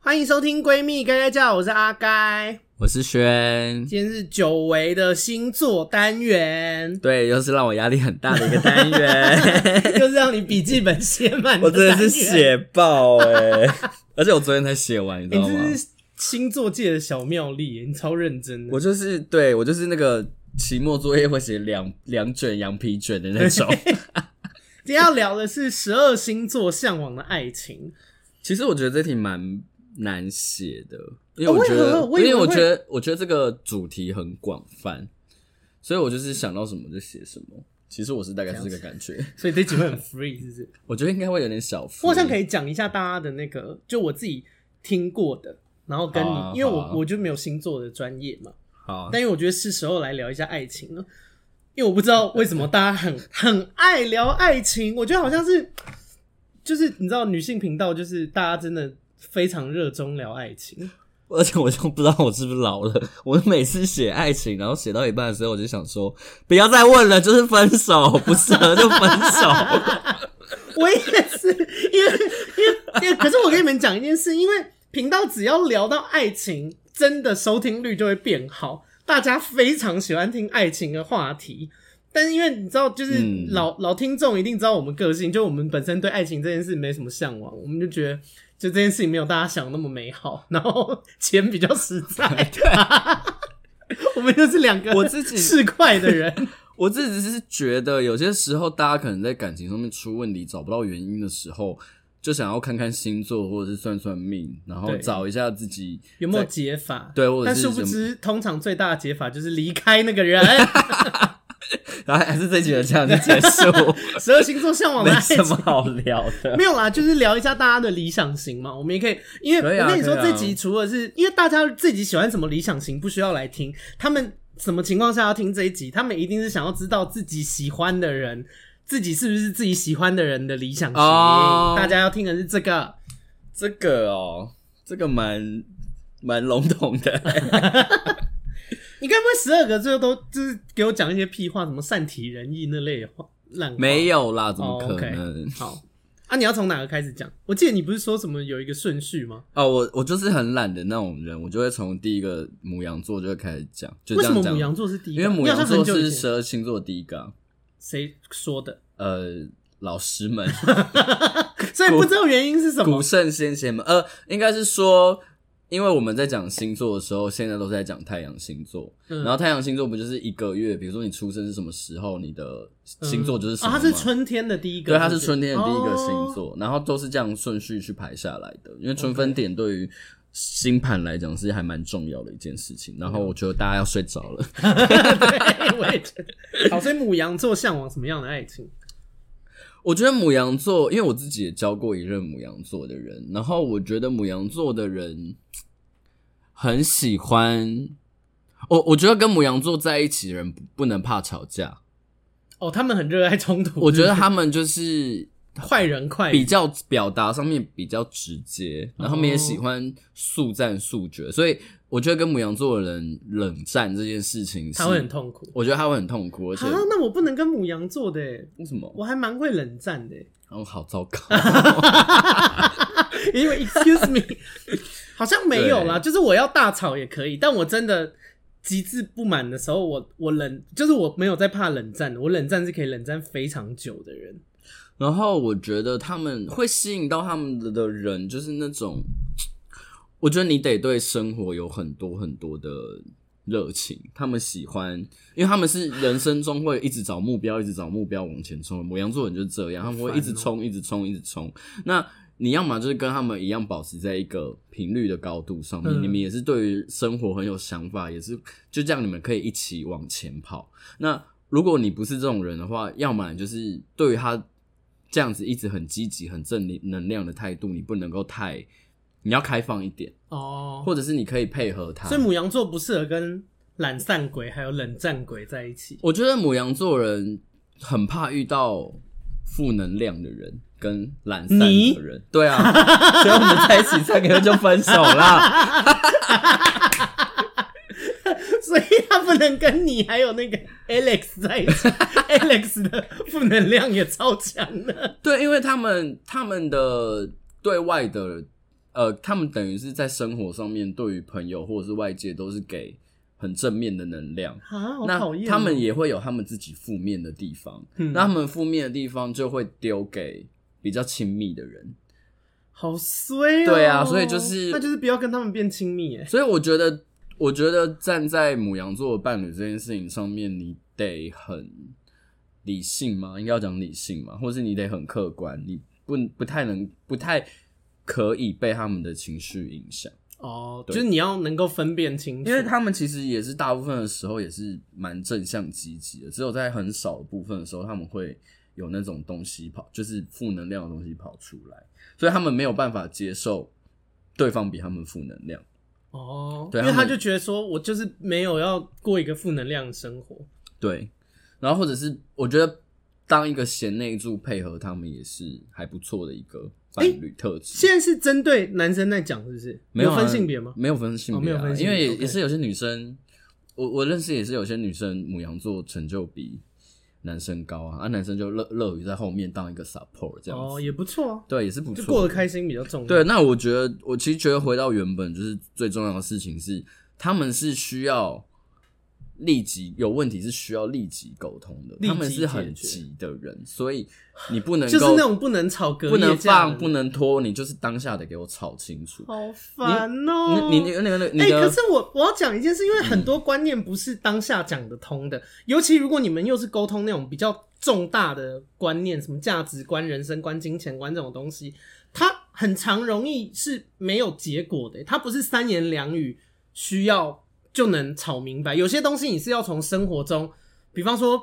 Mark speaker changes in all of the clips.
Speaker 1: 欢迎收听《闺蜜该该叫》，我是阿该。
Speaker 2: 我是轩，
Speaker 1: 今天是久违的星座单 元，
Speaker 2: 对，又是让我压力很大的一个单 元，
Speaker 1: 就是让你笔记本写满。
Speaker 2: 我真的是，写爆哎、 而且我昨天才写完，你知
Speaker 1: 你
Speaker 2: 道吗？
Speaker 1: 这是星座界的小妙丽耶，你超认真的。
Speaker 2: 我就是对我就是那个期末作业会写两两卷羊皮卷的那 种。
Speaker 1: 今天要聊的是十二星座向往的爱情。
Speaker 2: 其实我觉得这题蛮难写的，因为
Speaker 1: 哦
Speaker 2: 我觉得，
Speaker 1: 为何我以
Speaker 2: 因
Speaker 1: 为
Speaker 2: 为我
Speaker 1: 会
Speaker 2: 觉得我觉得这个主题很广泛，所以我就是想到什么就写什么。其实我是大概是这个感觉，
Speaker 1: 所以这集会 很 free，是不是？
Speaker 2: 我觉得应该会有点小浮。
Speaker 1: 我好像可以讲一下大家的那个，就我自己听过的，然后跟你，
Speaker 2: 好啊
Speaker 1: 因为我、
Speaker 2: 好啊
Speaker 1: 我就没有星座的专业嘛，
Speaker 2: 好，
Speaker 1: 但因为我觉得是时候来聊一下爱情了，因为我不知道为什么大家很 很爱聊爱情，我觉得好像是，就是你知道女性频道就是大家真的非常热衷聊爱情，
Speaker 2: 而且我就不知道我是不是老了。我每次写爱情，然后写到一半的时候，我就想说，不要再问了，就是分手，不适合就分手。
Speaker 1: 我也是，因为因为因为，可是我跟你们讲一件事，因为频道只要聊到爱情，真的收听率就会变好，大家非常喜欢听爱情的话题。但是因为你知道，就是
Speaker 2: 嗯
Speaker 1: 老、老听众一定知道我们个性，就我们本身对爱情这件事没什么向往，我们就觉得就这件事情没有大家想的那么美好，然后钱比较实在。我们就是两个
Speaker 2: 我自己
Speaker 1: 市侩的人，
Speaker 2: 我自己只是觉得，有些时候大家可能在感情上面出问题，找不到原因的时候，就想要看看星座或者是算算命，然后
Speaker 1: 对
Speaker 2: 找一下自己
Speaker 1: 有没有
Speaker 2: 在
Speaker 1: 解法？
Speaker 2: 对或者
Speaker 1: 但
Speaker 2: 是
Speaker 1: 殊不
Speaker 2: 什么
Speaker 1: 知，通常最大的解法就是离开那个人。
Speaker 2: 然后还是这集的这样就结 束，
Speaker 1: 十二星座向往的
Speaker 2: 没
Speaker 1: 爱情
Speaker 2: 什么好聊的。
Speaker 1: 没有啦，就是聊一下大家的理想型嘛。我们也可以，因
Speaker 2: 可
Speaker 1: 为
Speaker 2: 以啊
Speaker 1: 我跟你说，
Speaker 2: 可以啊
Speaker 1: 这集除了是因为大家自己喜欢什么理想型，不需要来听，他们什么情况下要听这一集，他们一定是想要知道自己喜欢的人，自己是不是自己喜欢的人的理想型。
Speaker 2: 哦
Speaker 1: 大家要听的是这个。
Speaker 2: 这个哦，这个蛮蛮笼统的。
Speaker 1: 你该不会十二个最后都就是给我讲一些屁话，什么善体人意那类的话烂话？
Speaker 2: 没有啦，怎么
Speaker 1: 哦
Speaker 2: 可
Speaker 1: ，OK
Speaker 2: 能？
Speaker 1: 好啊，你要从哪个开始讲？我记得你不是说什么有一个顺序吗？
Speaker 2: 哦，我我就是很懒的那种人，我就会从第一个母羊座就会开始讲，就
Speaker 1: 为
Speaker 2: 这
Speaker 1: 什么
Speaker 2: 样
Speaker 1: 母
Speaker 2: 讲。
Speaker 1: 羊座是第一
Speaker 2: 因
Speaker 1: 个？
Speaker 2: 为母羊
Speaker 1: 你好
Speaker 2: 座
Speaker 1: 像很久以
Speaker 2: 是
Speaker 1: 前
Speaker 2: 十二星座第一个啊、
Speaker 1: 谁说 的？
Speaker 2: 呃，老师们，
Speaker 1: 所以不知道原因是什么
Speaker 2: 古。圣先贤们，呃，应该是说，因为我们在讲星座的时候，现在都是在讲太阳星座，
Speaker 1: 嗯
Speaker 2: 然后太阳星座不就是一个月，比如说你出生是什么时候，你的星座就是什
Speaker 1: 啊，
Speaker 2: 么、
Speaker 1: 它是。春天的第一个，
Speaker 2: 对，它是春天的第一个星
Speaker 1: 哦。
Speaker 2: 座，然后都是这样顺序去排下来的，因为春分点对于星盘来讲是还蛮重要的一件事情。然后我觉得大家要睡着了，
Speaker 1: 对，我也觉得。好，所以母羊座向往什么样的爱情？
Speaker 2: 我觉得母羊座，因为我自己也教过一任母羊座的人，然后我觉得母羊座的人很喜欢我，我觉得跟母羊座在一起的人不不能怕吵架，
Speaker 1: 哦，他们很热爱冲突。
Speaker 2: 我觉得他们就是
Speaker 1: 快人快
Speaker 2: 比
Speaker 1: 语，
Speaker 2: 较表达上面比较直接，然后他们也
Speaker 1: 哦
Speaker 2: 喜欢速战速决，所以我觉得跟母羊座的人冷战这件事情是，
Speaker 1: 他会很痛苦。
Speaker 2: 我觉得他会很痛苦，而且
Speaker 1: 啊，那我不能跟母羊座的耶，
Speaker 2: 为什么？
Speaker 1: 我还蛮会冷战的耶，欸
Speaker 2: 哦，好糟糕。
Speaker 1: 因为 excuse me，好像没有啦，就是我要大吵也可以，但我真的。极致不满的时候，我我冷就是我没有在怕冷战的，我冷战是可以冷战非常久的人。
Speaker 2: 然后我觉得他们会吸引到他们的人，就是那种，我觉得你得对生活有很多很多的热情。他们喜欢，因为他们是人生中会一直找目标，一直找目标往前冲。母羊座人就是这样，他们
Speaker 1: 好
Speaker 2: 会
Speaker 1: 烦哦
Speaker 2: 一直冲，一直冲，一直冲。那你要么就是跟他们一样保持在一个频率的高度上面，
Speaker 1: 嗯
Speaker 2: 你们也是对于生活很有想法，也是就这样，你们可以一起往前跑。那如果你不是这种人的话，要么你就是对于他这样子一直很积极、很正能量的态度，你不能够太，你要开放一点，
Speaker 1: 哦，
Speaker 2: 或者是你可以配合他
Speaker 1: 所以。母羊座不适合跟懒散鬼还有冷战鬼在一 起。
Speaker 2: 我觉得母羊座人很怕遇到负能量的人跟懒散
Speaker 1: 你
Speaker 2: 的人，对啊，所以我们在一起三个月就分手啦。
Speaker 1: 所以他不能跟你还有那个 Alex 在一起 ，Alex 的负能量也超强的。
Speaker 2: 对，因为他们他们的对外的呃，他们等于是在生活上面对于朋友或者是外界都是给很正面的能量。
Speaker 1: 啊，好
Speaker 2: 那
Speaker 1: 讨厌哦。
Speaker 2: 他们也会有他们自己负面的地方，
Speaker 1: 嗯
Speaker 2: 那他们负面的地方就会丢给比较亲密的人。
Speaker 1: 好衰哦。
Speaker 2: 对啊所以就是
Speaker 1: 那就是不要跟他们变亲密哎。
Speaker 2: 所以我觉得，我觉得站在母羊座的伴侣这件事情上面，你得很理性吗？应该要讲理性嘛，或是你得很客观，你不不太能不太可以被他们的情绪影响，
Speaker 1: 哦，就
Speaker 2: 对
Speaker 1: 是你要能够分辨清楚，
Speaker 2: 因为他们其实也是大部分的时候也是蛮正向积极的，只有在很少的部分的时候，他们会有那种东西跑，就是负能量的东西跑出来，所以他们没有办法接受对方比他们负能量。
Speaker 1: 哦，
Speaker 2: 对
Speaker 1: 因为他
Speaker 2: 他们
Speaker 1: 就觉得说我就是没有要过一个负能量的生活。
Speaker 2: 对，然后或者是我觉得当一个贤内助配合他们也是还不错的一个伴侣特质。
Speaker 1: 现在是针对男生在讲，是不是？
Speaker 2: 没有啊
Speaker 1: 分性别吗？
Speaker 2: 没有分性
Speaker 1: 哦
Speaker 2: 别、
Speaker 1: 没
Speaker 2: 啊
Speaker 1: 有分性
Speaker 2: 因为
Speaker 1: 别
Speaker 2: 也
Speaker 1: OK
Speaker 2: 也是有些女生，我我认识也是有些女生母羊座成就比男生高啊，啊男生就乐乐于在后面当一个 support 这样子，
Speaker 1: 哦，也不错啊，
Speaker 2: 对，也是不
Speaker 1: 就
Speaker 2: 错，
Speaker 1: 过得开心比较重要。
Speaker 2: 对，那我觉得，我其实觉得回到原本，就是最重要的事情是，他们是需要立即有问题是需要立即沟通的，
Speaker 1: 立即
Speaker 2: 他们是很
Speaker 1: 解决
Speaker 2: 急的人，所以你不能
Speaker 1: 就是
Speaker 2: 够
Speaker 1: 那种不能吵隔
Speaker 2: 不能
Speaker 1: 夜架的
Speaker 2: 放不能拖，你就是当下得给我吵清楚。
Speaker 1: 好烦哦、
Speaker 2: 你你你那个你
Speaker 1: 哎、
Speaker 2: 的、
Speaker 1: 可是我我要讲一件事，因为很多观念不是当下讲得通的，尤其如果你们又是沟通那种比较重大的观念，什么价值观、人生观、金钱观这种东西，它很常容易是没有结果的、欸它不是三言两语需要就能吵明白。有些东西你是要从生活中，比方说，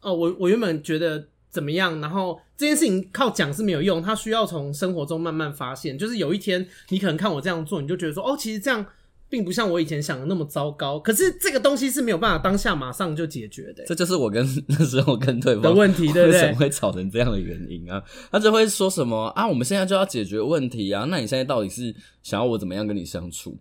Speaker 1: 呃，我我原本觉得怎么样，然后这件事情靠讲是没有用，它需要从生活中慢慢发现。就是有一天你可能看我这样做，你就觉得说，哦，其实这样并不像我以前想的那么糟糕。可是这个东西是没有办法当下马上就解决的、
Speaker 2: 这就是我跟 那时候跟对方
Speaker 1: 的问题对不对
Speaker 2: 为什么会吵成这样的原因啊？他就会说什么啊，我们现在就要解决问题啊，那你现在到底是想要我怎么样跟你相处？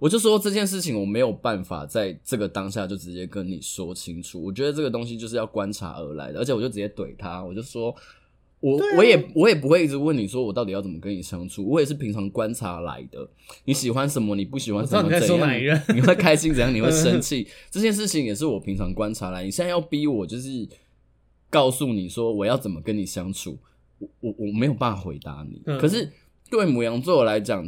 Speaker 2: 我就说这件事情我没有办法在这个当下就直接跟你说清楚，我觉得这个东西就是要观察而来的，而且我就直接怼他，我就说。我、
Speaker 1: 对啊
Speaker 2: 我也我也不会一直问你说我到底要怎么跟你相处，我也是平常观察来的。你喜欢什么，你不喜欢
Speaker 1: 我知
Speaker 2: 什
Speaker 1: 道你
Speaker 2: 么，
Speaker 1: 在
Speaker 2: 怎
Speaker 1: 说
Speaker 2: 样
Speaker 1: 哪一任
Speaker 2: 你会开心怎样？你 会生气？这件事情也是我平常观察来。你现在要逼我，就是告诉你说我要怎么跟你相处，我我我没有办法回答你。
Speaker 1: 嗯
Speaker 2: 可是对母羊座来讲，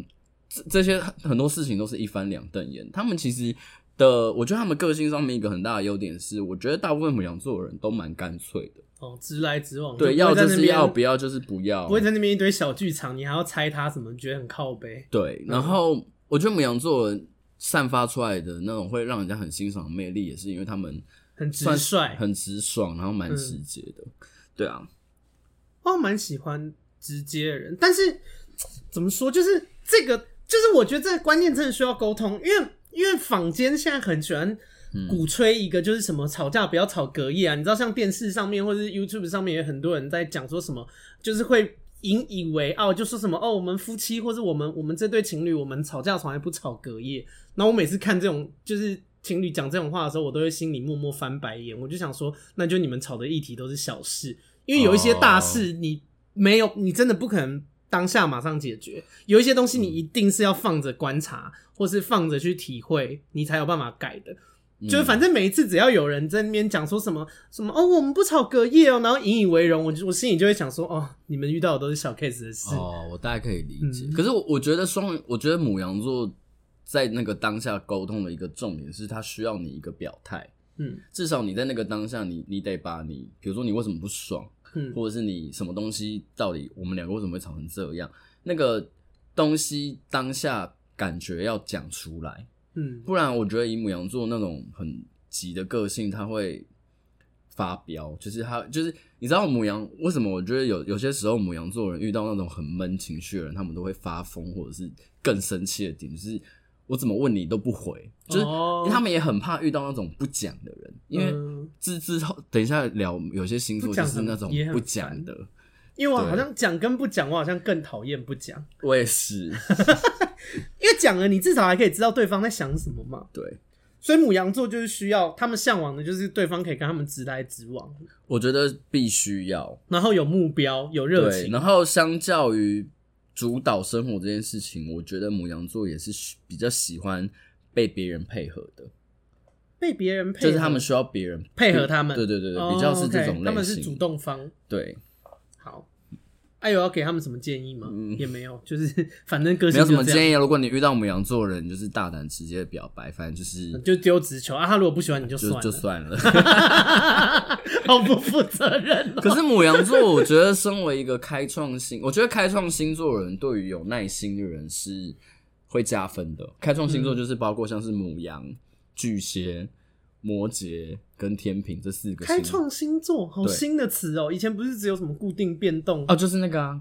Speaker 2: 这这些很多事情都是一翻两瞪眼。他们其实的，我觉得他们个性上面一个很大的优点是，我觉得大部分母羊座的人都蛮干脆的。
Speaker 1: 哦，直来直往，
Speaker 2: 对，
Speaker 1: 就
Speaker 2: 要
Speaker 1: 不会在
Speaker 2: 就
Speaker 1: 那
Speaker 2: 是要，
Speaker 1: 边
Speaker 2: 不要就是不要。
Speaker 1: 不会在那边一堆小剧场，你还要猜他什么，你觉得很靠背。
Speaker 2: 对，然后我觉得母羊座散发出来的那种会让人家很欣赏的魅力，也是因为他们
Speaker 1: 很直
Speaker 2: 算是
Speaker 1: 率，
Speaker 2: 很直爽，然后
Speaker 1: 嗯
Speaker 2: 蛮直接的。对啊，
Speaker 1: 我蛮喜欢直接的人，但是怎么说，就是这个，就是我觉得这个观念真的需要沟通，因为因为坊间现在很喜欢鼓吹一个，就是什么吵架不要吵隔夜啊，你知道，像电视上面或者是 YouTube 上面也有很多人在讲说什么，就是会。引以为傲，就说什么哦，我们夫妻或者我们我们这对情侣，我们吵架从来不吵隔夜。然后我每次看这种就是情侣讲这种话的时候，我都会心里默默翻白眼。我就想说，那就你们吵的议题都是小事，因为有一些大事你没有，你真的不可能当下马上解决。有一些东西你一定是要放着观察，或是放着去体会，你才有办法改的。
Speaker 2: 嗯
Speaker 1: 就是反正每一次只要有人在那边讲说什么什么哦，我们不吵隔夜哦，然后引以为荣，我就我心里就会想说哦，你们遇到的都是小 case 的事。
Speaker 2: 哦，我大概可以理解。
Speaker 1: 嗯
Speaker 2: 可是我我觉得双，我觉得母羊座在那个当下沟通的一个重点是，他需要你一个表态。
Speaker 1: 嗯
Speaker 2: 至少你在那个当下你，你得把你，比如说你为什么不爽，
Speaker 1: 嗯，
Speaker 2: 或者是你什么东西到底我们两个为什么会吵成这样，那个东西当下感觉要讲出来。
Speaker 1: 嗯
Speaker 2: 不然我觉得以母羊座那种很急的个性，他会发飙，就是他就是你知道母羊为什么？我觉得有有些时候母羊座的人遇到那种很闷情绪的人，他们都会发疯，或者是更生气的点，就是我怎么问你都不回，就是
Speaker 1: 哦
Speaker 2: 他们也很怕遇到那种不讲的人，因为
Speaker 1: 嗯
Speaker 2: 之之后等一下聊有些星座
Speaker 1: 不
Speaker 2: 就
Speaker 1: 讲
Speaker 2: 是
Speaker 1: 很
Speaker 2: 那种
Speaker 1: 也很
Speaker 2: 不讲的，
Speaker 1: 因为我
Speaker 2: 对
Speaker 1: 好像讲跟不讲，我好像更讨厌不讲，
Speaker 2: 我也是，
Speaker 1: 因为讲了你至少还可以知道对方在想什么嘛。
Speaker 2: 对。
Speaker 1: 所以母羊座就是需要他们向往的，就是对方可以跟他们直来直往，
Speaker 2: 我觉得必须要，
Speaker 1: 然后有目标、有热
Speaker 2: 对，
Speaker 1: 情。
Speaker 2: 然后相较于主导生活这件事情，我觉得母羊座也是喜比较喜欢被别人配合的，
Speaker 1: 被别人配合，
Speaker 2: 就是他们需要别人
Speaker 1: 配合他们
Speaker 2: 对对对对，
Speaker 1: 哦
Speaker 2: 比较是这
Speaker 1: OK，
Speaker 2: 种类型。
Speaker 1: 他们是主动方。
Speaker 2: 对，
Speaker 1: 好，哎、有要给他们什么建议吗？也没有，就是 反正个
Speaker 2: 嗯没
Speaker 1: 性
Speaker 2: 有什么
Speaker 1: 议，
Speaker 2: 建议啊。如果你遇到母羊座人，就是大胆直接表白，反正就是
Speaker 1: 就丢直球啊。他如果不喜欢你就算
Speaker 2: 就
Speaker 1: 了，
Speaker 2: 就算了。
Speaker 1: 好不负责任哦。
Speaker 2: 可是母羊座，我觉得身为一个开创星， 我觉得开创星座的人对于有耐心的人是会加分的。开创星座就是包括像是母羊、巨蟹、摩羯跟天平这四个啊
Speaker 1: 开
Speaker 2: 星座。
Speaker 1: 创星座，好
Speaker 2: 对
Speaker 1: 新的词哦！以前不是只有什么固定变动，
Speaker 2: 哦，就是那个啊，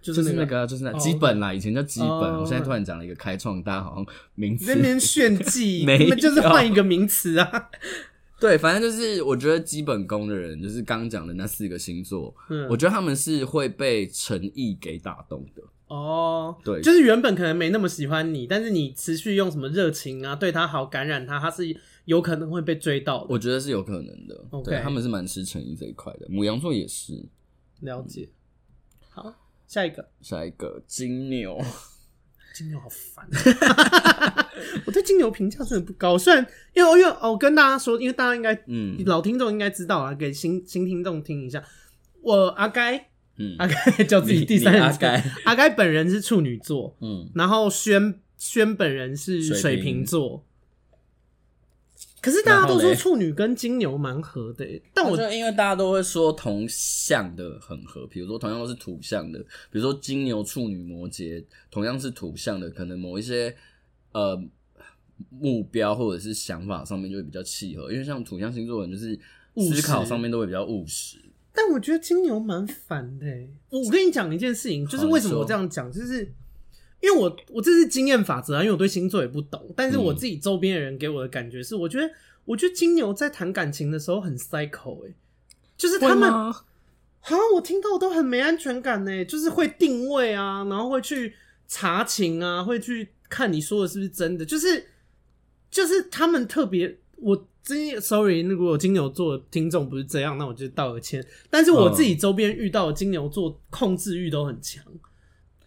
Speaker 1: 就
Speaker 2: 就是
Speaker 1: 那
Speaker 2: 那
Speaker 1: 个
Speaker 2: 个啊，就是那
Speaker 1: 哦
Speaker 2: 基本啦，以前叫基本，
Speaker 1: 哦
Speaker 2: 我现在突然讲了一个开创，大家好像名
Speaker 1: 你
Speaker 2: 字
Speaker 1: 在那边炫技，
Speaker 2: 没有
Speaker 1: 你们就是换一个名词啊。
Speaker 2: 对，反正就是我觉得基本功的人，就是刚讲的那四个星座，
Speaker 1: 嗯
Speaker 2: 我觉得他们是会被诚意给打动的。
Speaker 1: 哦，
Speaker 2: 对
Speaker 1: 就是原本可能没那么喜欢你，但是你持续用什么热情啊，对他好，感染他，他是有可能会被追到的。
Speaker 2: 我觉得是有可能的。
Speaker 1: OK
Speaker 2: 对，他们是蛮吃诚意这一块的。母羊座也是。
Speaker 1: 了解。好，下一个
Speaker 2: 下一个金牛，
Speaker 1: 金牛好烦 啊、我对金牛评价真的不高，虽然因为因为哦，我跟大家说，因为大家应该
Speaker 2: 嗯
Speaker 1: 老听众应该知道啊，给新新听众听一下，我阿该
Speaker 2: 嗯，
Speaker 1: 阿该叫自己第三人
Speaker 2: 你你阿
Speaker 1: 称
Speaker 2: 该，
Speaker 1: 阿该本人是处女座，
Speaker 2: 嗯，
Speaker 1: 然后轩轩本人是
Speaker 2: 水
Speaker 1: 水
Speaker 2: 瓶
Speaker 1: 瓶座。可是大家都
Speaker 2: 然后
Speaker 1: 说
Speaker 2: 嘞
Speaker 1: 处女跟金牛蛮合的耶，但
Speaker 2: 我
Speaker 1: 我
Speaker 2: 觉得因为大家都会说同向的很合，比如说同样都是土象的，比如说金牛、处女、摩羯，同样是土象的，可能某一些呃目标或者是想法上面就会比较契合，因为像土象星座人就是
Speaker 1: 务实
Speaker 2: 思考上面都会比较务实。
Speaker 1: 但我觉得金牛蛮烦的欸。我我跟你讲一件事情，就是为什么我这样讲，就是因为我我这是经验法则啊，因为我对星座也不懂，但是我自己周边的人给我的感觉是，我觉得我觉得金牛在谈感情的时候很 psycho 哎、就是他们
Speaker 2: 会吗
Speaker 1: 啊，我听到都很没安全感呢，就是会定位啊，然后会去查情啊，会去看你说的是不是真的，就是就是他们特别，我真 sorry，如果有金牛座的听众不是这样，那我就道个歉。但是
Speaker 2: 嗯
Speaker 1: 我自己周边遇到的金牛座控制欲都很强，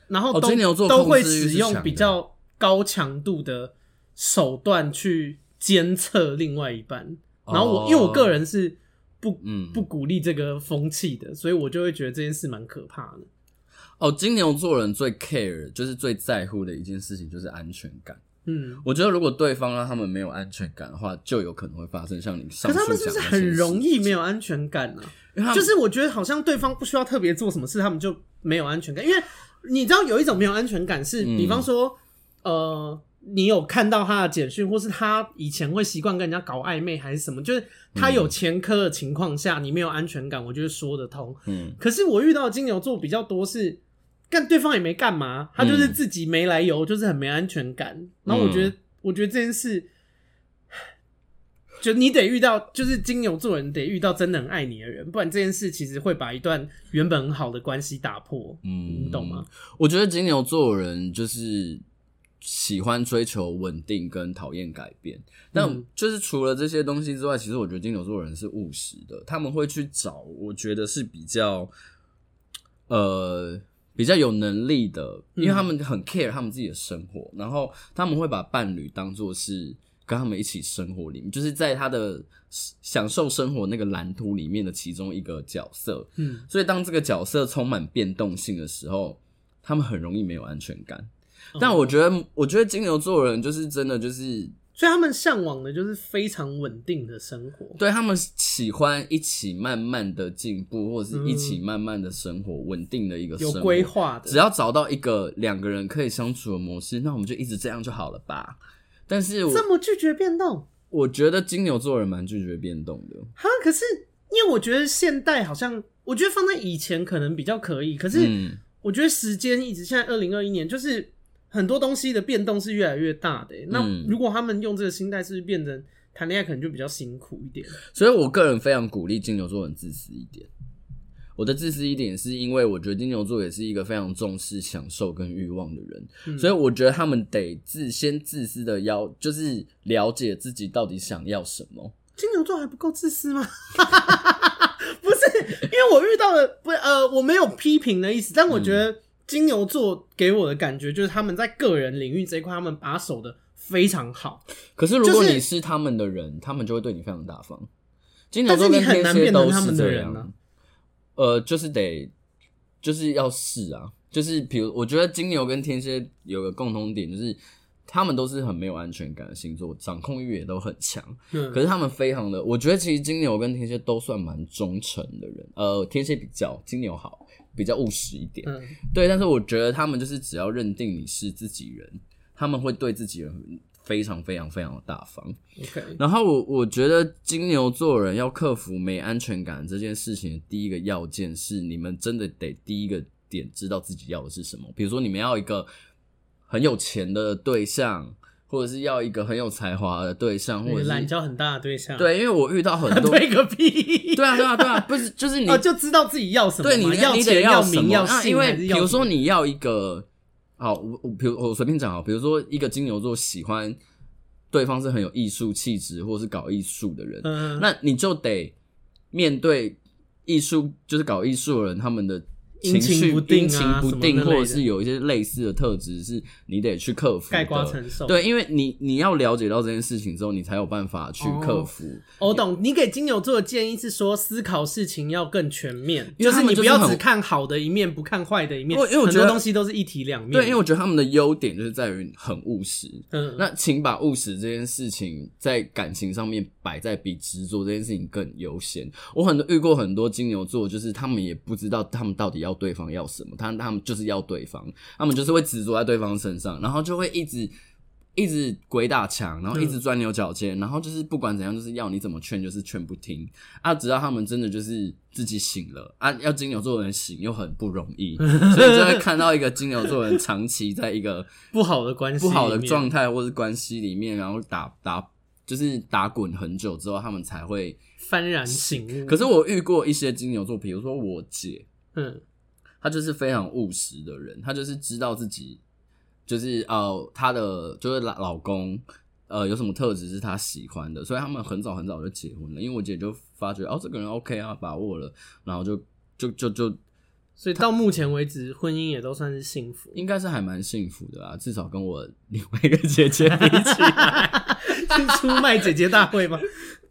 Speaker 1: 然后
Speaker 2: 哦
Speaker 1: 都、
Speaker 2: 金牛座
Speaker 1: 都
Speaker 2: 控制
Speaker 1: 会
Speaker 2: 欲是
Speaker 1: 使用
Speaker 2: 强
Speaker 1: 比
Speaker 2: 的
Speaker 1: 较高强度的手段去监测另外一半。然后我、因为我个人是不
Speaker 2: 哦嗯
Speaker 1: 不鼓励这个风气的，所以我就会觉得这件事蛮可怕的。
Speaker 2: 哦，金牛座人最 care 就是最在乎的一件事情就是安全感。
Speaker 1: 嗯，
Speaker 2: 我觉得如果对方让他们没有安全感的话，就有可能会发生像你
Speaker 1: 可是他
Speaker 2: 上述讲
Speaker 1: 们
Speaker 2: 的
Speaker 1: 是不是很容易没有安全感呢、
Speaker 2: 那些事情？就
Speaker 1: 就是我觉得好像对方不需要特别做什么事，他们就没有安全感。因为你知道有一种没有安全感是，
Speaker 2: 嗯
Speaker 1: 比方说，呃，你有看到他的简讯，或是他以前会习惯跟人家搞暧昧还是什么，就是他有
Speaker 2: 嗯
Speaker 1: 前科的情况下，你没有安全感，我觉得说得通。
Speaker 2: 嗯，
Speaker 1: 可是我遇到的金牛座比较多是，干对方也没干嘛，他就是
Speaker 2: 嗯
Speaker 1: 自己没来由，就是很没安全感。然后我觉得，我觉得这件事， 就你得遇到，就是金牛座人得遇到真的很爱你的人，不然这件事其实会把一段原本很好的关系打破。
Speaker 2: 嗯
Speaker 1: 你懂吗？
Speaker 2: 我觉得金牛座人就是喜欢追求稳定跟讨厌改变，但
Speaker 1: 嗯
Speaker 2: 就是除了这些东西之外，其实我觉得金牛座人是务实的，他们会去找我觉得是比较呃比较有能力的，因为他们很 care 他们自己的生活，然后他们会把伴侣当做是。跟他们一起生活里面，就是在他的享受生活那个蓝图里面的其中一个角色，
Speaker 1: 嗯，
Speaker 2: 所以当这个角色充满变动性的时候，他们很容易没有安全感。
Speaker 1: 哦嗯
Speaker 2: 但我觉得，我觉得金牛座人就是真的就是
Speaker 1: 所以他们向往的就是非常稳定的生活。
Speaker 2: 对他们喜欢一起慢慢的进步，或者是一起慢慢的生活，稳、定的一个
Speaker 1: 嗯有
Speaker 2: 生活
Speaker 1: 规。划的，
Speaker 2: 只要找到一个两个人可以相处的模式，那我们就一直这样就好了吧。但是我
Speaker 1: 这么拒绝变动，
Speaker 2: 我觉得金牛座人蛮拒绝变动的，
Speaker 1: 哈，可是因为我觉得现代好像，我觉得放在以前可能比较可以，可是
Speaker 2: 嗯，
Speaker 1: 我觉得时间一直现在二零二一年，就是很多东西的变动是越来越大的欸、那
Speaker 2: 嗯
Speaker 1: 如果他们用这个心态，是不是变成谈恋爱可能就比较辛苦一点？
Speaker 2: 所以我个人非常鼓励金牛座人自私一点。我的自私一点是因为我觉得金牛座也是一个非常重视享受跟欲望的人，
Speaker 1: 嗯
Speaker 2: 所以我觉得他们得自先自私的要，就是了解自己到底想要什么。
Speaker 1: 金牛座还不够自私吗？
Speaker 2: 嗯
Speaker 1: 不是，因为我遇到的不呃，我没有批评的意思，但我觉得金牛座给我的感觉就是他们在个人领域这一块，他们把守的非常好。
Speaker 2: 可是如果
Speaker 1: 就是
Speaker 2: 你是他们的人，他们就会对你非常大方。金牛
Speaker 1: 但
Speaker 2: 座
Speaker 1: 是
Speaker 2: 跟
Speaker 1: 你很
Speaker 2: 天
Speaker 1: 难
Speaker 2: 蝎
Speaker 1: 变
Speaker 2: 都
Speaker 1: 成他
Speaker 2: 是
Speaker 1: 们的
Speaker 2: 这
Speaker 1: 人啊
Speaker 2: 样。
Speaker 1: 呢、
Speaker 2: 呃，就是得，就是要试啊，就是比如，我觉得金牛跟天蝎有个共通点，就是他们都是很没有安全感的星座，掌控欲也都很强。
Speaker 1: 嗯，
Speaker 2: 可是他们非常的，我觉得其实金牛跟天蝎都算蛮忠诚的人，呃，天蝎比较金牛好，比较务实一点。
Speaker 1: 嗯，
Speaker 2: 对，但是我觉得他们就是只要认定你是自己人，他们会对自己人非常非常非常的大方。
Speaker 1: OK，
Speaker 2: 然后我我觉得金牛座人要克服没安全感这件事情，第一个要件是你们真的得第一个点知道自己要的是什么。比如说你们要一个很有钱的对象，或者是要一个很有才华的对象，
Speaker 1: 那
Speaker 2: 或
Speaker 1: 个
Speaker 2: 者
Speaker 1: 懒
Speaker 2: 是
Speaker 1: 觉很大的对象，，
Speaker 2: 对，因为我遇到很 多，
Speaker 1: 对个屁，
Speaker 2: 对啊对啊对啊，不是就是你
Speaker 1: 哦，就知道自己要什么嘛，
Speaker 2: 对你
Speaker 1: 要
Speaker 2: 你得
Speaker 1: 钱
Speaker 2: 要什
Speaker 1: 名
Speaker 2: 么
Speaker 1: 要
Speaker 2: 啊
Speaker 1: 性，
Speaker 2: 因为
Speaker 1: 还是
Speaker 2: 比
Speaker 1: 要
Speaker 2: 如
Speaker 1: 什么
Speaker 2: 说你要一个，好，我我比如我随便讲啊，比如说一个金牛座喜欢对方是很有艺术气质或是搞艺术的人，
Speaker 1: 嗯，
Speaker 2: 那你就得面对艺术，就是搞艺术的人他们的。
Speaker 1: 阴
Speaker 2: 情
Speaker 1: 晴
Speaker 2: 绪
Speaker 1: 不定
Speaker 2: 阴
Speaker 1: 啊
Speaker 2: 晴不
Speaker 1: 什么
Speaker 2: 定，
Speaker 1: 那
Speaker 2: 或
Speaker 1: 类
Speaker 2: 者
Speaker 1: 的
Speaker 2: 是有一些类似的特质，是你得去克服的。
Speaker 1: 盖瓜承受，，
Speaker 2: 对，因为你你要了解到这件事情之后，你才有办法去克
Speaker 1: 哦
Speaker 2: 服。
Speaker 1: 我懂。你给金牛座的建议是说，思考事情要更全面，
Speaker 2: 因为他
Speaker 1: 是
Speaker 2: 们
Speaker 1: 你
Speaker 2: 就
Speaker 1: 不
Speaker 2: 是
Speaker 1: 要
Speaker 2: 很
Speaker 1: 只看好的一面，不看坏的一面，
Speaker 2: 因为因为我
Speaker 1: 很
Speaker 2: 觉
Speaker 1: 多
Speaker 2: 得
Speaker 1: 东西都是一体两面。
Speaker 2: 对，因为我觉得他们的优点就是在于很务实，
Speaker 1: 嗯，
Speaker 2: 那请把务实这件事情在感情上面摆在比执着这件事情更优先。我很多遇过很多金牛座，就是他们也不知道他们到底要对方要什么，他他们就是要对方，他们就是会执着在对方身上，然后就会一直。一直鬼打墙，然后一直钻牛角尖，然后就是不管怎样，就是要你怎么劝，就是劝不听啊！直到他们真的就是自己醒了啊，要金牛座的人醒又很不容易，所以就会看到一个金牛座的人长期在一个
Speaker 1: 不好的关系，
Speaker 2: 不好的状，态或是关系里面，然后打打就是打滚很久之后，他们才会。
Speaker 1: 幡然醒悟。
Speaker 2: 可是我遇过一些金牛座，比如说我姐，
Speaker 1: 嗯，
Speaker 2: 她就是非常务实的人，她就是知道自己就是呃她的就是老老公。呃，有什么特质是她喜欢的？所以他们很早很早就结婚了。因为我姐就发觉哦，这个人 OK 啊，把握了，然后就就就就
Speaker 1: 所以到目前为止，婚姻也都算是幸 福。
Speaker 2: 应该是还蛮幸福的啦，至少跟我另外一个姐姐比起来。
Speaker 1: 是出卖姐姐大会吗？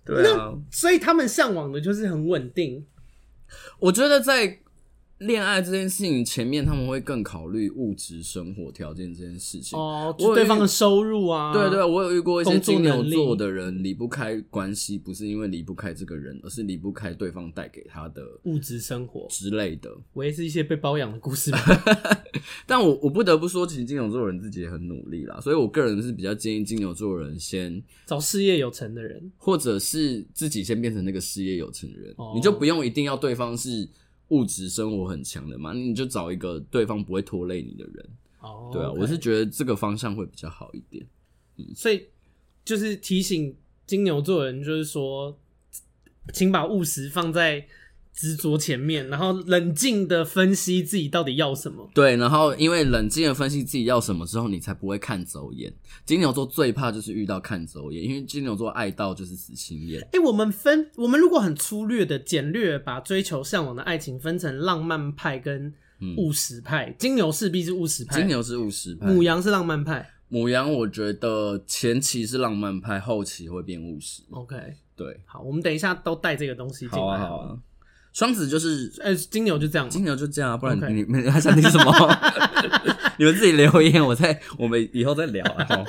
Speaker 2: 对啊，
Speaker 1: 所以他们向往的就是很稳定，
Speaker 2: 我觉得在恋爱这件事情前面，他们会更考虑物质生活条件这件事情。
Speaker 1: 哦，
Speaker 2: 我有
Speaker 1: 就对方
Speaker 2: 遇
Speaker 1: 的收入啊，
Speaker 2: 对对，我有遇过一些
Speaker 1: 工作
Speaker 2: 金牛
Speaker 1: 能力
Speaker 2: 座的人离不开关系，不是因为离不开这个人，而是离不开对方带给他的
Speaker 1: 物质生活，
Speaker 2: 之类的。
Speaker 1: 我也是一些被包养的故事吧。
Speaker 2: 但我我不得不说，其实金牛座的人自己也很努力啦，所以我个人是比较建议金牛座的人先，
Speaker 1: 找事业有成的人，
Speaker 2: 或者是自己先变成那个事业有成的人，
Speaker 1: 哦
Speaker 2: 你就不用一定要对方是物质生活很强的嘛，你就找一个对方不会拖累你的人。
Speaker 1: 哦，
Speaker 2: 对啊，
Speaker 1: OK
Speaker 2: 我是觉得这个方向会比较好一点。
Speaker 1: 所以就是提醒金牛座的人，就是说，请把务实放在执着前面，然后冷静的分析自己到底要什么。
Speaker 2: 对，然后因为冷静的分析自己要什么之后，你才不会看走眼。金牛座最怕就是遇到看走眼，因为金牛座爱到就是死心眼。
Speaker 1: 哎、我们分，我们如果很粗略的、简略地把追求向往的爱情分成浪漫派跟务实派，金牛势必是务实派，
Speaker 2: 嗯金牛是哎务实派，
Speaker 1: 母羊是浪漫派。
Speaker 2: 母羊我觉得前期是浪漫派，后期会变务实。
Speaker 1: OK，
Speaker 2: 对，
Speaker 1: 好，我们等一下都带这个东西进来。
Speaker 2: 好啊好啊。双子就是
Speaker 1: 呃，金牛就这样嘛。
Speaker 2: 金牛就这样啊，不然
Speaker 1: OK
Speaker 2: 你 们还想听什么？你们自己留言，我再我们以后再聊啊。好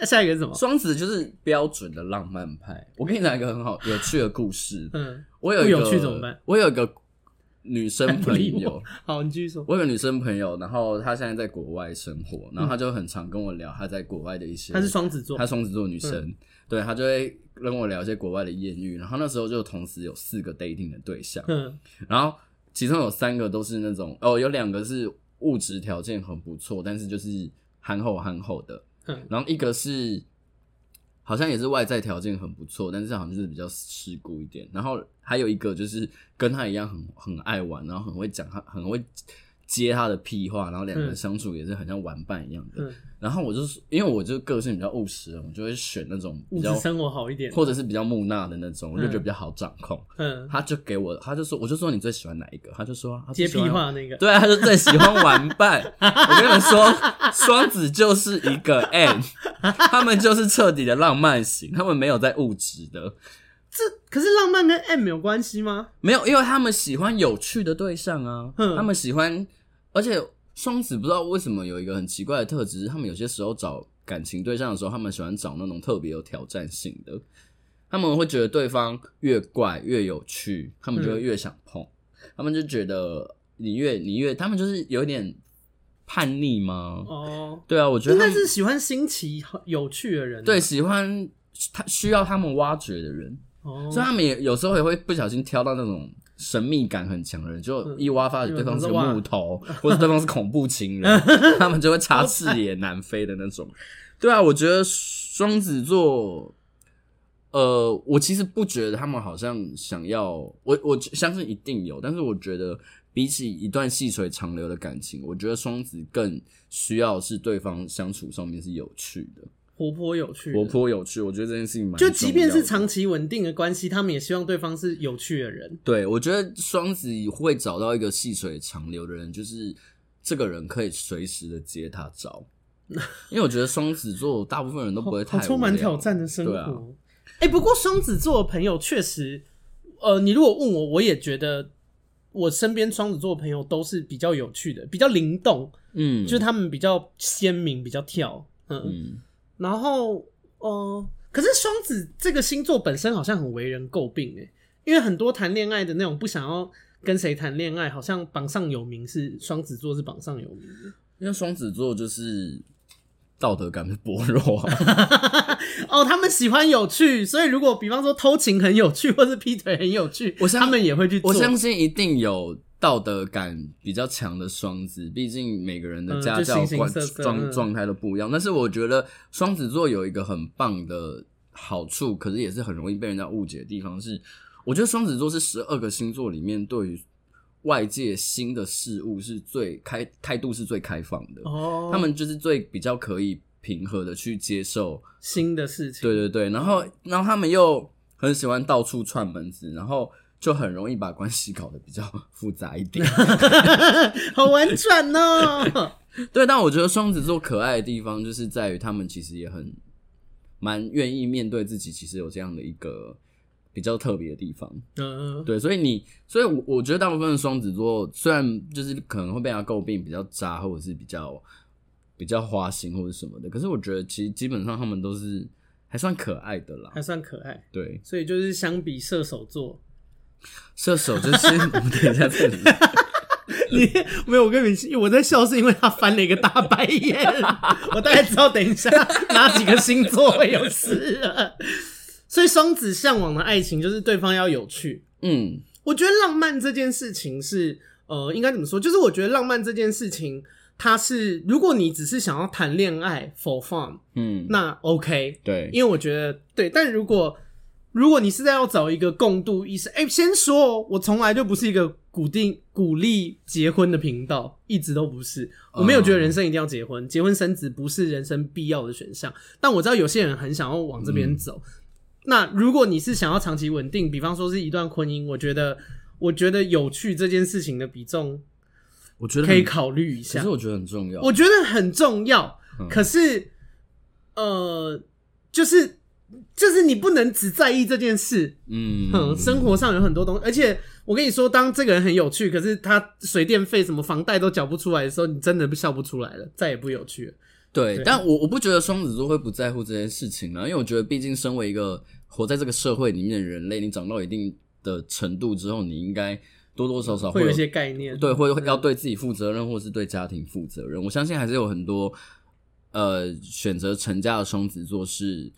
Speaker 1: 那下一个是什么？
Speaker 2: 双子就是标准的浪漫派。我跟你讲一个很好有趣的故事。
Speaker 1: 嗯，
Speaker 2: 我有一个
Speaker 1: 不有趣怎么办？
Speaker 2: 我有一个女生
Speaker 1: 不
Speaker 2: 朋
Speaker 1: 理
Speaker 2: 友
Speaker 1: 我，。好，你继续说。
Speaker 2: 我有个女生朋友，然后她现在在国外生活，然后她就很常跟我聊她在国外的一些。
Speaker 1: 嗯他是双子座嗯
Speaker 2: 她，双子座女生，对她就会跟我聊一些国外的艳遇，然后那时候就同时有四个 dating 的对象，
Speaker 1: 嗯，
Speaker 2: 然后其中有三个都是那种哦，有两个是物质条件很不错，但是就是憨厚憨厚的，
Speaker 1: 嗯
Speaker 2: 然后一个是好像也是外在条件很不错，但是好像就是比较世故一点。然后还有一个就是跟他一样很很爱玩，然后很会讲他很会接他的屁话，然后两个人
Speaker 1: 嗯
Speaker 2: 相处也是很像玩伴一样的。
Speaker 1: 嗯，
Speaker 2: 然后我就是因为我就个性比较务实，我就会选那种比
Speaker 1: 物
Speaker 2: 较
Speaker 1: 质生活好一点，
Speaker 2: 或者是比较木讷的那种，我就觉得
Speaker 1: 嗯
Speaker 2: 比较好掌控。
Speaker 1: 嗯，
Speaker 2: 他就给我，他就说，我就说你最喜欢哪一个？他就说他最
Speaker 1: 接
Speaker 2: 喜欢
Speaker 1: 屁话那个，
Speaker 2: 对啊，他就最喜欢玩伴。 我跟你们说，双子就是一个 N，他们就是彻底的浪漫型，他们没有在物质的，
Speaker 1: 这可是浪漫跟 M 有关系吗？
Speaker 2: 没有，因为他们喜欢有趣的对象啊，
Speaker 1: 嗯
Speaker 2: 他们喜欢，而且双子不知道为什么有一个很奇怪的特质，是他们有些时候找感情对象的时候，他们喜欢找那种特别有挑战性的，他们会觉得对方越怪越有趣，他们就会越想碰，
Speaker 1: 嗯
Speaker 2: 他们就觉得你越你越，他们就是有点叛逆吗？
Speaker 1: 哦，
Speaker 2: 对啊，我觉得
Speaker 1: 应
Speaker 2: 他
Speaker 1: 该
Speaker 2: 们
Speaker 1: 是喜欢新奇有趣的人啊，
Speaker 2: 对喜欢他需要他们挖掘的人，
Speaker 1: 哦，
Speaker 2: 所以他们也有时候也会不小心挑到那种神秘感很强的人，
Speaker 1: 嗯
Speaker 2: 就一挖发觉对方是个木头，或者对方是恐 怖情人，他们就会插翅也难飞的那种。对啊，我觉得双子座，呃，我其实不觉得他们好像想要，我我相信一定有，但是我觉得比起一段细水长流的感情，我觉得双子更需要是对方相处上面是有趣的，
Speaker 1: 活泼有趣的，
Speaker 2: 活泼有趣。我觉得这件事情蛮
Speaker 1: 啊就即便
Speaker 2: 重要
Speaker 1: 是
Speaker 2: 的
Speaker 1: 长期稳定的关系，他们也希望对方是有趣的人。
Speaker 2: 对，我觉得双子会找到一个细水长流的人，就是这个人可以随时的接他招。因为我觉得双子座大部分人都不会太
Speaker 1: 好充
Speaker 2: 无
Speaker 1: 满
Speaker 2: 聊
Speaker 1: 挑战的生活。
Speaker 2: 对
Speaker 1: 哎、
Speaker 2: 啊，
Speaker 1: 不过双子座的朋友确实，呃，你如果问我，我也觉得我身边双子座的朋友都是比较有趣的，比较灵动，
Speaker 2: 嗯，
Speaker 1: 就是他们比较鲜明，比较跳，嗯，
Speaker 2: 嗯，
Speaker 1: 然后，呃，可是双子这个星座本身好像很为人诟病哎，因为很多谈恋爱的那种不想要跟谁谈恋爱，好像榜上有名是双子座是榜上有名的。
Speaker 2: 因为双子座就是道德感是薄弱、啊，
Speaker 1: 哦，他们喜欢有趣，所以如果比方说偷情很有趣，或是劈腿很有趣，
Speaker 2: 我相
Speaker 1: 他们也会去做。
Speaker 2: 我相信一定有道德感比较强的双子，毕竟每个人的
Speaker 1: 嗯
Speaker 2: 家
Speaker 1: 就
Speaker 2: 教
Speaker 1: 形形
Speaker 2: 观
Speaker 1: 色色
Speaker 2: 状
Speaker 1: 嗯
Speaker 2: 状态都不一样。但是我觉得双子座有一个很棒的好处，可是也是很容易被人家误解的地方是，我觉得双子座是十二个星座里面对于外界新的事物是最开态度是最开放的，
Speaker 1: 哦，
Speaker 2: 他们就是最比较可以平和的去接受
Speaker 1: 新的事情，
Speaker 2: 对对对，然后然后他们又很喜欢到处串门子，然后就很容易把关系搞得比较 复杂一点。
Speaker 1: 好婉转哦。
Speaker 2: 对，但我觉得双子座可爱的地方就是在于他们其实也很蛮愿意面对自己，其实有这样的一个比较特别的地方。
Speaker 1: 嗯，
Speaker 2: 对，所以你，所以我我觉得大部分的双子座虽然就是可能会被人家诟病比较渣，或者是比较比较花心或者什么的，可是我觉得其实基本上他们都是还算可爱的啦
Speaker 1: 还。算可爱。
Speaker 2: 对，
Speaker 1: 所以就是相比射手座，
Speaker 2: 射手就是我们等一下这里，
Speaker 1: 你没有我跟你们我在笑是因为他翻了一个大白眼，我大概知道等一下哪几个星座会有事了。所以双子向往的爱情就是对方要有趣，
Speaker 2: 嗯
Speaker 1: 我觉得浪漫这件事情是，呃，应该怎么说？就是我觉得浪漫这件事情，它是如果你只是想要谈恋爱 for fun，
Speaker 2: 嗯，
Speaker 1: 那 OK，
Speaker 2: 对，
Speaker 1: 因为我觉得对。但如果如果你是在要找一个共度一生，哎、先说哦，我从来就不是一个鼓定鼓励结婚的频道，一直都不是。我没有觉得人生一定要结婚，结婚生子不是人生必要的选项。但我知道有些人很想要往这边走。那如果你是想要长期稳定，比方说是一段婚姻，我觉得我觉得有趣这件事情的比重
Speaker 2: 我觉得
Speaker 1: 可以
Speaker 2: 很
Speaker 1: 考虑一
Speaker 2: 其
Speaker 1: 下。
Speaker 2: 实我觉得很重要。
Speaker 1: 我觉得很重要，
Speaker 2: 嗯
Speaker 1: 可是呃，就是就是你不能只在意这件事，
Speaker 2: 嗯
Speaker 1: 嗯，生活上有很多东西，而且我跟你说，当这个人很有趣，可是他水电费、什么房贷都缴不出来的时候，你真的笑不出来了，再也不有趣了。
Speaker 2: 对，
Speaker 1: 对
Speaker 2: 但我我不觉得双子座会不在乎这件事情啊呢，因为我觉得毕竟身为一个活在这个社会里面的人类，你长到一定的程度之后，你应该多多少少
Speaker 1: 会有
Speaker 2: 有
Speaker 1: 一些概念，
Speaker 2: 对，会要对自己负责任，或是对家庭负责任。我相信还是有很多呃选择成家的双子座是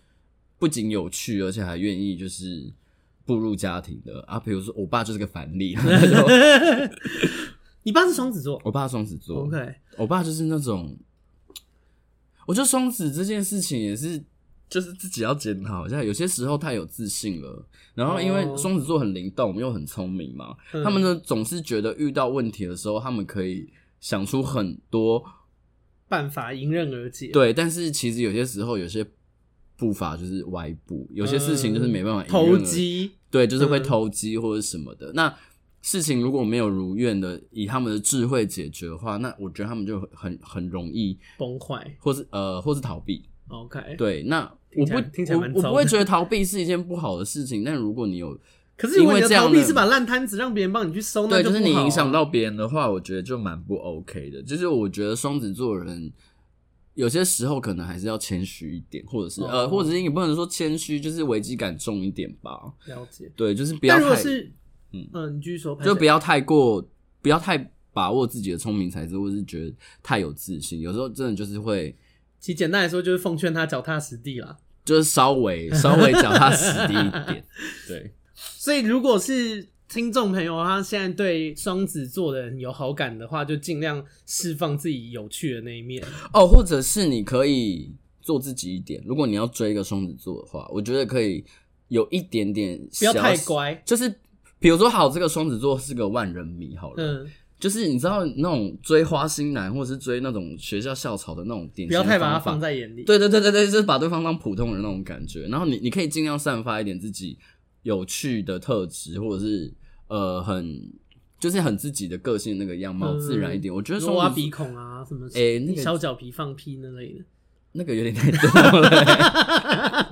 Speaker 2: 不仅有趣，而且还愿意就是步入家庭的啊。比如说，我爸就是个反例，
Speaker 1: 你爸是双子座哦
Speaker 2: 我爸双子座
Speaker 1: ，OK，
Speaker 2: 我爸就是那种，我觉得双子这件事情也是，就是自己要检讨一下。有些时候太有自信了，然后因为
Speaker 1: 哦
Speaker 2: 双子座很灵动又很聪明嘛，
Speaker 1: 嗯
Speaker 2: 他们呢总是觉得遇到问题的时候，他们可以想出很多
Speaker 1: 办法迎刃而解。
Speaker 2: 对，但是其实有些时候有些步伐就是歪步，有些事情就是没办法、
Speaker 1: 嗯投，机，
Speaker 2: 对，就是会
Speaker 1: 嗯
Speaker 2: 投机或者什么的。那事情如果没有如愿的以他们的智慧解决的话，那我觉得他们就很很容易，
Speaker 1: 崩坏。
Speaker 2: 或是呃，或是逃避。
Speaker 1: OK，
Speaker 2: 对，那
Speaker 1: 听
Speaker 2: 我
Speaker 1: 起
Speaker 2: 不
Speaker 1: 来听起来蛮
Speaker 2: 我我
Speaker 1: 糟
Speaker 2: 不会
Speaker 1: 的
Speaker 2: 觉得逃避是一件不好的事情，但如果你有
Speaker 1: 可是如果你
Speaker 2: 因
Speaker 1: 的
Speaker 2: 为这样
Speaker 1: 逃避
Speaker 2: 的
Speaker 1: 是把烂摊子让别人帮你去收，那
Speaker 2: 对，就是
Speaker 1: 不
Speaker 2: 你
Speaker 1: 好啊
Speaker 2: 影响到别人的话，我觉得就蛮不 OK 的。就是我觉得双子座人有些时候可能还是要谦虚一点，或者是、
Speaker 1: 哦
Speaker 2: 呃，或者是你不能说谦虚，就是危机感重一点吧。
Speaker 1: 了解。
Speaker 2: 对，就是不要
Speaker 1: 但如果
Speaker 2: 太
Speaker 1: 是嗯
Speaker 2: 嗯
Speaker 1: 你继续说，
Speaker 2: 就不
Speaker 1: 要
Speaker 2: 要太过，不要太把握自己的聪明才智，或是觉得太有自信。有时候真的就是会。
Speaker 1: 其实简单来说就是奉劝他脚踏实地啦。
Speaker 2: 就是稍微稍微脚踏实地一 点，对，
Speaker 1: 所以如果是听众朋友他现在对双子座的人有好感的话，就尽量释放自己有趣的那一面。
Speaker 2: 哦，或者是你可以做自己一点。如果你要追一个双子座的话，我觉得可以有一点点
Speaker 1: 不
Speaker 2: 小，
Speaker 1: 要太乖。
Speaker 2: 就是比如说，好，这个双子座是个万人迷，好了，
Speaker 1: 嗯，
Speaker 2: 就是你知道那种追花心男，或者是追那种学校校草的那种典型，
Speaker 1: 不要太把它放。在眼里。，
Speaker 2: 对对对对对，就是把对方当普通人那种感觉。然后你你可以尽量散发一点自己有趣的特质，或者是呃很就是很自己的个性那个样貌，
Speaker 1: 嗯
Speaker 2: 自然一点。我觉得双子
Speaker 1: 挖
Speaker 2: 座
Speaker 1: 鼻孔啊，什么
Speaker 2: 哎那个
Speaker 1: 小脚皮放屁那类的，
Speaker 2: 那个有点太多了、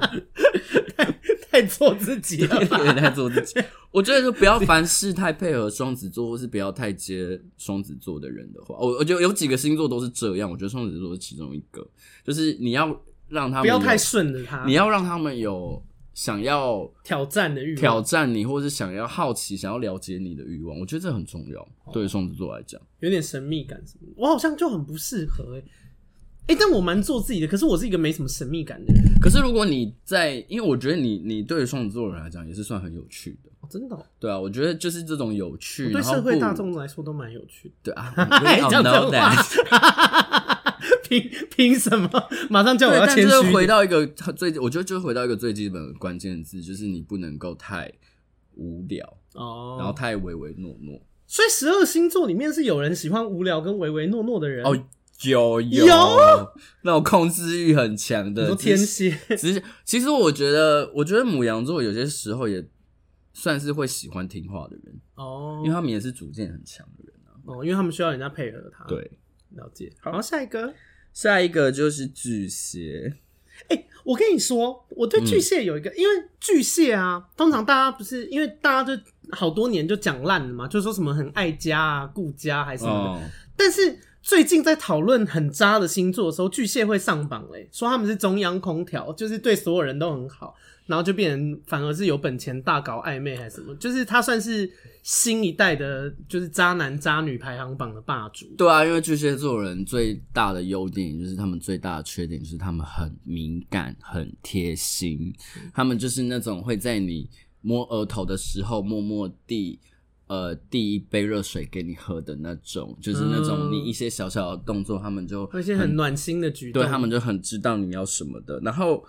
Speaker 1: 太做自己了吧。
Speaker 2: 有点太做自己。我觉得就不要凡事太配合双子座，或是不要太接双子座的人的话。我我觉得有几个星座都是这样，我觉得双子座是其中一个，就是你要让他们
Speaker 1: 不要
Speaker 2: 有
Speaker 1: 太顺着他，
Speaker 2: 你要让他们有想要
Speaker 1: 挑战的欲望。
Speaker 2: 挑战你，或是想要好奇、想要了解你的欲望。我觉得这很重要，对于双子座来讲。
Speaker 1: 有点神秘感什么的，我好像就很不适合哎、欸。哎、但我蛮做自己的，可是我是一个没什么神秘感的人，
Speaker 2: 可是如果你在，因为我觉得你你对于双子座的人来讲也是算很有趣的，
Speaker 1: 哦、真的哦、
Speaker 2: 对啊，我觉得就是这种有趣，
Speaker 1: 对
Speaker 2: 然后
Speaker 1: 社会
Speaker 2: 不
Speaker 1: 大众来说都蛮有趣的。
Speaker 2: 对啊，
Speaker 1: 哎
Speaker 2: we all
Speaker 1: 讲这
Speaker 2: know
Speaker 1: 种
Speaker 2: that
Speaker 1: 话，凭凭什么？马上叫我
Speaker 2: 对，
Speaker 1: 要
Speaker 2: 但
Speaker 1: 谦
Speaker 2: 就
Speaker 1: 虚
Speaker 2: 是
Speaker 1: 一
Speaker 2: 回
Speaker 1: 点。
Speaker 2: 到一个最，我觉得就回到一个最基本的关键字，就是你不能够太无聊，然后
Speaker 1: 哦，
Speaker 2: 太唯唯诺诺。
Speaker 1: 所以十二星座里面是有人喜欢无聊跟唯唯诺诺的人
Speaker 2: 哦，有有
Speaker 1: 有
Speaker 2: 那种控制欲很强
Speaker 1: 你
Speaker 2: 的，
Speaker 1: 说天蝎，
Speaker 2: 只是其实我觉得，我觉得母羊座有些时候也算是会喜欢听话的人，
Speaker 1: 哦
Speaker 2: 因为他们也是主见很强的人啊。
Speaker 1: 哦，因为他们需要人家配合他。，
Speaker 2: 对，
Speaker 1: 了解。好，下一个。
Speaker 2: 下一个就是巨蟹，
Speaker 1: 哎、我跟你说，我
Speaker 2: 嗯
Speaker 1: 对巨蟹有一个，因为巨蟹啊，通常大家不是因为大家就好多年就讲烂了嘛，就说什么很爱家啊、顾家还是什么的。
Speaker 2: 哦，
Speaker 1: 但是最近在讨论很渣的星座的时候，巨蟹会上榜嘞、说他们是中央空调，就是对所有人都很好，然后就变成反而是有本钱大搞暧昧还是什么，就是他算是新一代的，就是渣男渣女排行榜的霸主。
Speaker 2: 对啊，因为巨蟹座人最大的优点，也就是他们最大的缺点，就是他们很敏感、很贴心。
Speaker 1: 嗯
Speaker 2: 他们就是那种会在你摸额头的时候，默默递呃递一杯热水给你喝的那种，就是那种
Speaker 1: 嗯
Speaker 2: 你一些小小的动作，他们就
Speaker 1: 有一些很暖心的举动，
Speaker 2: 嗯对他们就很知道你要什么的。然后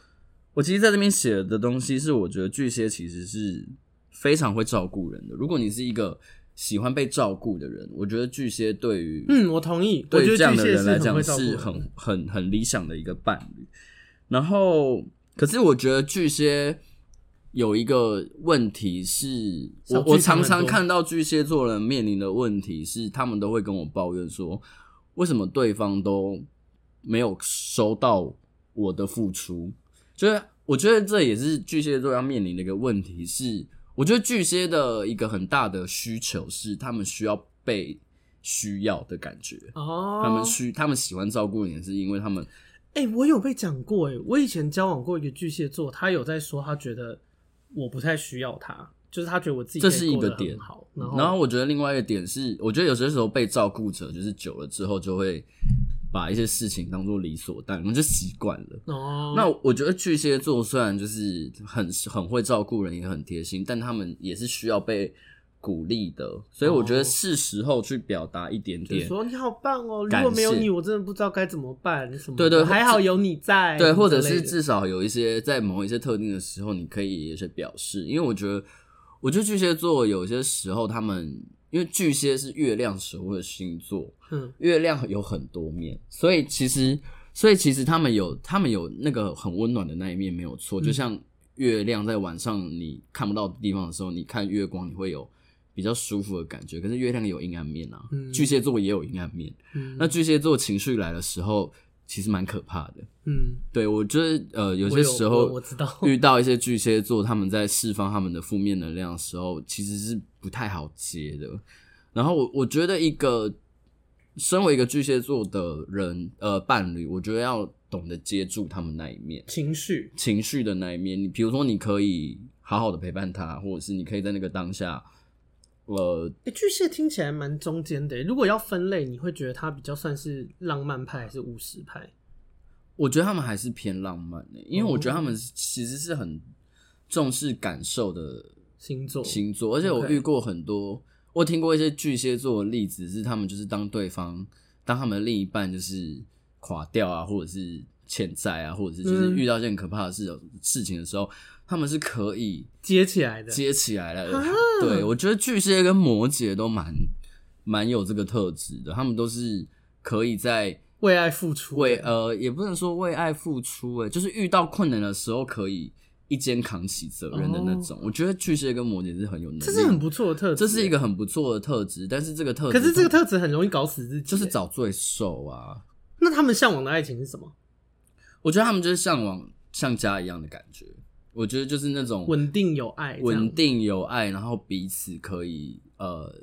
Speaker 2: 我其实在这边写的东西是，我觉得巨蟹其实是非常会照顾人的。如果你是一个喜欢被照顾的人，我觉得巨蟹对于
Speaker 1: 嗯，我同意。我
Speaker 2: 对
Speaker 1: 觉
Speaker 2: 于
Speaker 1: 得
Speaker 2: 这样
Speaker 1: 巨
Speaker 2: 的
Speaker 1: 蟹
Speaker 2: 人
Speaker 1: 是
Speaker 2: 来
Speaker 1: 很
Speaker 2: 讲
Speaker 1: 会照顾
Speaker 2: 是
Speaker 1: 人
Speaker 2: 很很很理想的一个伴侣。然后，可是我觉得巨蟹有一个问题是，
Speaker 1: 小
Speaker 2: 我
Speaker 1: 剧
Speaker 2: 我
Speaker 1: 场很
Speaker 2: 常常
Speaker 1: 多
Speaker 2: 看到巨蟹座人面临的问题是，他们都会跟我抱怨说，为什么对方都没有收到我的付出？就是我觉得这也是巨蟹座要面临的一个问题是，我觉得巨蟹的一个很大的需求是，他们需要被需要的感觉。
Speaker 1: 哦。
Speaker 2: 他们需他们喜欢照顾你，是因为他们
Speaker 1: 哎、我有被讲过哎、我以前交往过一个巨蟹座，他有在说他觉得我不太需要他，就是他觉得我自己
Speaker 2: 这
Speaker 1: 可以
Speaker 2: 是一
Speaker 1: 过
Speaker 2: 个
Speaker 1: 得很
Speaker 2: 点
Speaker 1: 好，然
Speaker 2: 然后我觉得另外一个点是，我觉得有些时候被照顾者就是久了之后就会把一些事情当做理所当然，就习惯了。
Speaker 1: 哦，
Speaker 2: 那我觉得巨蟹座虽然就是很很会照顾人，也很贴心，但他们也是需要被鼓励的，所以我觉
Speaker 1: 哦
Speaker 2: 得是时候去表达一点
Speaker 1: 就
Speaker 2: 点。
Speaker 1: 说你好棒哦，如
Speaker 2: 感
Speaker 1: 果没有
Speaker 2: 谢
Speaker 1: 你，我真的不知道该怎么办什么的。
Speaker 2: 对对
Speaker 1: 还好有你在，
Speaker 2: 对，或者
Speaker 1: 之类
Speaker 2: 是
Speaker 1: 的
Speaker 2: 至少有一些在某一些特定的时候，你可以有一些表示，因为我觉得，我觉得巨蟹座有些时候他们，因因为巨蟹是月亮守护的星座，
Speaker 1: 嗯，
Speaker 2: 月亮有很多面，所以其实，所以其实他们有他们有那个很温暖的那一面没有错，
Speaker 1: 嗯
Speaker 2: 就像月亮在晚上你看不到的地方的时候，你看月光你会有比较舒服的感觉，可是月亮也有阴暗面啊，
Speaker 1: 嗯
Speaker 2: 巨蟹座也有阴暗面，
Speaker 1: 嗯
Speaker 2: 那巨蟹座情绪来的时候其实蛮可怕的，
Speaker 1: 嗯，
Speaker 2: 对我觉得呃有
Speaker 1: 我
Speaker 2: 些时候
Speaker 1: 我我知道，
Speaker 2: 遇到一些巨蟹座，他们在释放他们的负面能量的时候，其实是不太好接的。然后我我觉得一个身为一个巨蟹座的人，呃，伴侣，我觉得要懂得接住他们那一面，
Speaker 1: 情绪，
Speaker 2: 情绪的那一面。你比如说，你可以好好的陪伴他，或者是你可以在那个当下，呃，
Speaker 1: 诶巨蟹听起来蛮中间的。如果要分类，你会觉得它比较算是浪漫派还是务实派？
Speaker 2: 我觉得他们还是偏浪漫的、因为我觉得他
Speaker 1: 哦
Speaker 2: 们是其实是很重视感受的
Speaker 1: 星座，
Speaker 2: 星座，而且我
Speaker 1: OK
Speaker 2: 遇过很多，我听过一些巨蟹座的例子，是他们就是当对方当他们的另一半就是垮掉啊，或者是欠债啊，或者是就是
Speaker 1: 嗯
Speaker 2: 遇到一件很可怕的事、事情的时候，他们是可以
Speaker 1: 接起来的，
Speaker 2: 接起来了
Speaker 1: 啊。
Speaker 2: 对我觉得巨蟹跟摩羯都蛮蛮有这个特质的，他们都是可以在。
Speaker 1: 为爱付出的，
Speaker 2: 为呃，也不能说为爱付出、欸，就是遇到困难的时候可以一肩扛起责任的那种。我觉得巨蟹跟摩羯是很有能力，
Speaker 1: 哦这是很不错的特质。
Speaker 2: 这是一，个很不错的特质，但是这个特质，
Speaker 1: 可是这个特质很容易搞死自己。欸
Speaker 2: 就是找罪受啊。
Speaker 1: 那他们向往的爱情是什么？
Speaker 2: 我觉得他们就是向往像家一样的感觉，我觉得就是那种
Speaker 1: 稳定有爱，这样
Speaker 2: 稳。定有爱，然后彼此可以呃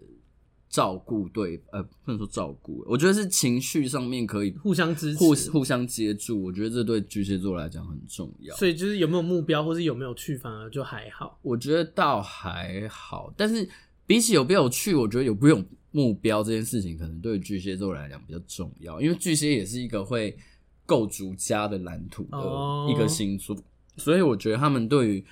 Speaker 2: 照顾对呃不能说照顾，我觉得是情绪上面可以
Speaker 1: 互相支持
Speaker 2: 互互相接住，我觉得这对巨蟹座来讲很重要。
Speaker 1: 所以就是有没有目标，或是有没有去，反而就还好。
Speaker 2: 我觉得倒还好，但是比起有没有去，我觉得有没有目标这件事情，可能对于巨蟹座来讲比较重要，因为巨蟹也是一个会构筑家的蓝图
Speaker 1: 哦
Speaker 2: 的一个星座，所以我觉得他们对于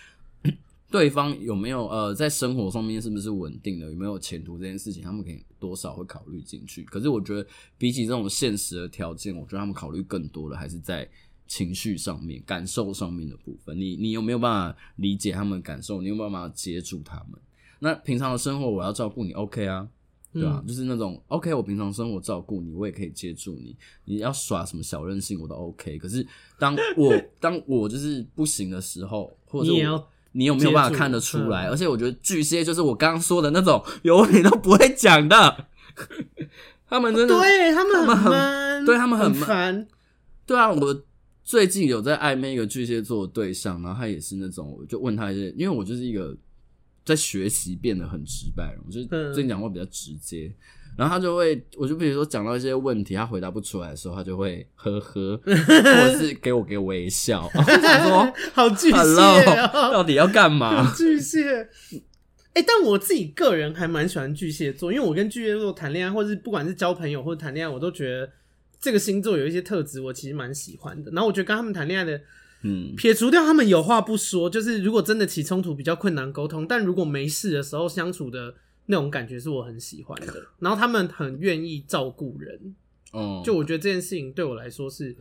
Speaker 2: 对方有没有呃在生活上面是不是稳定的，有没有前途这件事情，他们可以多少会考虑进去。可是我觉得比起这种现实的条件，我觉得他们考虑更多的还是在情绪上面、感受上面的部分。你你有没有办法理解他们的感受？你有没有办法接住他们？那平常的生活我要照顾你，OK 啊，对啊，
Speaker 1: 嗯
Speaker 2: 就是那种 OK，我平常生活照顾你，我也可以接住你。你要耍什么小任性我都 OK，可是当 我当我就是不行的时候，或者是
Speaker 1: 你也
Speaker 2: 我
Speaker 1: 要
Speaker 2: 你有没有办
Speaker 1: 接住
Speaker 2: 法看得出来？
Speaker 1: 嗯
Speaker 2: 而且我觉得巨蟹就是我刚刚说的那种有理都不会讲的， 他们真的
Speaker 1: 对他们
Speaker 2: 他们
Speaker 1: 很
Speaker 2: 很
Speaker 1: 闷，
Speaker 2: 对他们很
Speaker 1: 很
Speaker 2: 闷
Speaker 1: 烦，
Speaker 2: 对啊，我最近有在暧昧一个巨蟹座的对象，然后他也是那种，我就问他一些，因为我就是一个在学习变得很直白的人，我就是
Speaker 1: 嗯
Speaker 2: 最近讲话比较直接，然后他就会，我就比如说讲到一些问题，他回答不出来的时候，他就会 呵呵，或者是给我给我微笑，然后我想说
Speaker 1: 好 巨蟹
Speaker 2: hello
Speaker 1: 哦，
Speaker 2: 到底要干嘛？
Speaker 1: 巨蟹。哎、但我自己个人还蛮喜欢巨蟹座，因为我跟巨蟹座谈恋爱，或是不管是交朋友或者谈恋爱，我都觉得这个星座有一些特质，我其实蛮喜欢的。然后我觉得跟他们谈恋爱的，
Speaker 2: 嗯，
Speaker 1: 撇除掉他们有话不说，就是如果真的起冲突比较困难沟通，但如果没事的时候相处的那种感觉是我很喜欢的。然后他们很愿意照顾人，
Speaker 2: 哦、
Speaker 1: 就我觉得这件事情对我来说是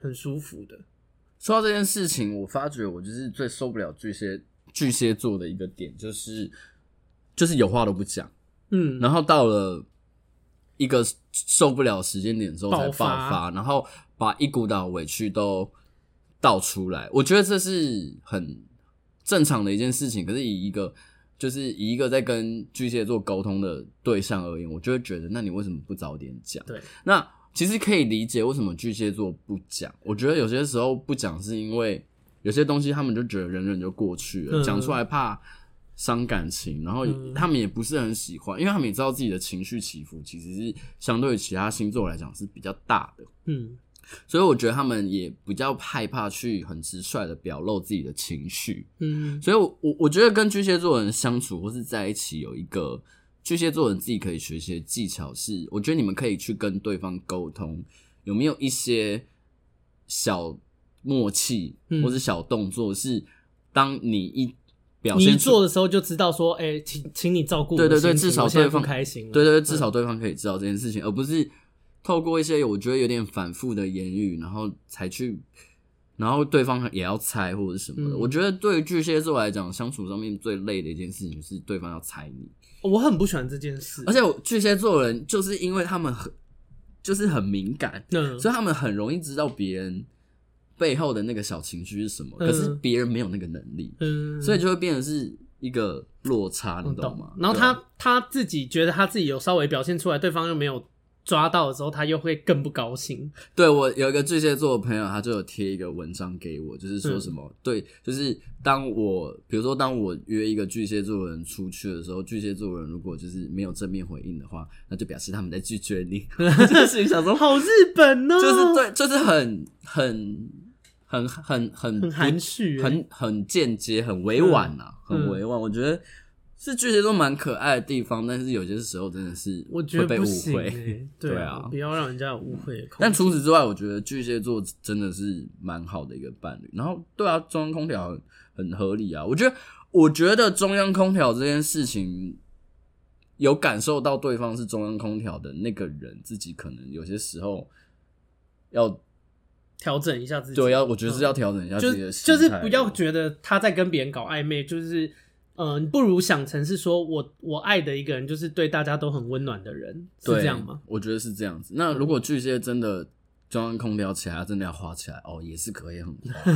Speaker 1: 很舒服的。
Speaker 2: 说到这件事情，我发觉我就是最受不了巨蟹巨蟹座的一个点，就是就是有话都不讲。
Speaker 1: 嗯，
Speaker 2: 然后到了一个受不了时间点之后才
Speaker 1: 爆
Speaker 2: 爆
Speaker 1: 发
Speaker 2: 发，然后把一股脑委屈都倒出来。我觉得这是很正常的一件事情，可是以一个就是以一个在跟巨蟹座沟通的对象而言，我就会觉得，那你为什么不早点讲？
Speaker 1: 对，
Speaker 2: 那其实可以理解为什么巨蟹座不讲。我觉得有些时候不讲是因为有些东西他们就觉得忍忍就过去了，
Speaker 1: 嗯
Speaker 2: 讲、出来怕伤感情，然后也
Speaker 1: 嗯
Speaker 2: 他们也不是很喜欢，因为他们也知道自己的情绪起伏其实是相对于其他星座来讲是比较大的，
Speaker 1: 嗯
Speaker 2: 所以我觉得他们也比较害怕去很直率的表露自己的情绪。
Speaker 1: 嗯
Speaker 2: 所以我，我我觉得跟巨蟹座人相处或是在一起，有一个巨蟹座人自己可以学习的技巧是，我觉得你们可以去跟对方沟通，有没有一些小默契
Speaker 1: 嗯
Speaker 2: 或是小动作，是当你一表
Speaker 1: 你
Speaker 2: 现
Speaker 1: 一
Speaker 2: 出
Speaker 1: 做的时候就知道说，哎、请请你照顾我
Speaker 2: 对对
Speaker 1: 的
Speaker 2: 对，
Speaker 1: 心情
Speaker 2: 至少
Speaker 1: 我现在
Speaker 2: 对
Speaker 1: 不
Speaker 2: 方
Speaker 1: 开心了，嗯
Speaker 2: 对对对，至少对方可以知道这件事情，而不是透过一些我觉得有点反复的言语，然后才去然后对方也要猜或者什么的。
Speaker 1: 嗯
Speaker 2: 我觉得对于巨蟹座来讲，相处上面最累的一件事情是对方要猜你，
Speaker 1: 我很不喜欢这件事
Speaker 2: 而。且我巨蟹座人就是因为他们很就是很敏感，
Speaker 1: 嗯，
Speaker 2: 所以他们很容易知道别人背后的那个小情绪是什么，可是
Speaker 1: 嗯
Speaker 2: 别人没有那个能力，
Speaker 1: 嗯，
Speaker 2: 所以就会变成是一个落差，
Speaker 1: 我
Speaker 2: 你懂吗？
Speaker 1: 然后
Speaker 2: 对啊
Speaker 1: 他他自己觉得他自己有稍微表现出来，对方又没有抓到的时候，他又会更不高兴。
Speaker 2: 对我有一个巨蟹座的朋友，他就有贴一个文章给我，就是说
Speaker 1: 嗯
Speaker 2: 什么、对，就是当我比如说当我约一个巨蟹座的人出去的时候，巨蟹座的人如果就是没有正面回应的话，那就表示他们在拒绝你。 我就是想说，
Speaker 1: 好日本哦，
Speaker 2: 就是对，就是很很很很很
Speaker 1: 很含蓄欸
Speaker 2: 很很间接，很委婉啊，
Speaker 1: 嗯
Speaker 2: 很委婉。我觉得是巨蟹座蛮可爱的地方，但是有些时候真的是
Speaker 1: 我觉
Speaker 2: 会
Speaker 1: 得
Speaker 2: 被
Speaker 1: 不
Speaker 2: 误
Speaker 1: 行、
Speaker 2: 会。
Speaker 1: 欸，
Speaker 2: 对
Speaker 1: 啊，
Speaker 2: 啊
Speaker 1: 不要让人家有误会的空间。
Speaker 2: 但除此之外，我觉得巨蟹座真的是蛮好的一个伴侣。然后，对啊，中央空调很很合理啊。我觉得，我觉得中央空调这件事情，有感受到对方是中央空调的那个人，自己可能有些时候要
Speaker 1: 调整一下自己，嗯
Speaker 2: 对啊要，我觉得是要调整一下
Speaker 1: 就
Speaker 2: 自己
Speaker 1: 是
Speaker 2: 的
Speaker 1: 就
Speaker 2: 心态啊
Speaker 1: 是不要觉得他在跟别人搞暧昧，就是呃，你不如想成是说我我爱的一个人就是对大家都很温暖的人，是
Speaker 2: 对
Speaker 1: 这样嗯吗？？
Speaker 2: 我觉得是这样子。那如果巨蟹真的中央空调起来，真的要花起来哦，也是可以很花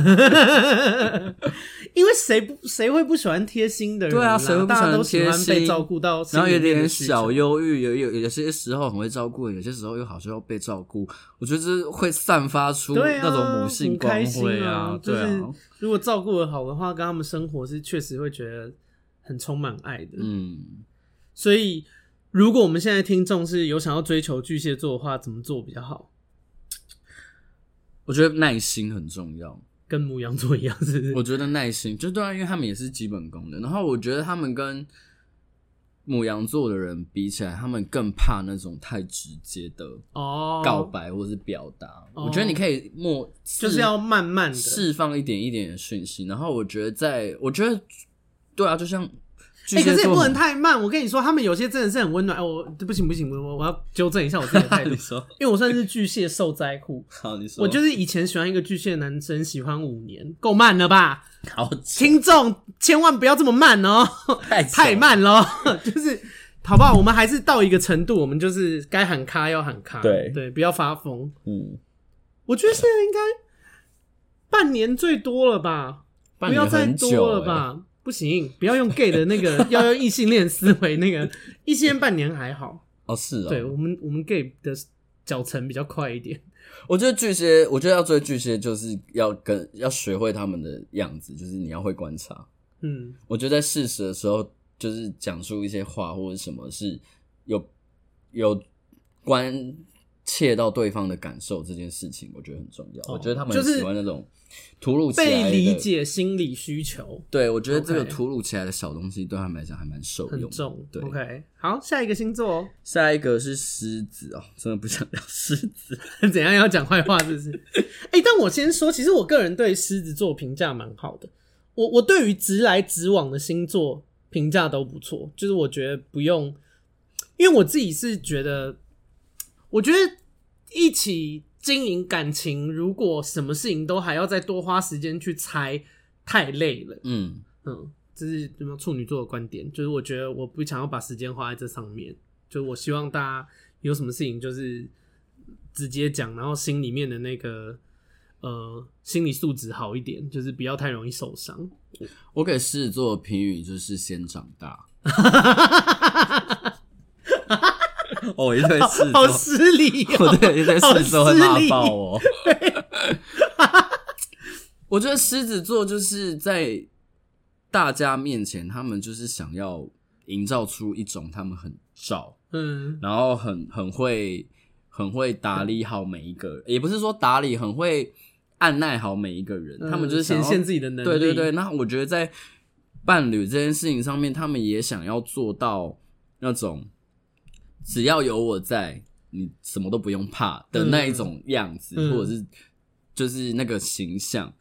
Speaker 1: 因为谁不谁会不喜欢贴心的人
Speaker 2: 对
Speaker 1: 啦？
Speaker 2: 啊，谁会不
Speaker 1: 大家都
Speaker 2: 想
Speaker 1: 喜
Speaker 2: 贴
Speaker 1: 欢
Speaker 2: 心
Speaker 1: 被照顾到，
Speaker 2: 然后有点小。忧郁，有有有些时候很会照顾人，有些时候又好像要被照顾。我觉得这会散发出
Speaker 1: 对啊，
Speaker 2: 那种母性
Speaker 1: 很开
Speaker 2: 光
Speaker 1: 心
Speaker 2: 辉
Speaker 1: 就
Speaker 2: 对
Speaker 1: 是
Speaker 2: 啊，
Speaker 1: 如果照顾的好的话，跟他们生活是确实会觉得很充满爱的。
Speaker 2: 嗯，
Speaker 1: 所以，如果我们现在听众是有想要追求巨蟹座的话，怎么做比较好？
Speaker 2: 我觉得耐心很重要。
Speaker 1: 跟母羊座一样，是不是？
Speaker 2: 我觉得耐心，就对啊，因为他们也是基本功能。然后我觉得他们跟母羊座的人比起来，他们更怕那种太直接的
Speaker 1: 哦，
Speaker 2: 告白或是表达。
Speaker 1: 哦
Speaker 2: 我觉得你可以默，
Speaker 1: 就是要慢慢的，
Speaker 2: 释放一点一点的讯息。然后我觉得在，我觉得对啊，就像巨
Speaker 1: 哎、可
Speaker 2: 蟹
Speaker 1: 是也
Speaker 2: 座
Speaker 1: 不
Speaker 2: 很，
Speaker 1: 能太慢。我跟你说，他们有些真的是很温暖。哎我不行不行，我我要纠正一下我自己的态度
Speaker 2: 你，说
Speaker 1: 因为我算是巨蟹受灾户。
Speaker 2: 好，你说，
Speaker 1: 哦我就是以前喜欢一个巨蟹男生，喜欢五年，够慢了吧？
Speaker 2: 好
Speaker 1: 听众千万不要这么慢 哦，
Speaker 2: 太久
Speaker 1: 太慢了，哦 就是好不好？我们还是到一个程度，我们就是该喊卡要喊卡，
Speaker 2: 对
Speaker 1: 对，不要发疯。
Speaker 2: 嗯，
Speaker 1: 我觉得现在应该半年最多了吧，
Speaker 2: 半
Speaker 1: 不要
Speaker 2: 年
Speaker 1: 再
Speaker 2: 很久欸
Speaker 1: 多了吧？不行，不要用 gay 的 那个，要用异性恋思维那个，异性恋半年还好，
Speaker 2: 欸？哦，是哦，
Speaker 1: 对我们我们 gay 的脚程比较快一点。
Speaker 2: 我觉得巨蟹，我觉得要追巨蟹，就是要跟要学会他们的样子，就是你要会观察。
Speaker 1: 嗯，
Speaker 2: 我觉得在适时的时候，就是讲述一些话或者什么是有有关切到对方的感受这件事情，我觉得很重要。
Speaker 1: 哦
Speaker 2: 我觉得他们
Speaker 1: 就
Speaker 2: 很
Speaker 1: 是
Speaker 2: 喜欢那种突如其来
Speaker 1: 被
Speaker 2: 的
Speaker 1: 理。解心理需求
Speaker 2: 对，我觉得这个
Speaker 1: OK
Speaker 2: 突如其来的小东西对他们来讲还蛮受用的。
Speaker 1: 很重。
Speaker 2: 对
Speaker 1: OK，好，下一个星座哦，
Speaker 2: 下一个是狮子哦，真的不想聊狮子。
Speaker 1: 怎样要讲坏话是不 是？哎、但我先说，其实我个人对狮子座评价蛮好的。我我对于直来直往的星座评价都不错，就是我觉得不用，因为我自己是觉得，我觉得一起经营感情，如果什么事情都还要再多花时间去猜，太累了。
Speaker 2: 嗯，
Speaker 1: 嗯，这是什么处女座的观点？就是我觉得我不想要把时间花在这上面，就我希望大家有什么事情就是直接讲，然后心里面的那个呃心理素质好一点，就是不要太容易受伤。
Speaker 2: 我给狮子座的评语就是先长大。哦，我一堆狮 子
Speaker 1: 好
Speaker 2: 座，
Speaker 1: 失礼哦、
Speaker 2: 我对一堆狮子座会骂爆我。 我觉得狮子座就是在大家面前，他们就是想要营造出一种他们很照，
Speaker 1: 嗯，
Speaker 2: 然后很很会很会打理好每一个人，也不是说打理，很会按耐好每一个人。
Speaker 1: 嗯
Speaker 2: 他们就是想
Speaker 1: 显
Speaker 2: 要
Speaker 1: 现自己的能力。
Speaker 2: 对对对，，那我觉得在伴侣这件事情上面，他们也想要做到那种只要有我在，你什么都不用怕的那一种样子，
Speaker 1: 嗯
Speaker 2: 或者是就是那个形象。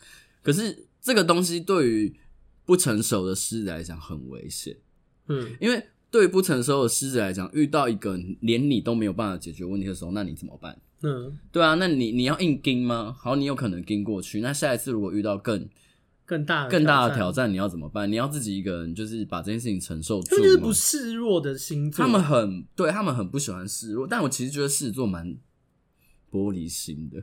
Speaker 2: 可是这个东西对于不成熟的狮子来讲很危险，
Speaker 1: 嗯
Speaker 2: 因为对于不成熟的狮子来讲，遇到一个连你都没有办法解决问题的时候，那你怎么办？
Speaker 1: 嗯，
Speaker 2: 对啊，那你你要硬盯吗？好，你有可能盯过去。那下一次如果遇到更
Speaker 1: 更大的
Speaker 2: 更大的呃挑
Speaker 1: 战，
Speaker 2: 战，你要怎么办？你要自己一个人就是把这件事情承受住
Speaker 1: 他们就是
Speaker 2: 吗
Speaker 1: 不示弱的星座，
Speaker 2: 他们很对他们很不喜欢示弱，但我其实觉得狮子座蛮玻璃心的，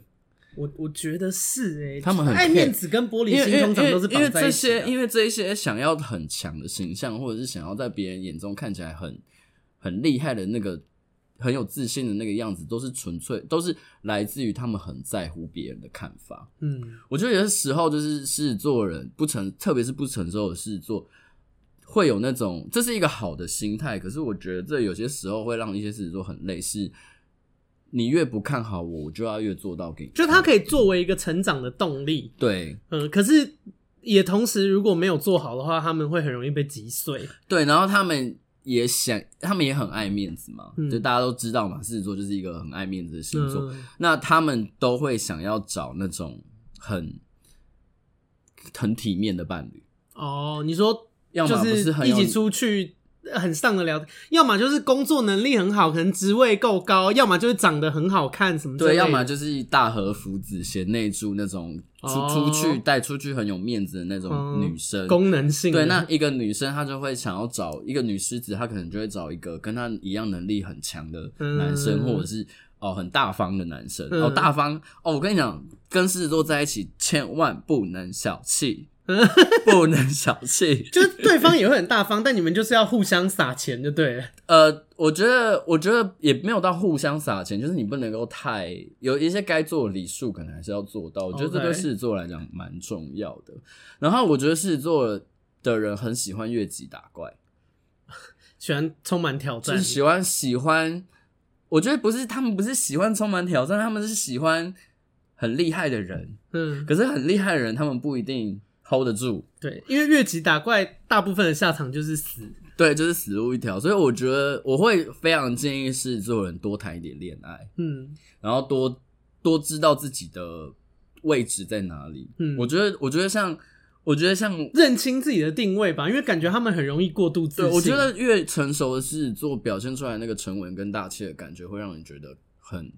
Speaker 1: 我我觉得是哎、
Speaker 2: 他们很
Speaker 1: 爱
Speaker 2: care
Speaker 1: 面子跟玻璃
Speaker 2: 因为因
Speaker 1: 心
Speaker 2: 为
Speaker 1: 通常都是
Speaker 2: 因为
Speaker 1: 绑在
Speaker 2: 这
Speaker 1: 一起、啊
Speaker 2: 些因为这一些想要很强的形象，或者是想要在别人眼中看起来很很厉害的那个很有自信的那个样子，都是纯粹都是来自于他们很在乎别人的看法。
Speaker 1: 嗯，
Speaker 2: 我觉得有些时候就是狮子座人不成，特别是不成熟的狮子座，会有那种这是一个好的心态，可是我觉得这有些时候会让一些狮子座很累，是你越不看好我，我就要越做到给你
Speaker 1: 就
Speaker 2: 看，
Speaker 1: 他可以作为一个成长的动力，
Speaker 2: 对
Speaker 1: 嗯，可是也同时如果没有做好的话，他们会很容易被击碎，
Speaker 2: 对，然后他们。也想，他们也很爱面子嘛，
Speaker 1: 嗯
Speaker 2: 就大家都知道嘛，狮子座就是一个很爱面子的星座。
Speaker 1: 嗯，
Speaker 2: 那他们都会想要找那种很很体面的伴侣，
Speaker 1: 哦，你说
Speaker 2: 要
Speaker 1: 就
Speaker 2: 么不是很
Speaker 1: 一
Speaker 2: 有
Speaker 1: 起出去。呃很上得了，要么就是工作能力很好，可能职位够高，要么就是长得很好看什么之类
Speaker 2: 对，
Speaker 1: 的
Speaker 2: 要么就是大和福子贤内助那种出、
Speaker 1: 哦
Speaker 2: 出去带出去很有面子的那种
Speaker 1: 嗯
Speaker 2: 女生。
Speaker 1: 功能性的
Speaker 2: 对，那一个女生她就会想要找一个女狮子，她可能就会找一个跟她一样能力很强的男生，
Speaker 1: 嗯
Speaker 2: 或者是哦很大方的男生。
Speaker 1: 嗯
Speaker 2: 哦，大方哦，我跟你讲，跟狮子座在一起千万不能小 气，不能小气。
Speaker 1: 就是对方也会很大方，但你们就是要互相撒钱就对了。
Speaker 2: 呃，我觉得，我觉得也没有到互相撒钱，就是你不能够太有一些该做的礼数，可能还是要做到。我觉得这
Speaker 1: OK
Speaker 2: 对狮子座来讲蛮重要的。然后我觉得狮子座的人很喜欢越级打怪，
Speaker 1: 喜欢充满挑
Speaker 2: 就
Speaker 1: 战
Speaker 2: 是，喜欢喜欢。我觉得不是他们不是喜欢充满挑战，他们是喜欢很厉害的人。
Speaker 1: 嗯，
Speaker 2: 可是很厉害的人，他们不一定 hold 得住。
Speaker 1: 对，因为越级打怪大部分的下场就是死，
Speaker 2: 对，就是死路一条，所以我觉得我会非常建议狮子座人多谈一点恋爱。
Speaker 1: 嗯
Speaker 2: 然后多多知道自己的位置在哪里。
Speaker 1: 嗯，
Speaker 2: 我觉得，我觉得像，我觉得像，
Speaker 1: 认清自己的定位吧，因为感觉他们很容易过度自
Speaker 2: 对
Speaker 1: 信。
Speaker 2: 我觉得越成熟的狮子座表现出来那个沉稳跟大气的感觉，会让人觉得很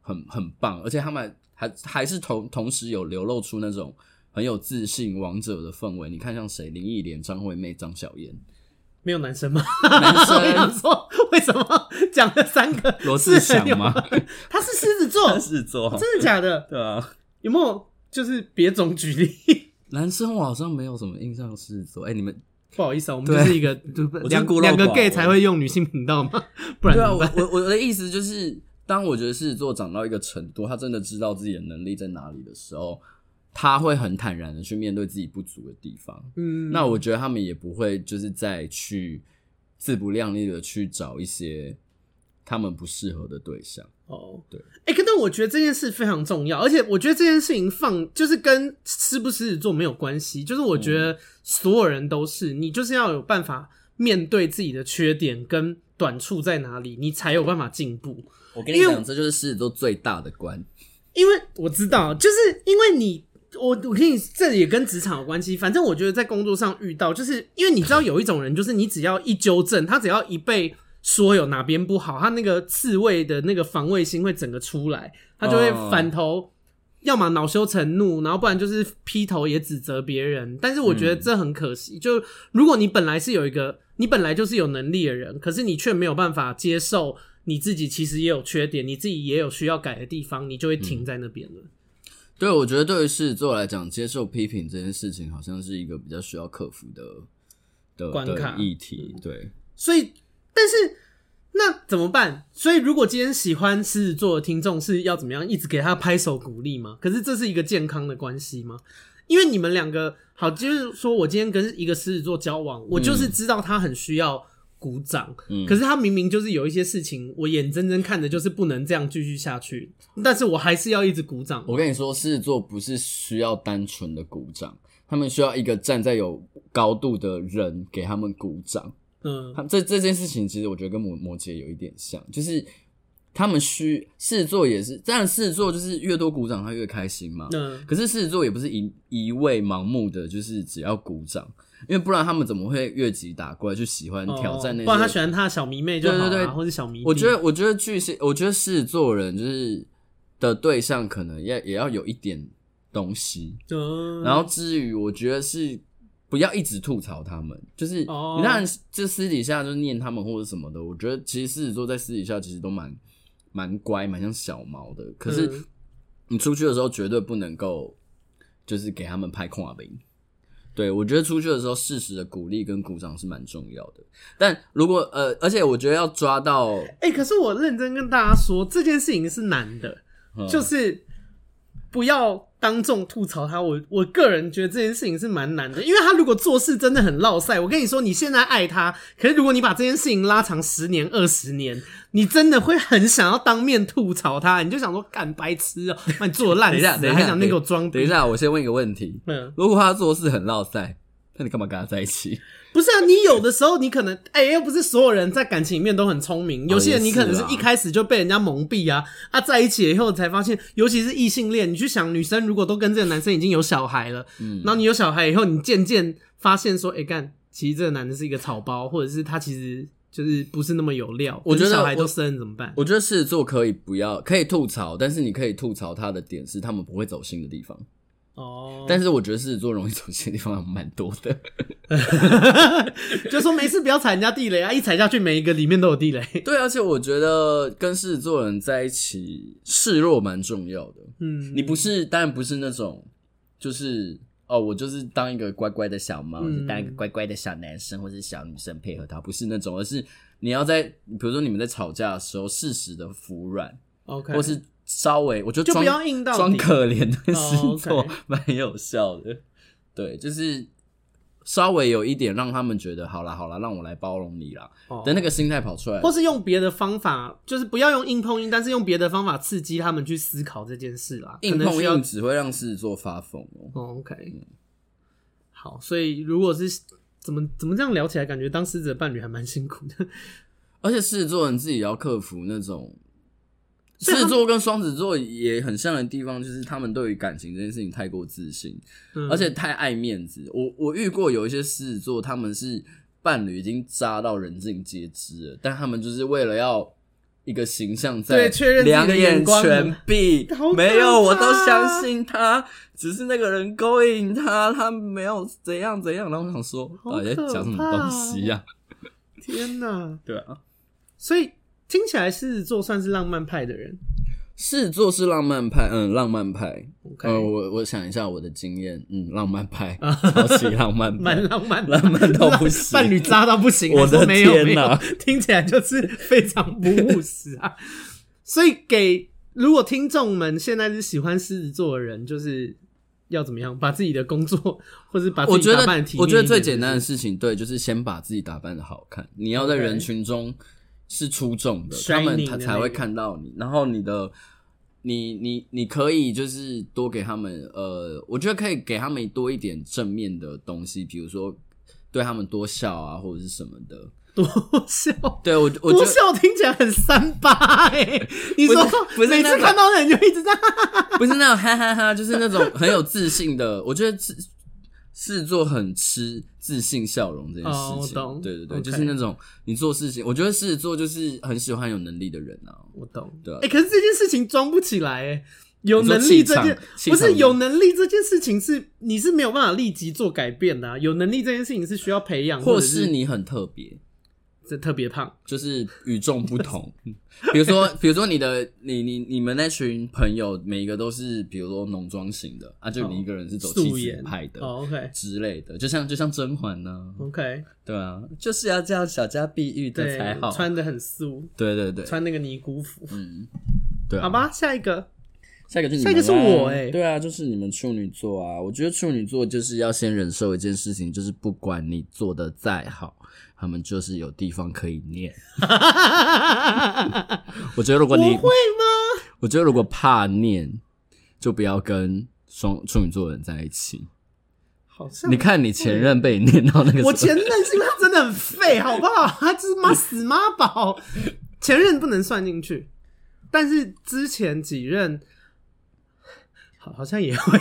Speaker 2: 很很棒，而且他们还还是同同时有流露出那种。很有自信、王者的氛围，你看像谁？林忆莲、张惠妹、张小燕，
Speaker 1: 没有男生吗？
Speaker 2: 男
Speaker 1: 我想
Speaker 2: 生
Speaker 1: 说，为什么讲了三个
Speaker 2: 罗志祥
Speaker 1: 是很
Speaker 2: 吗？
Speaker 1: 有？他是狮子座，
Speaker 2: 狮子座，
Speaker 1: 真的假的？
Speaker 2: 对啊。
Speaker 1: 有没有就是别种举例？
Speaker 2: 男生我好像没有什么印象狮子座，哎、你们
Speaker 1: 不好意思啊，我们
Speaker 2: 对
Speaker 1: 就是一个就
Speaker 2: 我
Speaker 1: 两
Speaker 2: 是孤陋
Speaker 1: 两个
Speaker 2: 寡闻
Speaker 1: gay 才会用女性频道嘛，不然
Speaker 2: 对啊，
Speaker 1: 怎么
Speaker 2: 我
Speaker 1: 办？
Speaker 2: 我我的意思就是，当我觉得狮子座长到一个程度，他真的知道自己的能力在哪里的时候，他会很坦然的去面对自己不足的地方。
Speaker 1: 嗯，
Speaker 2: 那我觉得他们也不会就是再去自不量力的去找一些他们不适合的对象。
Speaker 1: 哦，
Speaker 2: 对，
Speaker 1: 哎、可但我觉得这件事非常重要，而且我觉得这件事情放就是跟狮不狮子座没有关系，就是我
Speaker 2: 嗯
Speaker 1: 觉得所有人都是，你就是要有办法面对自己的缺点跟短处在哪里，你才有办法进步。
Speaker 2: 我跟你讲，这就是狮子座最大的关。
Speaker 1: 因为我知道，就是因为你，我我跟你这也跟职场有关系。反正我觉得在工作上遇到，就是因为你知道有一种人，就是你只要一纠正他，只要一被说有哪边不好，他那个刺猬的那个防卫心会整个出来，他就会
Speaker 2: 哦
Speaker 1: 反头。要么恼羞成怒，然后不然就是劈头也指责别人。但是我觉得这很可惜，就如果你本来是有一个，你本来就是有能力的人，可是你却没有办法接受你自己其实也有缺点，你自己也有需要改的地方，你就会停在那边了。
Speaker 2: 对，我觉得对于狮子座来讲，接受批评这件事情，好像是一个比较需要克服的的
Speaker 1: 关卡
Speaker 2: 的议题。对，
Speaker 1: 所以，但是那怎么办？所以，如果今天喜欢狮子座的听众是要怎么样？一直给他拍手鼓励吗？可是这是一个健康的关系吗？因为你们两个好，就是说我今天跟一个狮子座交往，我就是知道他很需要鼓掌，
Speaker 2: 嗯
Speaker 1: 可是他明明就是有一些事情，我眼睁睁看着就是不能这样继续下去，但是我还是要一直鼓掌。
Speaker 2: 我跟你说，狮子座不是需要单纯的鼓掌，他们需要一个站在有高度的人给他们鼓掌。
Speaker 1: 嗯
Speaker 2: 他这这件事情，其实我觉得跟摩摩羯有一点像，就是他们需狮子座也是，当然狮子座就是越多鼓掌他越开心嘛。
Speaker 1: 嗯
Speaker 2: 可是狮子座也不是一一味盲目的，就是只要鼓掌，因为不然他们怎么会越级打怪，就喜欢挑战那
Speaker 1: 哦
Speaker 2: 些？
Speaker 1: 不然他喜欢他的小迷妹就好、啊，
Speaker 2: 对对对
Speaker 1: 或是小迷弟。
Speaker 2: 我觉得，我觉得巨蟹，我觉得狮子座人就是的对象可能要也要有一点东西。
Speaker 1: 嗯
Speaker 2: 然后至于我觉得是不要一直吐槽他们，就是
Speaker 1: 哦
Speaker 2: 你让就私底下就念他们或者什么的，我觉得其实狮子座在私底下其实都蛮蛮乖，蛮像小毛的。可
Speaker 1: 嗯
Speaker 2: 是你出去的时候绝对不能够就是给他们拍跨饼。对，我觉得出去的时候适时的鼓励跟鼓掌是蛮重要的。但如果呃，而且我觉得要抓到，
Speaker 1: 哎、可是我认真跟大家说，这件事情是难的，
Speaker 2: 嗯
Speaker 1: 就是不要当众吐槽他。我我个人觉得这件事情是蛮难的，因为他如果做事真的很落塞，我跟你说，你现在爱他，可是如果你把这件事情拉长十年、二十年，你真的会很想要当面吐槽他，你就想说干白痴哦、把你做的烂
Speaker 2: 等一
Speaker 1: 死
Speaker 2: 下，
Speaker 1: 了，
Speaker 2: 等一下，
Speaker 1: 还想那个装逼
Speaker 2: 等一，下，我先问一个问题：
Speaker 1: 嗯。
Speaker 2: 如果他做事很落塞，那你干嘛跟他在一起？
Speaker 1: 不是啊，你有的时候你可能，哎、又不是所有人在感情里面都很聪
Speaker 2: 哦
Speaker 1: 明，有些人你可能是一开始就被人家蒙蔽啊，啊，在一起了以后才发现，尤其是异性恋，你去想，女生如果都跟这个男生已经有小孩了，嗯，然后你有小孩以后，你渐渐发现说，哎、干，其实这个男的是一个草包，或者是他其实就是不是那么有料，
Speaker 2: 我觉
Speaker 1: 可
Speaker 2: 得
Speaker 1: 是小孩
Speaker 2: 我
Speaker 1: 都生了怎么办？
Speaker 2: 我觉得狮子座可以不要，可以吐槽，但是你可以吐槽他的点是他们不会走心的地方。
Speaker 1: 哦，
Speaker 2: 但是我觉得狮子座容易走心的地方蛮多的。
Speaker 1: 就说没事，不要踩人家地雷啊，一踩下去，每一个里面都有地雷。
Speaker 2: 对，而且我觉得跟狮子座人在一起示弱蛮重要的。
Speaker 1: 嗯，
Speaker 2: 你不是，当然不是那种，就是哦，我就是当一个乖乖的小猫，
Speaker 1: 嗯
Speaker 2: 就当一个乖乖的小男生或是小女生配合他，不是那种，而是你要在比如说你们在吵架的时候，适时的服软，
Speaker 1: OK，
Speaker 2: 或是稍微，我觉得
Speaker 1: 就不
Speaker 2: 装
Speaker 1: 要硬到底
Speaker 2: 装可怜的
Speaker 1: 哦，OK
Speaker 2: 星座 蛮有效的。对，就是稍微有一点让他们觉得，好啦好啦，让我来包容你啦
Speaker 1: 哦
Speaker 2: 的那个心态跑出来。
Speaker 1: 或是用别的方法，就是不要用硬碰硬，但是用别的方法刺激他们去思考这件事啦。
Speaker 2: 硬
Speaker 1: 可能
Speaker 2: 碰
Speaker 1: 需要
Speaker 2: 硬只会让狮子座发疯哦、
Speaker 1: 哦，OK，好，所以如果是怎么怎么这样聊起来，感觉当狮子的伴侣还蛮辛苦的。
Speaker 2: 而且狮子座人自己也要克服那种。
Speaker 1: 所
Speaker 2: 狮
Speaker 1: 以他
Speaker 2: 子
Speaker 1: 们
Speaker 2: 座跟双子座也很像的地方，就是他们对于感情这件事情太过自信，
Speaker 1: 嗯
Speaker 2: 而且太爱面子。我我遇过有一些狮子座，他们是伴侣已经渣到人尽皆知了，但他们就是为了要一个形象在
Speaker 1: 对确认自己的
Speaker 2: 两眼全闭
Speaker 1: 光很，
Speaker 2: 没有
Speaker 1: 好
Speaker 2: 我
Speaker 1: 可怕
Speaker 2: 都相信他，只是那个人勾引他，他没有怎样怎样。然后我想说，
Speaker 1: 好
Speaker 2: 到底在讲什
Speaker 1: 可
Speaker 2: 么
Speaker 1: 怕哦
Speaker 2: 东西呀、
Speaker 1: 天哪，
Speaker 2: 对啊，
Speaker 1: 所以听起来狮子座算是浪漫派的人。
Speaker 2: 狮子座是浪漫派，嗯，浪漫派。
Speaker 1: OK，
Speaker 2: 呃，我我想一下我的经验，嗯，浪 漫派，超级浪漫派
Speaker 1: 蛮、。浪漫的，
Speaker 2: 浪漫到不 行
Speaker 1: 伴侣渣到不行。
Speaker 2: 我的
Speaker 1: 还说没有没
Speaker 2: 天
Speaker 1: 有
Speaker 2: 哪，
Speaker 1: 听起来就是非常不务实啊。 所以给如果听众们现在是喜欢狮子座的人，就是要怎么样把自己的工作，或是把自
Speaker 2: 我
Speaker 1: 己
Speaker 2: 觉
Speaker 1: 打
Speaker 2: 得
Speaker 1: 扮得体，面
Speaker 2: 我
Speaker 1: 一
Speaker 2: 觉
Speaker 1: 点
Speaker 2: 得最简单的事情，对，就是先把自己打扮的好看。你要在
Speaker 1: OK
Speaker 2: 人群中是出众的
Speaker 1: Shining
Speaker 2: 他们
Speaker 1: 的
Speaker 2: 他
Speaker 1: 那
Speaker 2: 才会
Speaker 1: 个
Speaker 2: 看到你。然后你的，你你你可以就是多给他们，呃，我觉得可以给他们多一点正面的东西，比如说对他们多笑啊，或者是什么的。
Speaker 1: 多笑。
Speaker 2: 对我，我觉
Speaker 1: 多
Speaker 2: 得。
Speaker 1: 笑听起来很三八哎、你说
Speaker 2: 不是
Speaker 1: 每次
Speaker 2: 那个
Speaker 1: 看到那人就一直在，
Speaker 2: 不是那种哈哈哈就是那种很有自信的。我觉得自是做很吃自信笑容这件
Speaker 1: 哦我
Speaker 2: 事情，
Speaker 1: 懂
Speaker 2: 对对对
Speaker 1: OK
Speaker 2: 就是那种你做事情，我觉得狮子座就是很喜欢有能力的人啊。
Speaker 1: 我懂，
Speaker 2: 对啊
Speaker 1: 哎、可是这件事情装不起来哎、有
Speaker 2: 你说
Speaker 1: 能力
Speaker 2: 气
Speaker 1: 这
Speaker 2: 场
Speaker 1: 件
Speaker 2: 气
Speaker 1: 不是
Speaker 2: 场
Speaker 1: 有能力这件事情是你是没有办法立即做改变的、啊，有能力这件事情是需要培养，
Speaker 2: 或
Speaker 1: 者
Speaker 2: 是
Speaker 1: 是
Speaker 2: 你很特别，
Speaker 1: 这特别胖，
Speaker 2: 就是与众不同。 比如说，比如说你的你你你们那群朋友，每一个都是比如说浓妆型的啊，就你一个人是走气
Speaker 1: 哦素颜
Speaker 2: 质派的。
Speaker 1: 哦，OK
Speaker 2: 之类的，就像就像甄嬛呢、
Speaker 1: OK，
Speaker 2: 对啊，就是要这样小家碧玉的
Speaker 1: 对
Speaker 2: 才好，，
Speaker 1: 穿的很素，
Speaker 2: 对对对，
Speaker 1: 穿那个尼姑服，
Speaker 2: 嗯，对啊，
Speaker 1: 好吧，下一个
Speaker 2: 下一个就是
Speaker 1: 下一个是我欸
Speaker 2: 对啊，就是你们处女座啊。我觉得处女座就是要先忍受一件事情，就是不管你做的再好，他们就是有地方可以念。我觉得如果
Speaker 1: 我
Speaker 2: 你，
Speaker 1: 会吗？
Speaker 2: 我觉得如果怕念，就不要跟双处女座的人在一起。
Speaker 1: 好像
Speaker 2: 你看你前任被你念到那个，
Speaker 1: 我前任是因为他真的很废，好不好？他就是妈死妈宝，前任不能算进去，但是之前几任好好像也会，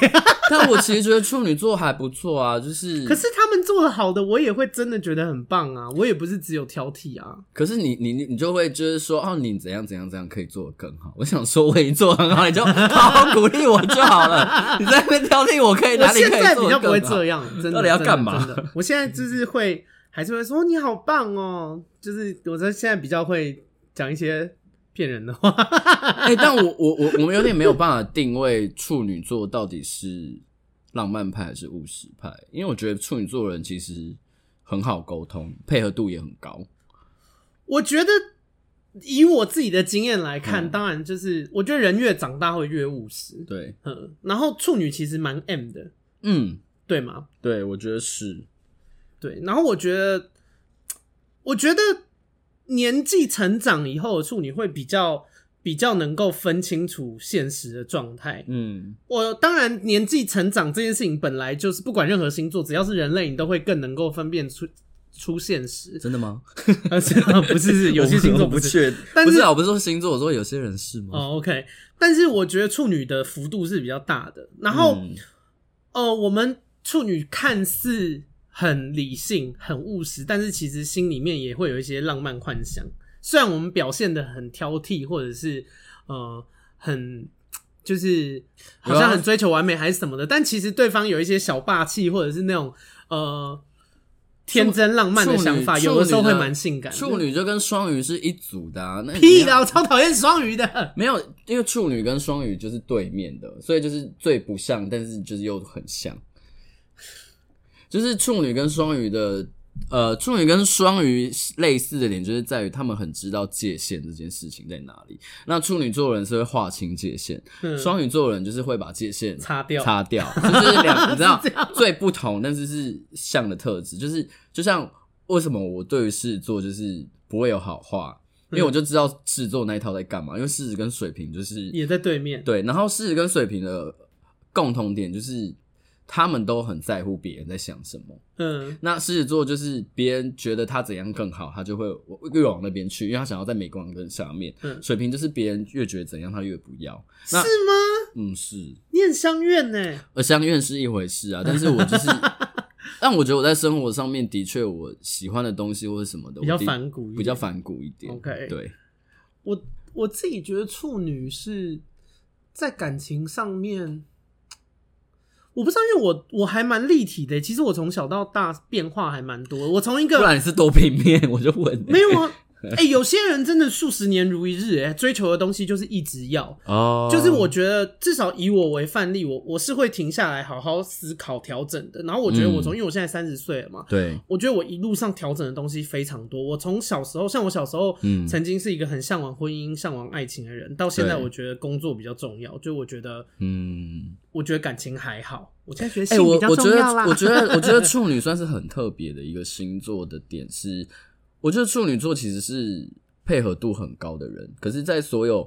Speaker 2: 但我其实觉得处女座还不错啊，就是
Speaker 1: 可是他们做的好的，我也会真的觉得很棒啊，我也不是只有挑剔啊。
Speaker 2: 可是你你你你就会就是说哦，你怎样怎样怎样可以做得更好。我想说我已经做得很好，你就好好鼓励我就 好了。你在那边挑剔我可以
Speaker 1: 我
Speaker 2: 哪里可
Speaker 1: 现在
Speaker 2: 以
Speaker 1: 比
Speaker 2: 做
Speaker 1: 较
Speaker 2: 得
Speaker 1: 不会
Speaker 2: 更
Speaker 1: 这
Speaker 2: 好？
Speaker 1: 样，真的。
Speaker 2: 到底要
Speaker 1: 真的
Speaker 2: 干嘛
Speaker 1: 真的我现在就是会，还是会说你好棒哦，就是我在现在比较会讲一些骗人的话。
Speaker 2: 哎、但我我我我们有点没有办法定位处女座到底是浪漫派还是务实派，因为我觉得处女座的人其实很好沟通，配合度也很高。
Speaker 1: 我觉得以我自己的经验来看，
Speaker 2: 嗯
Speaker 1: 当然就是我觉得人越长大会越务实，
Speaker 2: 对，
Speaker 1: 嗯，然后处女其实蛮 M 的，
Speaker 2: 嗯，
Speaker 1: 对吗？
Speaker 2: 对，我觉得是。
Speaker 1: 对，然后我觉得，我觉得年纪成长以后的处女会比较比较能够分清楚现实的状态。
Speaker 2: 嗯，
Speaker 1: 我当然年纪成长这件事情本来就是不管任何星座，只要是人类，你都会更能够分辨出出现实。
Speaker 2: 真的吗？
Speaker 1: 呃是啊不是是有些星座不是。
Speaker 2: 确，
Speaker 1: 但
Speaker 2: 不
Speaker 1: 是
Speaker 2: 是啊，我不是说星座，我说有些人是吗？
Speaker 1: 哦，OK，但是我觉得处女的幅度是比较大的。然后，
Speaker 2: 嗯
Speaker 1: 呃，我们处女看似很理性、很务实，但是其实心里面也会有一些浪漫幻想。虽然我们表现的很挑剔，或者是呃很就是
Speaker 2: 啊
Speaker 1: 好像很追求完美还是什么的，但其实对方有一些小霸气，或者是那种呃天真浪漫的想法，
Speaker 2: 处女
Speaker 1: 有的时候会
Speaker 2: 处女的
Speaker 1: 蛮性感的。
Speaker 2: 处女就跟双鱼是一组的啊，那
Speaker 1: 屁
Speaker 2: 的
Speaker 1: 啦，我超讨厌双鱼的。
Speaker 2: 没有，因为处女跟双鱼就是对面的，所以就是最不像，但是就是又很像，就是处女跟双鱼的。呃，处女跟双鱼类似的点就是在于他们很知道界限这件事情在哪里。那处女座的人是会划清界限，
Speaker 1: 嗯
Speaker 2: 双、鱼座的人就是会把界限
Speaker 1: 擦掉
Speaker 2: 擦掉，就是两，你 知道最不同，但是是像的特质，就是就像为什么我对于狮子座就是不会有好话，
Speaker 1: 嗯
Speaker 2: 因为我就知道狮子座那一套在干嘛，因为狮子跟水瓶就是
Speaker 1: 嗯也在对面，
Speaker 2: 对，然后狮子跟水瓶的共同点就是他们都很在乎别人在想什么。
Speaker 1: 嗯，
Speaker 2: 那狮子座就是别人觉得他怎样更好，他就会越往那边去，因为他想要在镁光灯下面。
Speaker 1: 嗯
Speaker 2: 水瓶就是别人越觉得怎样，他越不要。
Speaker 1: 是
Speaker 2: 那
Speaker 1: 吗？
Speaker 2: 嗯，是
Speaker 1: 你很相怨呢。
Speaker 2: 呃，相怨是一回事啊，但是我 就是，但我觉得我在生活上面的确，我喜欢的东西或者什么的，
Speaker 1: 比较
Speaker 2: 我的
Speaker 1: 反骨一点
Speaker 2: 比较反骨一点。
Speaker 1: OK
Speaker 2: 对，
Speaker 1: 我我自己觉得处女是在感情上面，我不知道，因为我我还蛮立体的。其实我从小到大变化还蛮多的。我从一
Speaker 2: 不
Speaker 1: 个
Speaker 2: 然你是多平面， 我就问欸你
Speaker 1: 没有 啊，哎、有些人真的数十年如一日、哎，追求的东西就是一直要。
Speaker 2: 哦，
Speaker 1: 就是我觉得，至少以我为范例，我我是会停下来好好思考调整的。然后我觉得我从，
Speaker 2: 嗯
Speaker 1: 因为我现在三十岁了嘛，
Speaker 2: 对，
Speaker 1: 我觉得我一路上调整的东西非常多。我从小时候，像我小时候，
Speaker 2: 嗯
Speaker 1: 曾经是一个很向往婚姻、向往爱情的人，到现在
Speaker 2: 对
Speaker 1: 我觉得工作比较重要。就我觉得，
Speaker 2: 嗯，
Speaker 1: 我觉得感情还好，我现在觉得
Speaker 2: 哎、
Speaker 1: 性
Speaker 2: 我
Speaker 1: 比较
Speaker 2: 我觉
Speaker 1: 重
Speaker 2: 得
Speaker 1: 要啦。
Speaker 2: 我觉得我觉得处女算是很特别的一个星座的点是，我觉得处女座其实是配合度很高的人，可是，在所有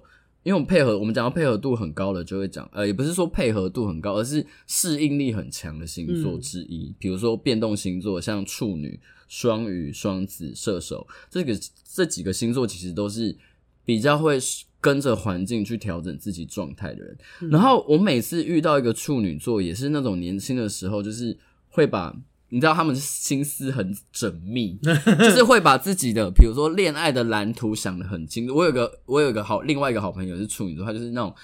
Speaker 2: 因为我们配合，我们讲到配合度很高的，就会讲，呃，也不是说配合度很高，而是适应力很强的星座
Speaker 1: 嗯
Speaker 2: 之一。比如说变动星座，像处女、双鱼、双子、射手，这个这几个星座其实都是比较会跟着环境去调整自己状态的人。然后我每次遇到一个处女座，也是那种年轻的时候，就是会把你知道他们心思很缜 密，就是会把自己的，比如说恋爱的蓝图想得很清楚。我有个我有个好另外一个好朋友是处女座，他就是那种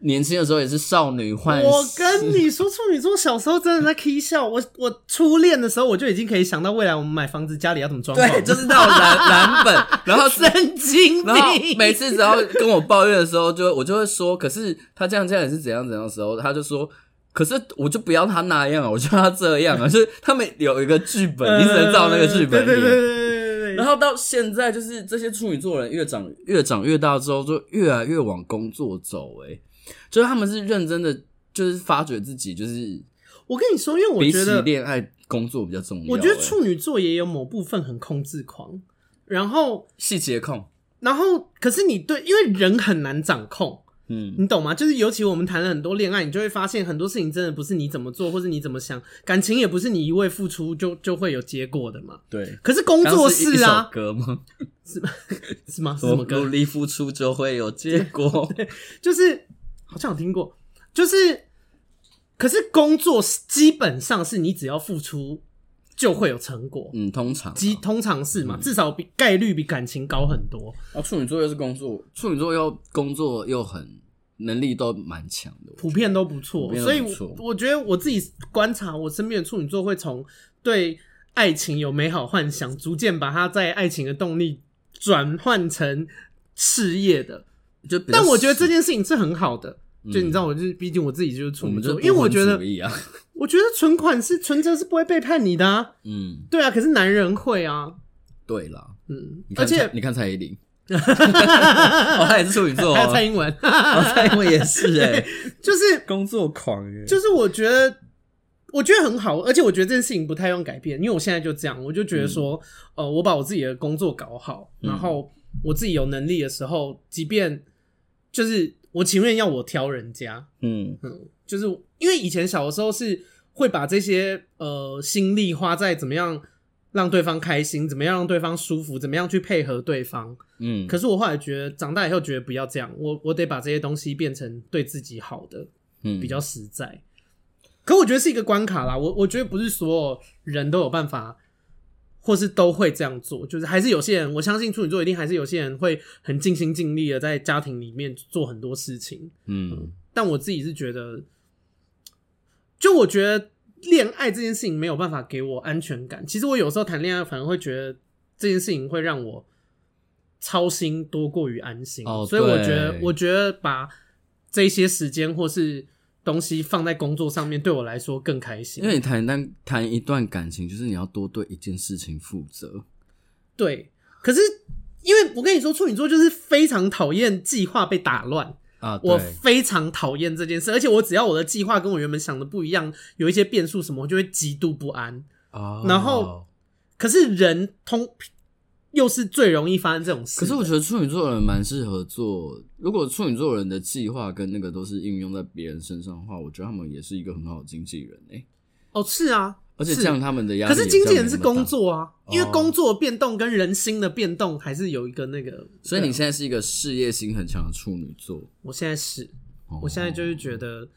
Speaker 2: 年轻的时候也是少女幻想。
Speaker 1: 我跟你说，处女座小时候真的在 k 笑。我我初恋的时候，我就已经可以想到未来我们买房子家里要怎么装潢。
Speaker 2: 对，就是那种蓝蓝本， 然后是。
Speaker 1: 神 经
Speaker 2: 然后
Speaker 1: 病。
Speaker 2: 每次只要跟我抱怨的时候，就我就会说，可是他这样这样也是怎样怎样的时候，他就说，可是我就不要他那样啊，我就要他这样啊， 就是他们有一个剧本，你只能照那个剧本
Speaker 1: 呃对
Speaker 2: 演
Speaker 1: 对对对对对对。
Speaker 2: 然后到现在，就是这些处女座人越长越长越大之后，就越来越往工作走、欸。就是他们是认真的，就是发觉自己就是
Speaker 1: 我跟你说，因为我
Speaker 2: 比
Speaker 1: 觉
Speaker 2: 起
Speaker 1: 得
Speaker 2: 恋爱，工作比较重要、欸。
Speaker 1: 我觉得处女座也有某部分很控制狂，然后，
Speaker 2: 细节控，
Speaker 1: 然后，可是你对，因为人很难掌控，
Speaker 2: 嗯，
Speaker 1: 你懂吗？就是尤其我们谈了很多恋爱，你就会发现很多事情真的不是你怎么做或是你怎么想，感情也不是你一味付出就就会有结果的嘛。
Speaker 2: 对。
Speaker 1: 可是工作是
Speaker 2: 刚刚一首
Speaker 1: 啊，
Speaker 2: 歌吗？
Speaker 1: 是吗？是
Speaker 2: 我
Speaker 1: 什么
Speaker 2: 努
Speaker 1: 歌？
Speaker 2: 力付出就会有结果。
Speaker 1: 就是好像有听过，就是可是工作是基本上是你只要付出就会有成果，
Speaker 2: 嗯，通常啊
Speaker 1: 基通常是嘛，至少比概率比感情高很多。
Speaker 2: 啊，处女座又是工作，处女座又工作又很能力都蛮强的，我
Speaker 1: 普遍都不
Speaker 2: 普
Speaker 1: 错，
Speaker 2: 遍都
Speaker 1: 所以
Speaker 2: 不
Speaker 1: 我
Speaker 2: 错
Speaker 1: 我觉得我自己观察我身边的处女座会从对爱情有美好幻想，逐渐把它在爱情的动力转换成事业的。
Speaker 2: 就比较
Speaker 1: 但我觉得这
Speaker 2: 实
Speaker 1: 件事情是很好的，就你知
Speaker 2: 嗯
Speaker 1: 道，我就是毕竟我自己就是处
Speaker 2: 我
Speaker 1: 女
Speaker 2: 们就
Speaker 1: 座，
Speaker 2: 是
Speaker 1: 因为
Speaker 2: 不
Speaker 1: 我
Speaker 2: 婚
Speaker 1: 觉得
Speaker 2: 主义啊，
Speaker 1: 我觉得存款是存折是不会背叛你的啊，
Speaker 2: 嗯，
Speaker 1: 对啊，可是男人会啊，
Speaker 2: 对啦，
Speaker 1: 嗯
Speaker 2: 你，看
Speaker 1: 而且啊
Speaker 2: 蔡你看蔡依林，哦，她也是处女 座、
Speaker 1: 还有
Speaker 2: 哦，
Speaker 1: 蔡英文，
Speaker 2: 哦蔡英文也 是哎、
Speaker 1: 就是
Speaker 2: 工作狂耶，
Speaker 1: 就是我觉得，我觉得很好，而且我觉得这件事情不太用改变，因为我现在就这样，我就觉得说，呃，我把我自己的工作搞好，
Speaker 2: 嗯
Speaker 1: 然后我自己有能力的时候，即便就是我情愿要我挑人家，
Speaker 2: 嗯
Speaker 1: 嗯，就是因为以前小的时候是会把这些呃心力花在怎么样。让对方开心，怎么样让对方舒服，怎么样去配合对方。
Speaker 2: 嗯，
Speaker 1: 可是我后来觉得，长大以后觉得不要这样，我我得把这些东西变成对自己好的。
Speaker 2: 嗯
Speaker 1: 比较实在。可我觉得是一个关卡啦，我我觉得不是所有人都有办法，或是都会这样做，就是还是有些人，我相信处女座一定还是有些人会很尽心尽力的在家庭里面做很多事情，
Speaker 2: 嗯
Speaker 1: 但我自己是觉得，就我觉得恋爱这件事情没有办法给我安全感。其实我有时候谈恋爱反而会觉得这件事情会让我操心多过于安心，
Speaker 2: 哦
Speaker 1: 所以我觉得
Speaker 2: 对，
Speaker 1: 我觉得把这些时间或是东西放在工作上面，对我来说更开心。
Speaker 2: 因为你谈一段谈一段感情，就是你要多对一件事情负责，
Speaker 1: 对，可是因为我跟你说，处女座就是非常讨厌计划被打乱。
Speaker 2: 啊，对
Speaker 1: 我非常讨厌这件事，而且我只要我的计划跟我原本想的不一样，有一些变数什么，我就会极度不安。
Speaker 2: 哦
Speaker 1: 然后，可是人通又是最容易发生这种事的，
Speaker 2: 可是我觉得处女座的人蛮适合做，如果处女座人的计划跟那个都是应用在别人身上的话，我觉得他们也是一个很好的经纪人哎、
Speaker 1: 哦是啊，
Speaker 2: 而且
Speaker 1: 是
Speaker 2: 这样他们的压力
Speaker 1: 可
Speaker 2: 也
Speaker 1: 是
Speaker 2: 比较
Speaker 1: 经
Speaker 2: 没那么大，
Speaker 1: 纪人是工作啊，
Speaker 2: 哦
Speaker 1: 因为工作的变动跟人心的变动还是有一个那个，
Speaker 2: 所以你
Speaker 1: 对啊
Speaker 2: 现在是一个事业心很强的处女座。
Speaker 1: 我现在是，
Speaker 2: 哦
Speaker 1: 我现在就是觉得。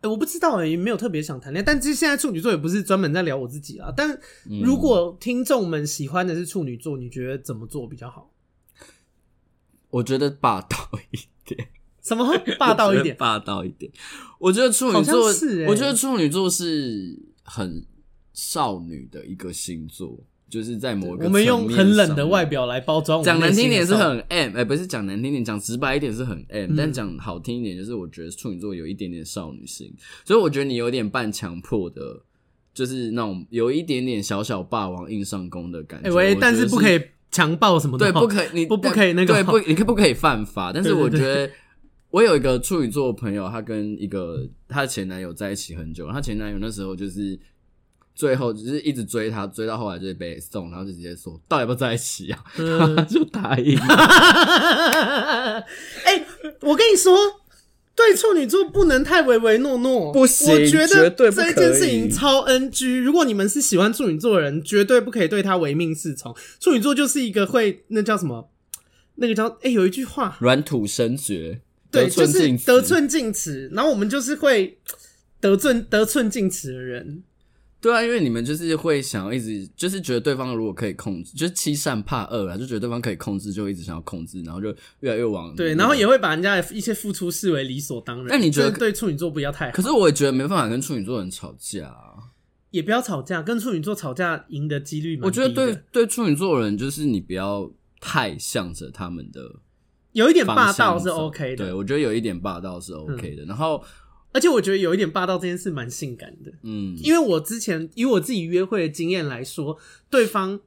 Speaker 1: 哎我不知道哎、也没有特别想谈恋爱，但其实现在处女座也不是专门在聊我自己啊。但
Speaker 2: 嗯
Speaker 1: 如果听众们喜欢的是处女座，你觉得怎么做比较好？
Speaker 2: 我觉得霸道一点，
Speaker 1: 什么霸道一
Speaker 2: 我觉得
Speaker 1: 点？
Speaker 2: 霸道一点。我觉得处女
Speaker 1: 好
Speaker 2: 座，
Speaker 1: 像是欸
Speaker 2: 我觉得处女座是很少女的一个星座，就是在某一个
Speaker 1: 我们用
Speaker 2: 层面
Speaker 1: 很冷
Speaker 2: 上
Speaker 1: 的
Speaker 2: 面
Speaker 1: 外表来包装，
Speaker 2: 讲难听点是
Speaker 1: 哦很。
Speaker 2: 很 M，哎、不是讲难听点，讲直白一点是很 M，、但
Speaker 1: 嗯
Speaker 2: 讲好听一点就是我觉得处女座有一点点少女心，所以我觉得你有点半强迫的，就是那种有一点点小小霸王硬上弓的感
Speaker 1: 哎、
Speaker 2: 觉。我
Speaker 1: 喂，
Speaker 2: 觉
Speaker 1: 但
Speaker 2: 得
Speaker 1: 是
Speaker 2: 是
Speaker 1: 不可以强暴什么的
Speaker 2: 对，
Speaker 1: 哦，
Speaker 2: 不可以，你
Speaker 1: 不不可以那个
Speaker 2: 对，
Speaker 1: 哈
Speaker 2: 不，你可不可以犯法？但是
Speaker 1: 对对
Speaker 2: 我
Speaker 1: 对
Speaker 2: 觉得，我有一个处女座朋友，她跟一个她前男友在一起很久，她前男友那时候就是最后就是一直追她，追到后来就是被送，然后就直接说到底要不要在一起啊？
Speaker 1: 嗯
Speaker 2: 她 就答应了。
Speaker 1: 哎、我跟你说，对处女座不能太唯唯诺诺，
Speaker 2: 不行
Speaker 1: 我觉
Speaker 2: 绝
Speaker 1: 得
Speaker 2: 对不
Speaker 1: 这
Speaker 2: 可
Speaker 1: 件
Speaker 2: 以
Speaker 1: 事情超 NG。如果你们是喜欢处女座的人，绝对不可以对他唯命是从。处女座就是一个会那叫什么？那个叫哎、有一句话，
Speaker 2: 软土生绝，
Speaker 1: 对，
Speaker 2: 得
Speaker 1: 就
Speaker 2: 寸
Speaker 1: 是
Speaker 2: 进尺
Speaker 1: 得寸进尺。然后我们就是会得寸得寸进尺的人，
Speaker 2: 对啊，因为你们就是会想要一直，就是觉得对方如果可以控制，就是欺善怕恶啊，就觉得对方可以控制，就一直想要控制，然后就越来越往
Speaker 1: 对，然后也。会把人家的一些付出视为理所当然。
Speaker 2: 那你觉得
Speaker 1: 这对处女座不要太好
Speaker 2: 可是我也觉得没办法跟处女座人吵架啊。
Speaker 1: 也不要吵架，跟处女座吵架赢的几率蛮低的
Speaker 2: 我觉得对对处女座人，就是你不要太向着他们的
Speaker 1: 有一点
Speaker 2: 方
Speaker 1: 霸
Speaker 2: 向
Speaker 1: 道是
Speaker 2: 走
Speaker 1: OK
Speaker 2: 对
Speaker 1: 的，嗯
Speaker 2: 我觉得有一点霸道是 OK 的。然后，
Speaker 1: 而且我觉得有一点霸道这件事蛮性感的，
Speaker 2: 嗯，
Speaker 1: 因为我之前以我自己约会的经验来说，对方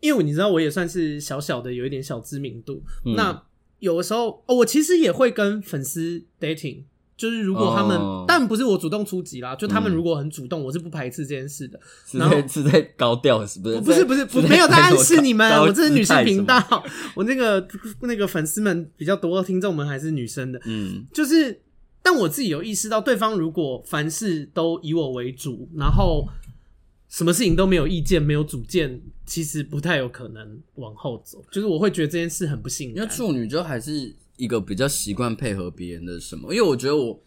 Speaker 1: 因为你知道我也算是小小的有一点小知名度，
Speaker 2: 嗯
Speaker 1: 那有的时候哦，我其实也会跟粉丝 dating。就是如果他们，
Speaker 2: 哦
Speaker 1: 但不是我主动出击啦，就他们
Speaker 2: 嗯
Speaker 1: 如果很主动，我是不排斥这件事的。
Speaker 2: 是
Speaker 1: 然后
Speaker 2: 在是在高调，是不是？
Speaker 1: 不是不是不没有在暗示你们，我这是女性频
Speaker 2: 大。
Speaker 1: 道， 我那个那个粉丝们比较多，听众们还是女生的，
Speaker 2: 嗯
Speaker 1: 就是，但我自己有意识到，对方如果凡事都以我为主，然后什么事情都没有意见、没有主见，其实不太有可能往后走。就是我会觉得这件事很不性
Speaker 2: 因为
Speaker 1: 感。
Speaker 2: 处女就还是一个比较习惯配合别人的什么，因为我觉得我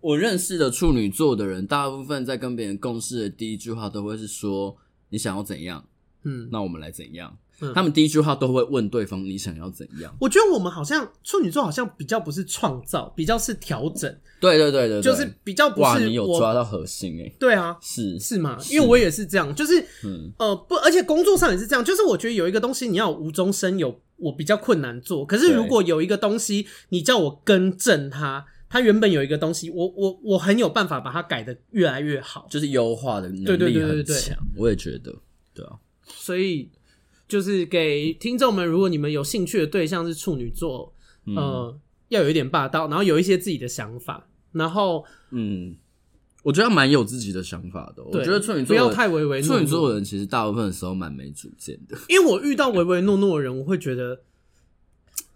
Speaker 2: 我认识的处女座的人，大部分在跟别人共事的第一句话都会是说你想要怎样，
Speaker 1: 嗯，
Speaker 2: 那我们来怎样。
Speaker 1: 嗯
Speaker 2: 他们第一句话都会问对方你想要怎样。
Speaker 1: 我觉得我们好像处女座好像比较不是创造，比较是调整，
Speaker 2: 对对对对对，
Speaker 1: 就是比较不
Speaker 2: 哇，
Speaker 1: 是
Speaker 2: 你有
Speaker 1: 我
Speaker 2: 抓到核心诶、
Speaker 1: 对啊，
Speaker 2: 是
Speaker 1: 是吗？因为我也是这样，就是
Speaker 2: 嗯
Speaker 1: 呃不，而且工作上也是这样，就是我觉得有一个东西你要无中生有，我比较困难做。可是
Speaker 2: 对
Speaker 1: 如果有一个东西你叫我更正它，它原本有一个东西，我我我很有办法把它改的越来越好，
Speaker 2: 就是优化的
Speaker 1: 对
Speaker 2: 能
Speaker 1: 对
Speaker 2: 力
Speaker 1: 对对
Speaker 2: 很
Speaker 1: 对对
Speaker 2: 强，我也觉得，对啊，
Speaker 1: 所以就是给听众们，如果你们有兴趣的对象是处女座，
Speaker 2: 嗯
Speaker 1: 呃，要有一点霸道，然后有一些自己的想法，然后
Speaker 2: 嗯，我觉得蛮有自己的想法的哦。我
Speaker 1: 对
Speaker 2: 觉得处女
Speaker 1: 不
Speaker 2: 座
Speaker 1: 要
Speaker 2: 的
Speaker 1: 太唯唯诺
Speaker 2: 处
Speaker 1: 诺。
Speaker 2: 女座的人其实大部分的时候蛮没主见的，
Speaker 1: 因为我遇到唯唯诺诺的人，我会觉得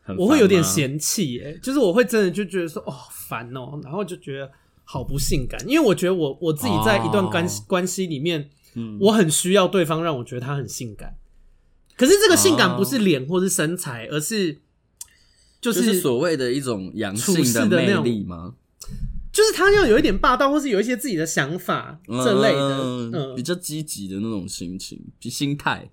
Speaker 2: 很
Speaker 1: 我会有点
Speaker 2: 烦吗。
Speaker 1: 嫌弃，哎，就是我会真的就觉得说，哦，烦哦，然后就觉得好不性感，因为我觉得我我自己在一段关系、
Speaker 2: 哦
Speaker 1: 关系里面，
Speaker 2: 嗯
Speaker 1: 我很需要对方让我觉得他很性感，可是这个性感
Speaker 2: 哦
Speaker 1: 不是脸或是身材，而是就
Speaker 2: 就是是所谓的一种阳性
Speaker 1: 处事的那
Speaker 2: 魅
Speaker 1: 种
Speaker 2: 力吗？
Speaker 1: 就是他要有一点霸道，或是有一些自己的想法这类的，嗯，
Speaker 2: 比较积极的那种心情、比心态。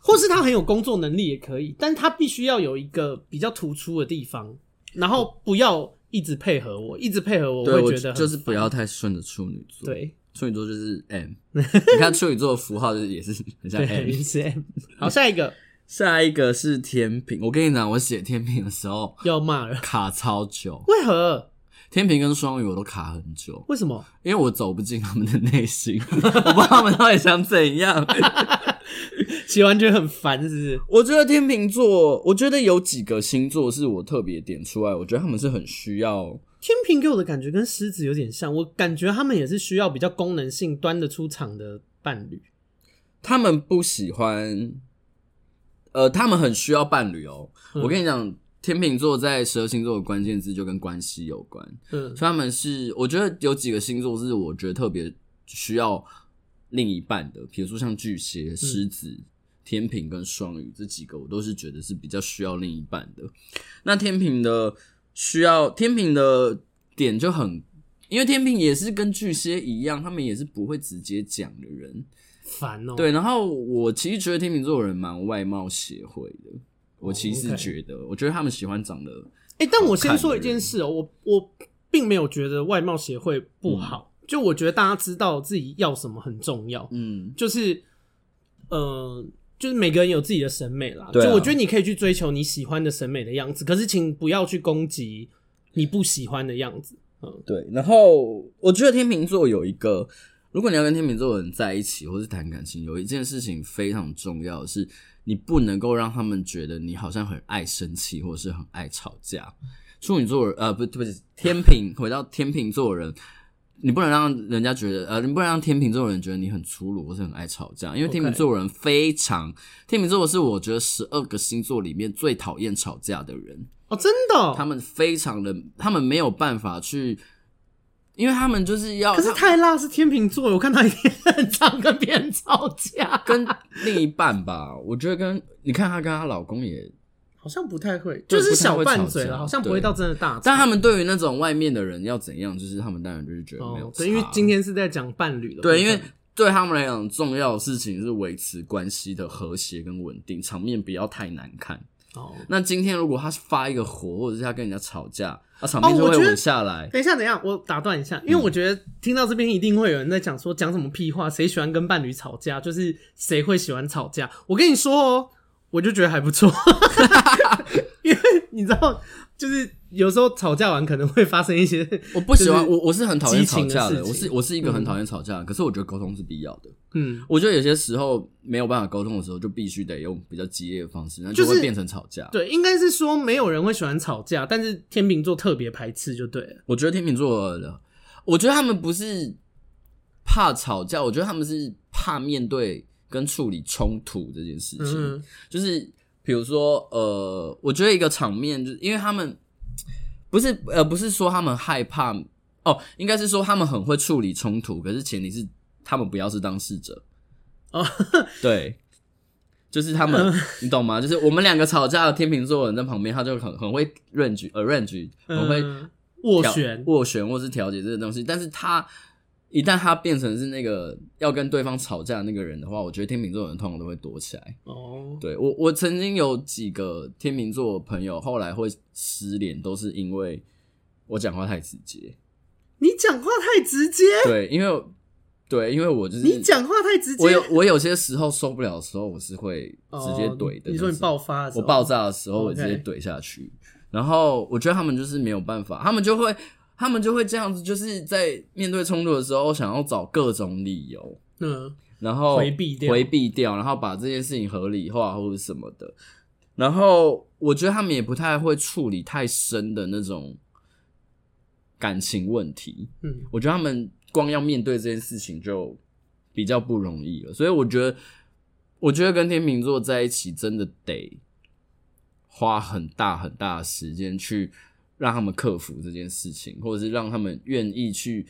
Speaker 1: 或是他很有工作能力也可以，但他必须要有一个比较突出的地方，然后不要一直配合我，一直配合我，
Speaker 2: 对，
Speaker 1: 会
Speaker 2: 我
Speaker 1: 觉得很
Speaker 2: 就是不要太顺着处女座。，
Speaker 1: 对
Speaker 2: 处女座就是 M。你看处女座的符号就是也是很像 M
Speaker 1: 对。是 M。好，下一个
Speaker 2: 下一个是天平，我跟你讲，我写天平的 时候
Speaker 1: 要骂了，
Speaker 2: 卡超久，
Speaker 1: 为何？
Speaker 2: 天平跟双鱼我都卡很久，
Speaker 1: 为什么？
Speaker 2: 因为我走不进他们的内心， 我不知道他们到底想怎样。
Speaker 1: 写完觉得很烦，是不是？
Speaker 2: 我觉得天秤座，我觉得有几个星座是我特别点出来，我觉得他们是很需要，
Speaker 1: 天平给我的感觉跟狮子有点像，我感觉他们也是需要比较功能性、端得出场的伴侣。
Speaker 2: 他们不喜欢，呃，他们很需要伴侣哦。
Speaker 1: 嗯
Speaker 2: 我跟你讲，天秤座在十二星座的关键字就跟关系有关，
Speaker 1: 嗯
Speaker 2: 所以他们是，我觉得有几个星座是我觉得特别需要另一半的，比如说像巨
Speaker 1: 嗯
Speaker 2: 蟹、狮子、天平跟双鱼这几个，我都是觉得是比较需要另一半的。那天平的需要，天平的点就很，因为天平也是跟巨蟹一样，他们也是不会直接讲的人。
Speaker 1: 烦哦、
Speaker 2: 对，然后我其实觉得天秤座的人蛮外貌协会的，我其
Speaker 1: 哦
Speaker 2: 实
Speaker 1: ，OK
Speaker 2: 觉得，我觉得他们喜欢长得
Speaker 1: 哎、但我
Speaker 2: 好看
Speaker 1: 先
Speaker 2: 的
Speaker 1: 说一件事哦、我我并没有觉得外貌协会不好，就我觉得大家知道自己要什么很重要，
Speaker 2: 嗯
Speaker 1: 就是，呃，就是每个人有自己的审美啦。
Speaker 2: 对啊
Speaker 1: 就我觉得你可以去追求你喜欢的审美的样子，可是请不要去攻击你不喜欢的样子。嗯，
Speaker 2: 对，然后我觉得天秤座有一个，如果你要跟天秤座的人在一起，或是谈感情，有一件事情非常重要的是，你不能够让他们觉得你好像很爱生气，或者是很爱吵架。处女座人呃，不，对不起，天秤，回到天秤座人，你不能让人家觉得，呃，你不能让天秤座人觉得你很粗鲁或是很爱吵架，因为天秤
Speaker 1: OK
Speaker 2: 座人非常天秤座是我觉得十二个星座里面最讨厌吵架的人。
Speaker 1: 哦，真的哦、
Speaker 2: 他们非常的，他们没有办法去，因为他们就是要，
Speaker 1: 可是
Speaker 2: 他
Speaker 1: 泰拉是天秤座，我看他一天 很常跟别人吵架，
Speaker 2: 跟另一半吧，我觉得跟你看她跟她老 公也，
Speaker 1: 好像不太会，
Speaker 2: 对
Speaker 1: 就是小
Speaker 2: 不太会
Speaker 1: 拌嘴
Speaker 2: 吵
Speaker 1: 了，
Speaker 2: 架
Speaker 1: 好像不会
Speaker 2: 对
Speaker 1: 到真的大吵。
Speaker 2: 但他们对于那种外面的人要怎样，就是他们当然就是觉得没有
Speaker 1: 哦，
Speaker 2: 差、
Speaker 1: 对，因为今天是在讲伴侣的部分，
Speaker 2: 对，因为对他们来讲重要的事情是维持关系的和谐跟稳定，场面不要太难看。
Speaker 1: 哦，
Speaker 2: 那今天如果他发一个火，或者是他跟人家吵架，啊，场
Speaker 1: 哦
Speaker 2: 面就
Speaker 1: 我
Speaker 2: 会
Speaker 1: 觉得
Speaker 2: 稳下来。
Speaker 1: 等一下，等一下，我打断一下，因为我觉
Speaker 2: 嗯
Speaker 1: 得听到这边一定会有人在讲说讲什么屁话，谁喜欢跟伴侣吵架，就是谁会喜欢吵架。我跟你说哦，我就觉得还不 错，因为你知道，就是有时候吵架完可能会发生一些，
Speaker 2: 我不喜欢，
Speaker 1: 就是
Speaker 2: 我我是很讨厌
Speaker 1: 激
Speaker 2: 吵
Speaker 1: 情的
Speaker 2: 架
Speaker 1: 事
Speaker 2: 的，嗯我是
Speaker 1: 情
Speaker 2: 我是一个很讨厌吵架的人，可是我觉得沟通是必要的。
Speaker 1: 嗯，
Speaker 2: 我觉得有些时候没有办法沟通的时候，就必须得用比较激烈的方式，那
Speaker 1: 就是
Speaker 2: 会变成吵架。，
Speaker 1: 对，应该是说没有人会喜欢吵架，但是天秤座特别排斥就对了。
Speaker 2: 我觉得天秤座的，我觉得他们不是怕吵架，我觉得他们是怕面对跟处理冲突这件事情。
Speaker 1: 嗯，
Speaker 2: 就是比如说，呃，我觉得一个场面，就是因为他们不是呃，不是说他们害怕哦，应该是说他们很会处理冲突，可是前提是他们不要是当事者。
Speaker 1: 哦， 嗯
Speaker 2: 对，就是他们，你懂吗？就是我们两个吵架的天秤座的人在旁边，他就很很会呃 range arrange，很会
Speaker 1: 嗯斡
Speaker 2: 调
Speaker 1: 旋，
Speaker 2: 斡旋或是调解这个东西，但是他一旦他变成是那个要跟对方吵架的那个人的话，我觉得天秤座的人通常都会躲起来。
Speaker 1: 哦，
Speaker 2: 对我，我曾经有几个天秤座的朋友，后来会失联，都是因为我讲话太直接。
Speaker 1: 你讲话太直接，
Speaker 2: 对，因为对，因为我就是
Speaker 1: 你，讲话太直接，
Speaker 2: 我有我有些时候受不了的时候，我是会直接
Speaker 1: 哦
Speaker 2: 怼的。
Speaker 1: 你说你
Speaker 2: 就是
Speaker 1: 爆发的时候，
Speaker 2: 我爆炸的时候，我直接
Speaker 1: OK
Speaker 2: 怼下去。然后我觉得他们就是没有办法，他们就会，他们就会这样子，就是在面对冲突的时候，想要找各种理由，
Speaker 1: 嗯，
Speaker 2: 然后
Speaker 1: 回避掉
Speaker 2: 回避掉，然后把这件事情合理化或者什么的。然后我觉得他们也不太会处理太深的那种感情问题。
Speaker 1: 嗯
Speaker 2: 我觉得他们光要面对这件事情就比较不容易了，所以我觉得，我觉得跟天秤座在一起真的得花很大很大的时间去让他们克服这件事情，或者是让他们愿意去。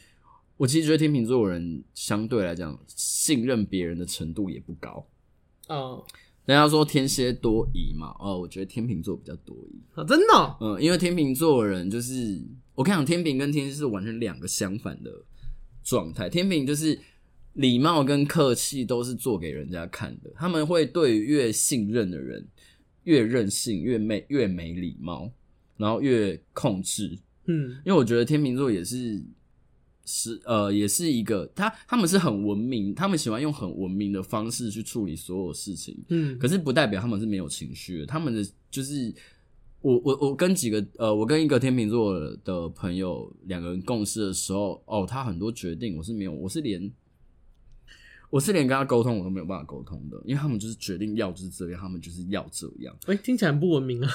Speaker 2: 我其实觉得天秤座的人相对来讲信任别人的程度也不高。
Speaker 1: 哦，
Speaker 2: 人家说天蝎多疑嘛，哦，我觉得天秤座比较多疑。
Speaker 1: 啊真的哦
Speaker 2: 嗯，因为天秤座的人就是，我跟你讲，天平跟天蝎是完全两个相反的状态。天平就是礼貌跟客气都是做给人家看的，他们会对于越信任的人越任性，越没越没礼貌，然后越控制。
Speaker 1: 嗯
Speaker 2: 因为我觉得天秤座也是是呃，也是一个他他们是很文明，他们喜欢用很文明的方式去处理所有事情，
Speaker 1: 嗯，
Speaker 2: 可是不代表他们是没有情绪的，他们的就是我我我跟几个呃，我跟一个天秤座的朋友两个人共事的时候，哦，他很多决定我是没有，我是连我是连跟他沟通我都没有办法沟通的，因为他们就是决定要就是这样，他们就是要这样。
Speaker 1: 哎、听起来很不文明啊，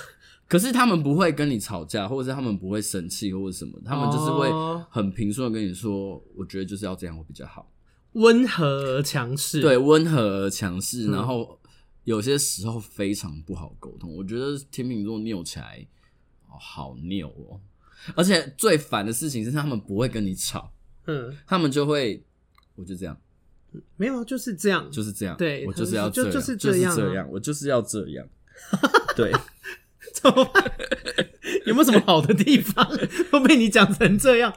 Speaker 2: 可是他们不会跟你吵架，或者是他们不会生气或者什么，他们就是会
Speaker 1: 哦
Speaker 2: 很平顺的跟你说，我觉得就是要这样会比较好。
Speaker 1: 温和而强势，
Speaker 2: 对，，温和而强势，
Speaker 1: 嗯
Speaker 2: 然后有些时候非常不好沟通。我觉得天秤座拗起来哦好拗哦，而且最烦的事情是他们不会跟你吵，
Speaker 1: 嗯，
Speaker 2: 他们就会我就这样，
Speaker 1: 没有，啊就是这样，
Speaker 2: 就是这样，
Speaker 1: 对
Speaker 2: 我
Speaker 1: 他们
Speaker 2: 是要
Speaker 1: 就
Speaker 2: 这样，
Speaker 1: 就
Speaker 2: 就是是
Speaker 1: 这样啊
Speaker 2: 这样，我就是要 这样。对，
Speaker 1: 怎么办？ 有没有什么好的地方都被你讲成这样？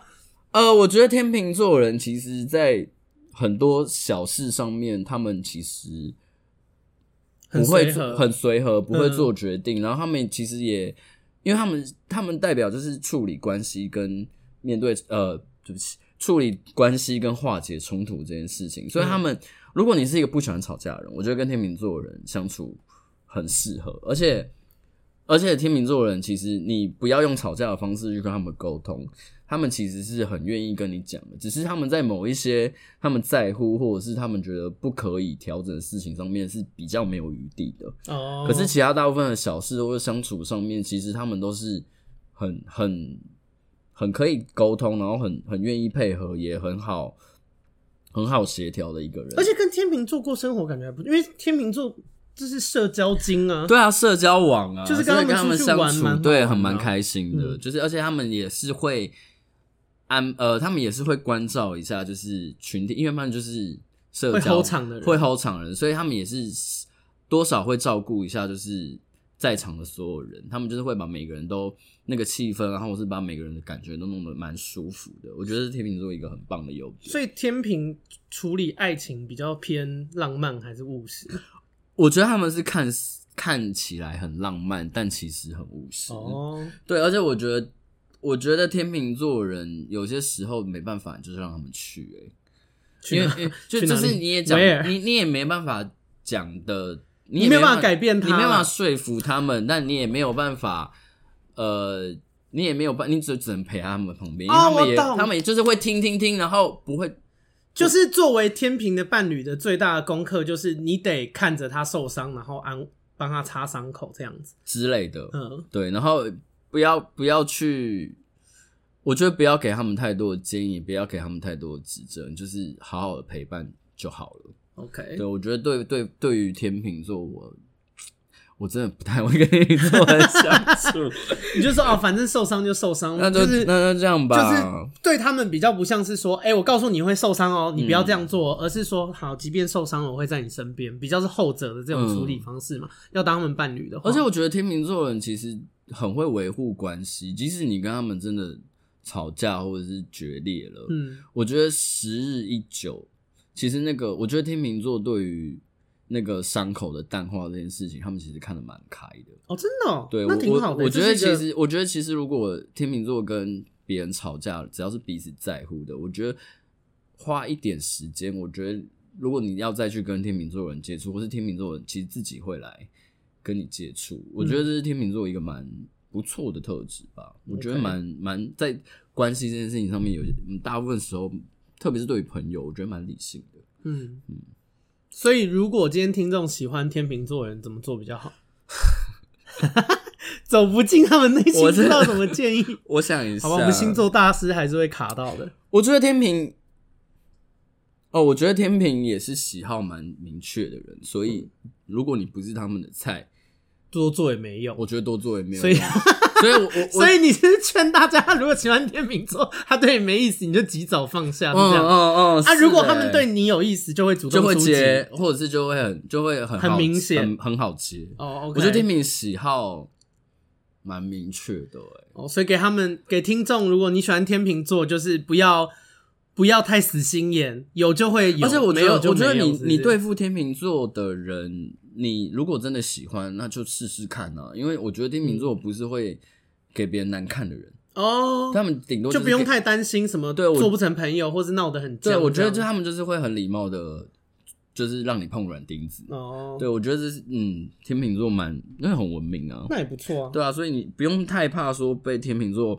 Speaker 2: 呃，我觉得天秤座人其实，在很多小事上面，他们其实
Speaker 1: 很
Speaker 2: 不会
Speaker 1: 随
Speaker 2: 做
Speaker 1: 和
Speaker 2: 很随和，不会做决定。然后他们其实也，因为他们他们代表就是处理关系跟面对呃，对不起，处理关系跟化解冲突这件事情。所以他们，如果你是一个不喜欢吵架的人，我觉得跟天秤座的人相处很适合，而且。而且天秤座的人，其实你不要用吵架的方式去跟他们沟通，他们其实是很愿意跟你讲的，只是他们在某一些他们在乎或者是他们觉得不可以调整的事情上面是比较没有余地的。
Speaker 1: 哦，
Speaker 2: 可是其他大部分的小事或者相处上面，其实他们都是很很很可以沟通，然后很很愿意配合，也很好很好协调的一个人。
Speaker 1: 而且跟天秤座过生活感觉还不，因为天秤座这是社交精啊，
Speaker 2: 对啊，社交网啊，
Speaker 1: 就是跟
Speaker 2: 真的
Speaker 1: 他们
Speaker 2: 跟他们
Speaker 1: 出去玩
Speaker 2: 相
Speaker 1: 蛮好玩
Speaker 2: 处，
Speaker 1: 的啊
Speaker 2: 对，很蛮开心的。
Speaker 1: 嗯
Speaker 2: 就是而且他们也是会安呃，他们也是会关照一下，就是群体，因为他们就是社
Speaker 1: 会
Speaker 2: 交
Speaker 1: 吼场的人
Speaker 2: 会吼场的人，所以他们也是多少会照顾一下，就是在场的所有人，他们就是会把每个人都那个气氛，然后是把每个人的感觉都弄得蛮舒服的。我觉得是天秤座一个很棒的优点。
Speaker 1: 所以天秤处理爱情比较偏浪漫还是务实？
Speaker 2: 我觉得他们是看看起来很浪漫，但其实很务实。
Speaker 1: 哦，
Speaker 2: 对，而且我觉得，我觉得天秤座人有些时候没办法，就是让他们去、欸，
Speaker 1: 去
Speaker 2: 因为
Speaker 1: 哪
Speaker 2: 因 为就
Speaker 1: 去哪
Speaker 2: 就
Speaker 1: 里
Speaker 2: 是你也讲
Speaker 1: Where？，
Speaker 2: 你你也没办法讲的，你
Speaker 1: 你
Speaker 2: 也
Speaker 1: 没
Speaker 2: 没
Speaker 1: 有办法改变他
Speaker 2: 你没办法说服他们，但你也没有办法，呃，你也没有办，你只只能陪他们旁边，因
Speaker 1: 哦
Speaker 2: 为他们
Speaker 1: 我
Speaker 2: 也、
Speaker 1: 懂
Speaker 2: 他们也就是会听听听，然后不会
Speaker 1: 就是作为天平的伴侣的最大的功课，就是你得看着他受伤，然后安帮他擦伤口这样子。
Speaker 2: 之类的，
Speaker 1: 嗯，
Speaker 2: 对，然后不要不要去，我觉得不要给他们太多的建议，不要给他们太多的指正，就是好好的陪伴就好了。
Speaker 1: OK，
Speaker 2: 对，我觉得对对对于天秤座，我我真的不太会跟天秤座人相处。
Speaker 1: 你就说哦，反正受伤就受伤，
Speaker 2: 那就是那就这样
Speaker 1: 就
Speaker 2: 吧。嗯
Speaker 1: 是对他们比较不像是说，哎、我告诉你会受伤哦，你不要这样做，而是说好，即便受伤了，我会在你身边，比较是后者的这种处理方式
Speaker 2: 嗯
Speaker 1: 嘛。要当他们伴侣的话，
Speaker 2: 而且我觉得天秤座人其实很会维护关系，即使你跟他们真的吵架或者是决裂了。
Speaker 1: 嗯
Speaker 2: 我觉得时日一久，其实那个我觉得天秤座对于那个伤口的淡化这件事情，他们其实看得蛮开的。
Speaker 1: 哦，真的、哦，
Speaker 2: 对我
Speaker 1: 那挺好的。
Speaker 2: 我我觉得
Speaker 1: 这是一
Speaker 2: 其
Speaker 1: 个
Speaker 2: 实，我觉得其实，如果天秤座跟别人吵架，只要是彼此在乎的，我觉得花一点时间，我觉得如果你要再去跟天秤座的人接触，或是天秤座的人其实自己会来跟你接触，我
Speaker 1: 嗯
Speaker 2: 觉得这是天秤座一个蛮不错的特质吧。我觉得
Speaker 1: OK
Speaker 2: 蛮蛮在关系这件事情上面有，嗯大部分时候，特别是对于朋友，我觉得蛮理性的。
Speaker 1: 嗯，所以如果今天听众喜欢天秤座的人，怎么做比较好？ 走不进他们内心，
Speaker 2: 我
Speaker 1: 不
Speaker 2: 真的
Speaker 1: 知道怎么 建议。
Speaker 2: 我想一下，
Speaker 1: 好吧，我们星座大师还是会卡到的。
Speaker 2: 我觉得天平，哦，我觉得天平也是喜好蛮明确的人，所以如果你不是他们的菜，
Speaker 1: 多做也没用。
Speaker 2: 我觉得多做也没有
Speaker 1: 所以
Speaker 2: 用。所以我，我我 嗯
Speaker 1: 所以你是劝大家，如果喜欢天秤座，他对你没意思，你就及早放下，是
Speaker 2: 嗯
Speaker 1: 这样。
Speaker 2: 嗯嗯，
Speaker 1: 啊，
Speaker 2: 是
Speaker 1: 如果
Speaker 2: 欸
Speaker 1: 他们对你有意思，就会主动
Speaker 2: 就会
Speaker 1: 出击
Speaker 2: 接，或者是就会很就会很
Speaker 1: 很
Speaker 2: 好
Speaker 1: 明显
Speaker 2: 很很好接。
Speaker 1: 哦。
Speaker 2: 我
Speaker 1: OK，
Speaker 2: 觉得天平喜好蛮明确的、欸，
Speaker 1: 哦，所以给他们给听众，如果你喜欢天秤座，就是不要不要太死心眼，有就会有，
Speaker 2: 而且我
Speaker 1: 没
Speaker 2: 觉
Speaker 1: 有
Speaker 2: 得，
Speaker 1: 就
Speaker 2: 我觉得
Speaker 1: 没有
Speaker 2: 你
Speaker 1: 是不
Speaker 2: 你
Speaker 1: 是
Speaker 2: 对付天秤座的人，你如果真的喜欢，那就试试看啊。因为我觉得天秤
Speaker 1: 嗯
Speaker 2: 座不是会给别人难看的人，
Speaker 1: 哦，
Speaker 2: 他们顶多
Speaker 1: 就是不用
Speaker 2: 给
Speaker 1: 太担心什么
Speaker 2: 对我
Speaker 1: 做不成朋友，或是闹得很僵这
Speaker 2: 对。
Speaker 1: 样。
Speaker 2: 我觉得就他们就是会很礼貌的，就是让你碰软钉子。
Speaker 1: 哦，
Speaker 2: 对，我觉得这是嗯，天秤座蛮因为很文明啊，
Speaker 1: 那也不错啊。
Speaker 2: 对啊，所以你不用太怕说被天秤座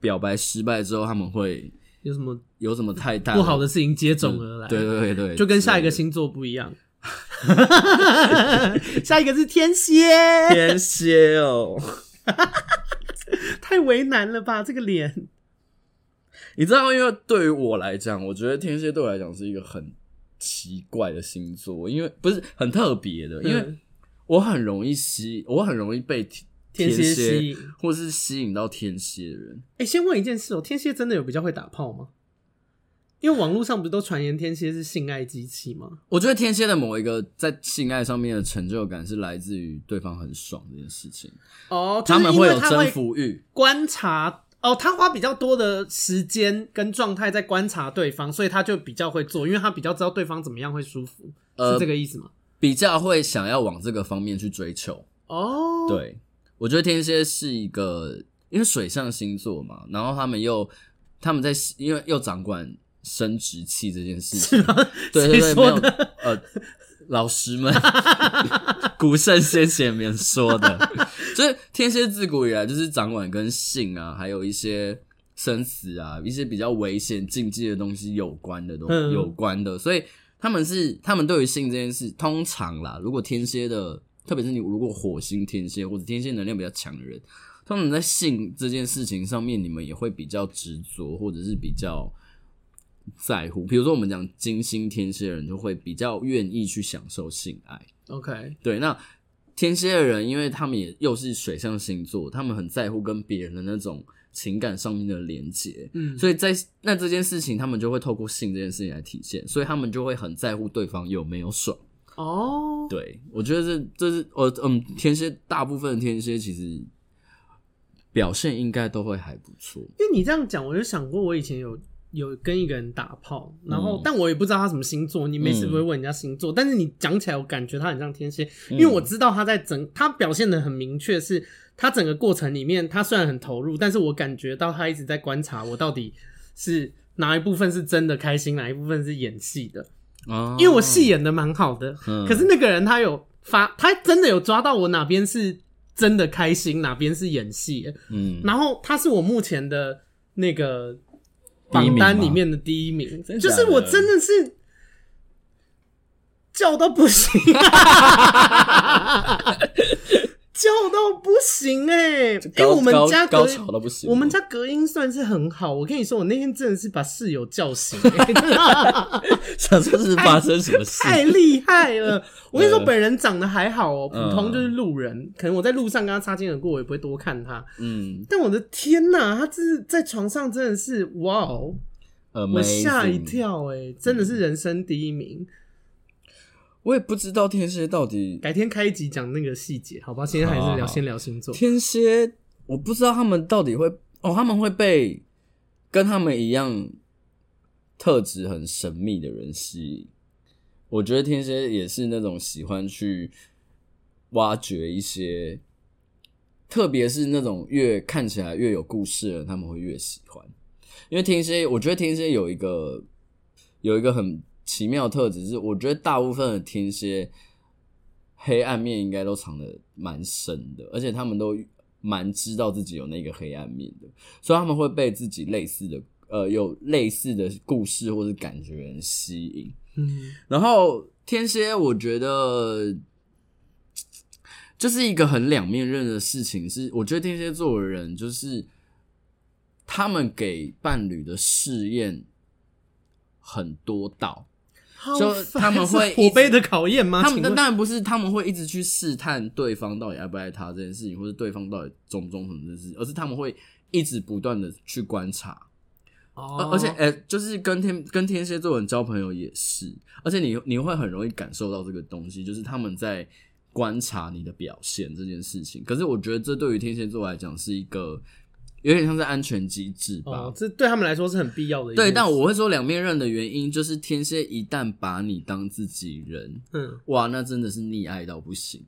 Speaker 2: 表白失败之后，他们会
Speaker 1: 有什么
Speaker 2: 有什么太大
Speaker 1: 不好的事情接踵而来？
Speaker 2: 嗯对对对对，
Speaker 1: 就跟下一个星座不一 样。下一个是天蝎，
Speaker 2: 天蝎哦。
Speaker 1: 太为难了吧？这个脸，
Speaker 2: 你知道，因为对于我来讲，我觉得天蝎对我来讲是一个很奇怪的星座，因为不是很特别的，因为
Speaker 1: 嗯
Speaker 2: 我很容易吸，我很容易被天
Speaker 1: 天蝎吸
Speaker 2: 蝎
Speaker 1: 引
Speaker 2: 或是吸引到天蝎的人。
Speaker 1: 哎、先问一件事哦、天蝎真的有比较会打炮吗？因为网络上不是都传言天蝎是性爱机器吗？
Speaker 2: 我觉得天蝎的某一个在性爱上面的成就感是来自于对方很爽这件事情，
Speaker 1: 哦，就
Speaker 2: 他
Speaker 1: 是
Speaker 2: 们
Speaker 1: 因为
Speaker 2: 有
Speaker 1: 他
Speaker 2: 征服欲。
Speaker 1: 观察哦，他花比较多的时间跟状态在观察对方，所以他就比较会做，因为他比较知道对方怎么样会舒服，
Speaker 2: 呃
Speaker 1: 是这个意思吗？
Speaker 2: 比较会想要往这个方面去追求。
Speaker 1: 哦，，
Speaker 2: 对，我觉得天蝎是一个，因为水象星座嘛，然后他们又他们在因为又掌管生殖器这件事情，对
Speaker 1: 谁
Speaker 2: 对对，没
Speaker 1: 说
Speaker 2: 有呃，老 师们，古圣先贤们说的， 就是天蝎自古以来就是掌管跟性啊，还有一些。生死啊，一些比较危险、禁忌的东西有关的东、
Speaker 1: 嗯
Speaker 2: 有关的，所以他们是他们对于性这件事，通常啦，如果天蝎的，特别是你如果火星天蝎或者天蝎能量比较强的人，通常在性这件事情上面，你们也会比较执着，或者是比较在乎。比如说我们讲金星天蝎的人，就会比较愿意去享受性爱。
Speaker 1: ，OK，
Speaker 2: 对，那天蝎的人，因为他们也又是水象星座，他们很在乎跟别人的那种情感上面的连接，
Speaker 1: 嗯，
Speaker 2: 所以在那这件事情，他们就会透过性这件事情来体现，所以他们就会很在乎对方有没有爽。
Speaker 1: 哦，
Speaker 2: 对，我觉得这这是我嗯，天蝎大部分的天蝎其实表现应该都会还不错。
Speaker 1: 因为你这样讲，我就想过我以前有有跟一个人打炮，然后、
Speaker 2: 嗯
Speaker 1: 但我也不知道他什么星座，你每次
Speaker 2: 嗯
Speaker 1: 不会问人家星座，但是你讲起来，我感觉他很像天蝎，因为
Speaker 2: 嗯
Speaker 1: 我知道他在整他表现的很明确是。他整个过程里面，他虽然很投入，但是我感觉到他一直在观察我到底是哪一部分是真的开心，哪一部分是演戏的。
Speaker 2: 哦
Speaker 1: 因为我戏演的蛮好的，
Speaker 2: 嗯
Speaker 1: 可是那个人他有发，他真的有抓到我哪边是真的开心，哪边是演戏的。
Speaker 2: 嗯，
Speaker 1: 然后他是我目前的那个
Speaker 2: 第一
Speaker 1: 榜
Speaker 2: 名吗
Speaker 1: 单里面的第一名，
Speaker 2: 真
Speaker 1: 就
Speaker 2: 假的
Speaker 1: 是我真的是叫到不行、啊 叫到不行哎、欸！因为
Speaker 2: 高
Speaker 1: 我们
Speaker 2: 高
Speaker 1: 家
Speaker 2: 高
Speaker 1: 隔
Speaker 2: 潮到不行，
Speaker 1: 我们。家隔音算是很好，我跟你说，我那天真的是把室友叫醒、 哎
Speaker 2: 想说是发生什么事？
Speaker 1: 太厉害 了！我跟你说，
Speaker 2: 呃
Speaker 1: 本人长得还好哦、
Speaker 2: 嗯
Speaker 1: 普通就是路人，可能我在路上跟他擦肩而过，我也不会多看他。
Speaker 2: 嗯，
Speaker 1: 但我的天呐，他这是在床上真的是哇哦，
Speaker 2: 呃，
Speaker 1: 我吓一。跳哎、真的是人生第一名。
Speaker 2: 我也不知道天蝎到底
Speaker 1: 改天开一集讲那个细节，好吧？啊现在还是
Speaker 2: 好
Speaker 1: 聊
Speaker 2: 好
Speaker 1: 先聊星座。
Speaker 2: 天蝎，我不知道他们到底会哦，他们会被跟他们一样特质很神秘的人吸引。我觉得天蝎也是那种喜欢去挖掘一些，特别是那种越看起来越有故事的人，他们会越喜欢。因为天蝎，我觉得天蝎有一个有一个很奇妙的特质是，我觉得大部分的天蝎黑暗面应该都藏的蛮深的，而且他们都蛮知道自己有那个黑暗面的，所以他们会被自己类似的呃有类似的故事或是感觉人吸引。
Speaker 1: 嗯，
Speaker 2: 然后天蝎，我觉得就是一个很两面刃的事情是。我觉得天蝎座的人就是他们给伴侣的试验很多道，
Speaker 1: 好
Speaker 2: 就
Speaker 1: 烦
Speaker 2: 他们
Speaker 1: 是
Speaker 2: 会一
Speaker 1: 火
Speaker 2: 直
Speaker 1: 杯的考验吗？
Speaker 2: 他
Speaker 1: 啊
Speaker 2: 们
Speaker 1: 请
Speaker 2: 但
Speaker 1: 问
Speaker 2: 当然不是，他们会一直去试探对方到底爱不爱他这件事情，或者对方到底忠不忠诚这件事情，而是他们会一直不断的去观察。而
Speaker 1: 哦
Speaker 2: 而且，哎、就是跟天跟天蝎座人交朋友也是，而且你你会很容易感受到这个东西，就是他们在观察你的表现这件事情。可是我觉得这对于天蝎座来讲是一个有点像是安全机制吧。
Speaker 1: 哦，这对他们来说是很必要的一件
Speaker 2: 对，
Speaker 1: 事。
Speaker 2: 但我会说两面刃的原因就是天蝎一旦把你当自己人，
Speaker 1: 嗯，
Speaker 2: 哇，那真的是溺爱到不行。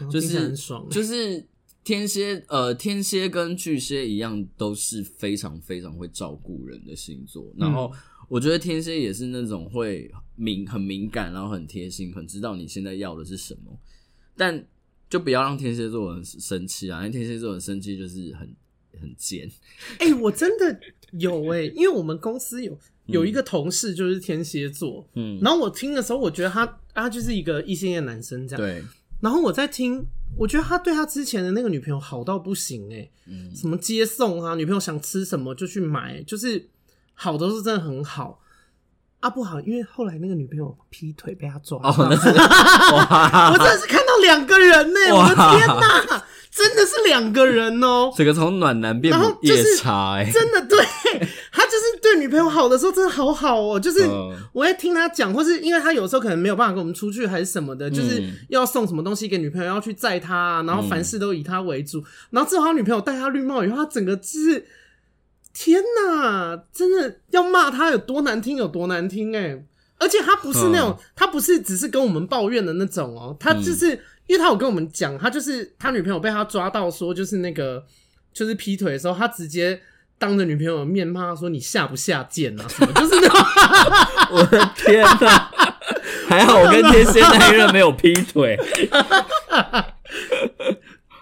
Speaker 1: 哦
Speaker 2: 就
Speaker 1: 听起来
Speaker 2: 是
Speaker 1: 很爽，
Speaker 2: 就是天蝎，呃，天蝎跟巨蟹一样，都是非常非常会照顾人的星座。然后
Speaker 1: 嗯
Speaker 2: 我觉得天蝎也是那种会敏很敏感，然后很贴心，很知道你现在要的是什么。但就不要让天蝎座人生气啊！因为天蝎座人生气就是很很贱。
Speaker 1: 哎、我真的有哎、因为我们公司有有一个同事就是天蝎座，
Speaker 2: 嗯，
Speaker 1: 然后我听的时候，我觉得他他就是一个异性恋男生这样。
Speaker 2: 对，
Speaker 1: 然后我在听，我觉得他对他之前的那个女朋友好到不行哎、
Speaker 2: 嗯
Speaker 1: 什么接送啊，女朋友想吃什么就去买，就是好都是真的很好。啊，不好，因为后来那个女朋友劈腿被他抓到，
Speaker 2: 哦，那是
Speaker 1: 我
Speaker 2: 哇，
Speaker 1: 真的是看到两个人呢、我的
Speaker 2: 哇
Speaker 1: 天哪，真的是两个人哦、
Speaker 2: 整个从暖男变
Speaker 1: 然后就
Speaker 2: 夜
Speaker 1: 是
Speaker 2: 叉哎、
Speaker 1: 真的对他就是对女朋友好的时候真的好好哦、就是
Speaker 2: 嗯
Speaker 1: 我在听他讲，或是因为他有时候可能没有办法跟我们出去还是什么的，就是
Speaker 2: 嗯
Speaker 1: 要送什么东西给女朋友，要去载她啊，然后凡事都以他为主，然后之后他女朋友戴他绿帽以后，他整个就是天哪，真的要骂他有多难听有多难听哎、而且他不是那
Speaker 2: 嗯
Speaker 1: 种，他不是只是跟我们抱怨的那种哦、他就是、因为他有跟我们讲，他就是他女朋友被他抓到说，就是那个就是劈腿的时候，他直接当着女朋友的面骂她说你下不下贱啊什么，就是那 种
Speaker 2: 我的天哪！ 还好我跟天蝎那一任没有劈腿，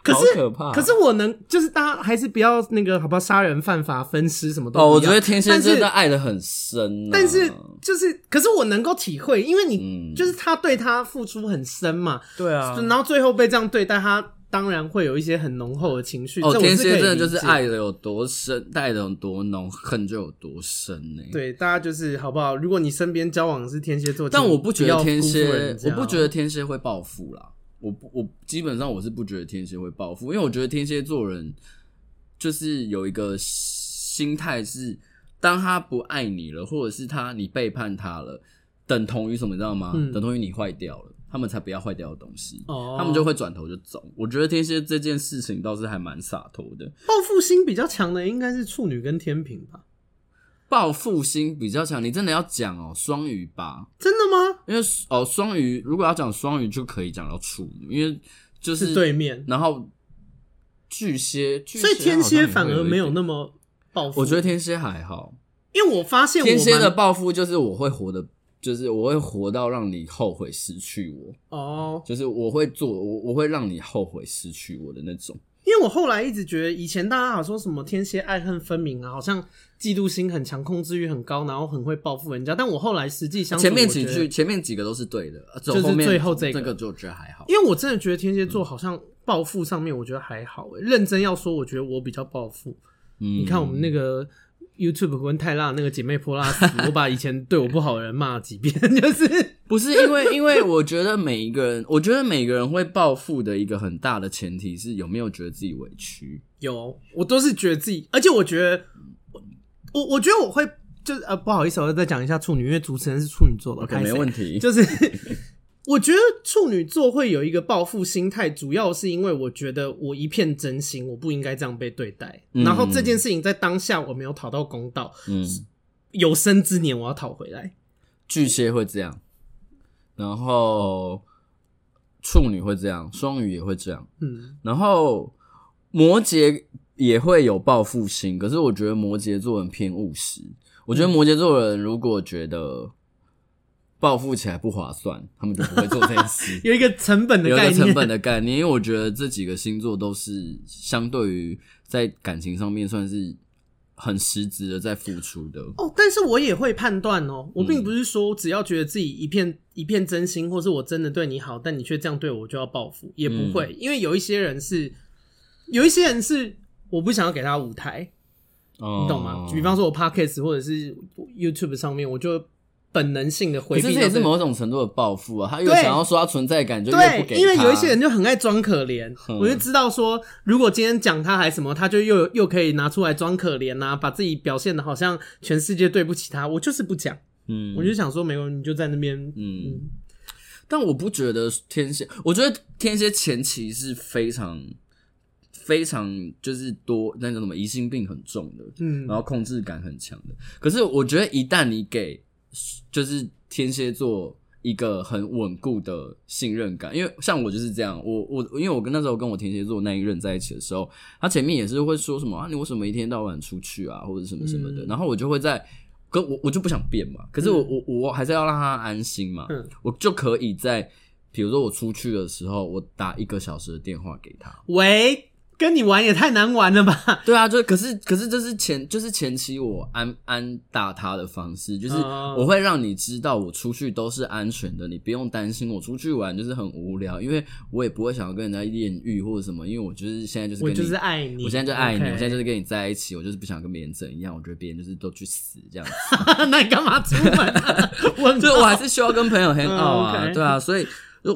Speaker 1: 可
Speaker 2: 好
Speaker 1: 是
Speaker 2: 可怕。
Speaker 1: 可是我能，就是大家还是不要那个，好不好？杀人犯法、分尸什么都
Speaker 2: 哦，我
Speaker 1: 不
Speaker 2: 觉
Speaker 1: 要
Speaker 2: 得天蝎
Speaker 1: 但是
Speaker 2: 真的爱的很深、啊，
Speaker 1: 但是就是，可是我能够体会，因为你、
Speaker 2: 嗯
Speaker 1: 就是他对他付出很深嘛，
Speaker 2: 对啊
Speaker 1: 然后最后被这样对待，他当然会有一些很浓厚的情绪。
Speaker 2: 哦，
Speaker 1: 这我
Speaker 2: 天
Speaker 1: 是可以
Speaker 2: 蝎真的
Speaker 1: 理
Speaker 2: 就是
Speaker 1: 解
Speaker 2: 爱的有多深，爱的有多浓，恨就有多深呢、，
Speaker 1: 对，大家就是好不好？如果你身边交往的是天蝎座，
Speaker 2: 但
Speaker 1: 请
Speaker 2: 我不觉得
Speaker 1: 要
Speaker 2: 天
Speaker 1: 辜负
Speaker 2: 蝎
Speaker 1: 人，家
Speaker 2: 我不觉得天蝎会报复啦。我不，我基本上我是不觉得天蝎会报复，因为我觉得天蝎座人就是有一个心态是，当他不爱你了，或者是他你背叛他了，等同于什么，你知道吗？
Speaker 1: 嗯
Speaker 2: 等同于你坏掉了，他们才不要坏掉的东西。
Speaker 1: 哦，
Speaker 2: 他们就会转头就走。我觉得天蝎这件事情倒是还蛮洒脱的，
Speaker 1: 报复心比较强的应该是处女跟天平吧？
Speaker 2: 报复心比较强。你真的要讲哦，双鱼吧，
Speaker 1: 真的吗？
Speaker 2: 因为哦，双鱼如果要讲双鱼就可以讲到处女，因为就是啊
Speaker 1: 是对面
Speaker 2: 然后巨蟹，巨蟹
Speaker 1: 所以天蝎反
Speaker 2: 好像也
Speaker 1: 而
Speaker 2: 会一
Speaker 1: 没有那
Speaker 2: 点。
Speaker 1: 么报复。
Speaker 2: 我觉得天蝎还好，
Speaker 1: 因为我发现我
Speaker 2: 天蝎的
Speaker 1: 蛮
Speaker 2: 报复就是我会活的，就是我会活到让你后悔失去我，
Speaker 1: 哦，
Speaker 2: 就是我会做，我我会让你后悔失去我的那种。
Speaker 1: 因为我后来一直觉得，以前大家好说什么天蝎爱恨分明啊，好像嫉妒心很强，控制欲很高，然后很会报复人家。但我后来实际相处
Speaker 2: 前面
Speaker 1: 我
Speaker 2: 几
Speaker 1: 觉得
Speaker 2: 句，前面几个都是对的，啊走
Speaker 1: 就是
Speaker 2: 后面
Speaker 1: 最后这个
Speaker 2: 个就觉得还好。
Speaker 1: 因为我真的觉得天蝎座好像报复上面，我觉得还好、欸。认真要说，我觉得我比较报复。
Speaker 2: 嗯
Speaker 1: 你看我们那个 YouTube 跟泰拉那个姐妹泼拉斯，我把以前对我不好的人骂了几遍， 就是
Speaker 2: 不是因为，因为我觉得每一个人，我觉得每个人会报复的一个很大的前提是有没有觉得自己委屈。
Speaker 1: 有，我都是觉得自己，而且我觉得，我我觉得我 会就是呃，不好意思，我要再讲一下处女，因为主持人是处女座的，
Speaker 2: OK，
Speaker 1: 拍谁
Speaker 2: 没问题。
Speaker 1: 就是我觉得处女座会有一个报复心态，主要是因为我觉得我一片真心，我不应该这样被对待。
Speaker 2: 嗯
Speaker 1: 然后这件事情在当下我没有讨到公道，
Speaker 2: 嗯，
Speaker 1: 有生之年我要讨回来。
Speaker 2: 巨蟹会这样，然后处女会这样，双鱼也会这样，
Speaker 1: 嗯，。
Speaker 2: 然后摩羯也会有报复心，可是我觉得摩羯座人偏务实。我觉得摩羯座人如果觉得报复起来不划算，他们就不会做这件事
Speaker 1: 有一个成本的
Speaker 2: 有一
Speaker 1: 概
Speaker 2: 个
Speaker 1: 念，
Speaker 2: 成本的概念，因为我觉得这几个星座都是相对于在感情上面算是很实质的在付出的。
Speaker 1: 哦，但是我也会判断哦，我
Speaker 2: 嗯
Speaker 1: 并不是说只要觉得自己一片一片真心，或是我真的对你好，但你却这样对我，我就要报复，也不
Speaker 2: 嗯
Speaker 1: 会，因为有一些人是，有一些人是我不想要给他舞台，
Speaker 2: 哦
Speaker 1: 你懂吗？比方说我 podcast 或者是 YouTube 上面，我就本能性的
Speaker 2: 可
Speaker 1: 回
Speaker 2: 是
Speaker 1: 避
Speaker 2: 这
Speaker 1: 到
Speaker 2: 也
Speaker 1: 这
Speaker 2: 是
Speaker 1: 个。
Speaker 2: 某种程度的报复啊，他又
Speaker 1: 对
Speaker 2: 想要刷存在感，就又不给
Speaker 1: 对，
Speaker 2: 他。
Speaker 1: 因为有一些人就很爱装可怜，
Speaker 2: 嗯
Speaker 1: 我就知道说，如果今天讲他还什么，他就又又可以拿出来装可怜呐、把自己表现的好像全世界对不起他，我就是不讲，
Speaker 2: 嗯，
Speaker 1: 我就想说，没有你就在那边，
Speaker 2: 嗯
Speaker 1: 嗯，
Speaker 2: 但我不觉得天蝎，我觉得天蝎前期是非常非常就是多那种什么疑心病很重的，
Speaker 1: 嗯
Speaker 2: 然后控制感很强的。可是我觉得一旦你给就是天蝎座一个很稳固的信任感，因为像我就是这样，我我因为我跟那时候跟我天蝎座那一任在一起的时候，他前面也是会说什么啊，你为什么一天到晚出去啊，或者什么什么的，
Speaker 1: 嗯
Speaker 2: 然后我就会在。可我我就不想变嘛，可是我、
Speaker 1: 嗯
Speaker 2: 我我还是要让他安心嘛，
Speaker 1: 嗯
Speaker 2: 我就可以在比如说我出去的时候，我打一个小时的电话给他，
Speaker 1: 喂，跟你玩也太难玩了吧？
Speaker 2: 对啊，就可是可是这是前就是前期我安安打他的方式，就是
Speaker 1: 哦
Speaker 2: 我会让你知道我出去都是安全的，你不用担心我出去玩就是很无聊，因为我也不会想要跟人家艳遇或者什么，因为我就是现在就是跟
Speaker 1: 我
Speaker 2: 你
Speaker 1: 就是爱你，
Speaker 2: 我现在就爱你
Speaker 1: OK
Speaker 2: 我现在就是跟你在一起，我就是不想跟别人怎样，我觉得别人就是都去死这样子，
Speaker 1: 那你干嘛出门、 啊？我 很
Speaker 2: 所以我还是需要跟朋友 hang out
Speaker 1: 嗯
Speaker 2: 啊，
Speaker 1: ，OK
Speaker 2: 对啊，所以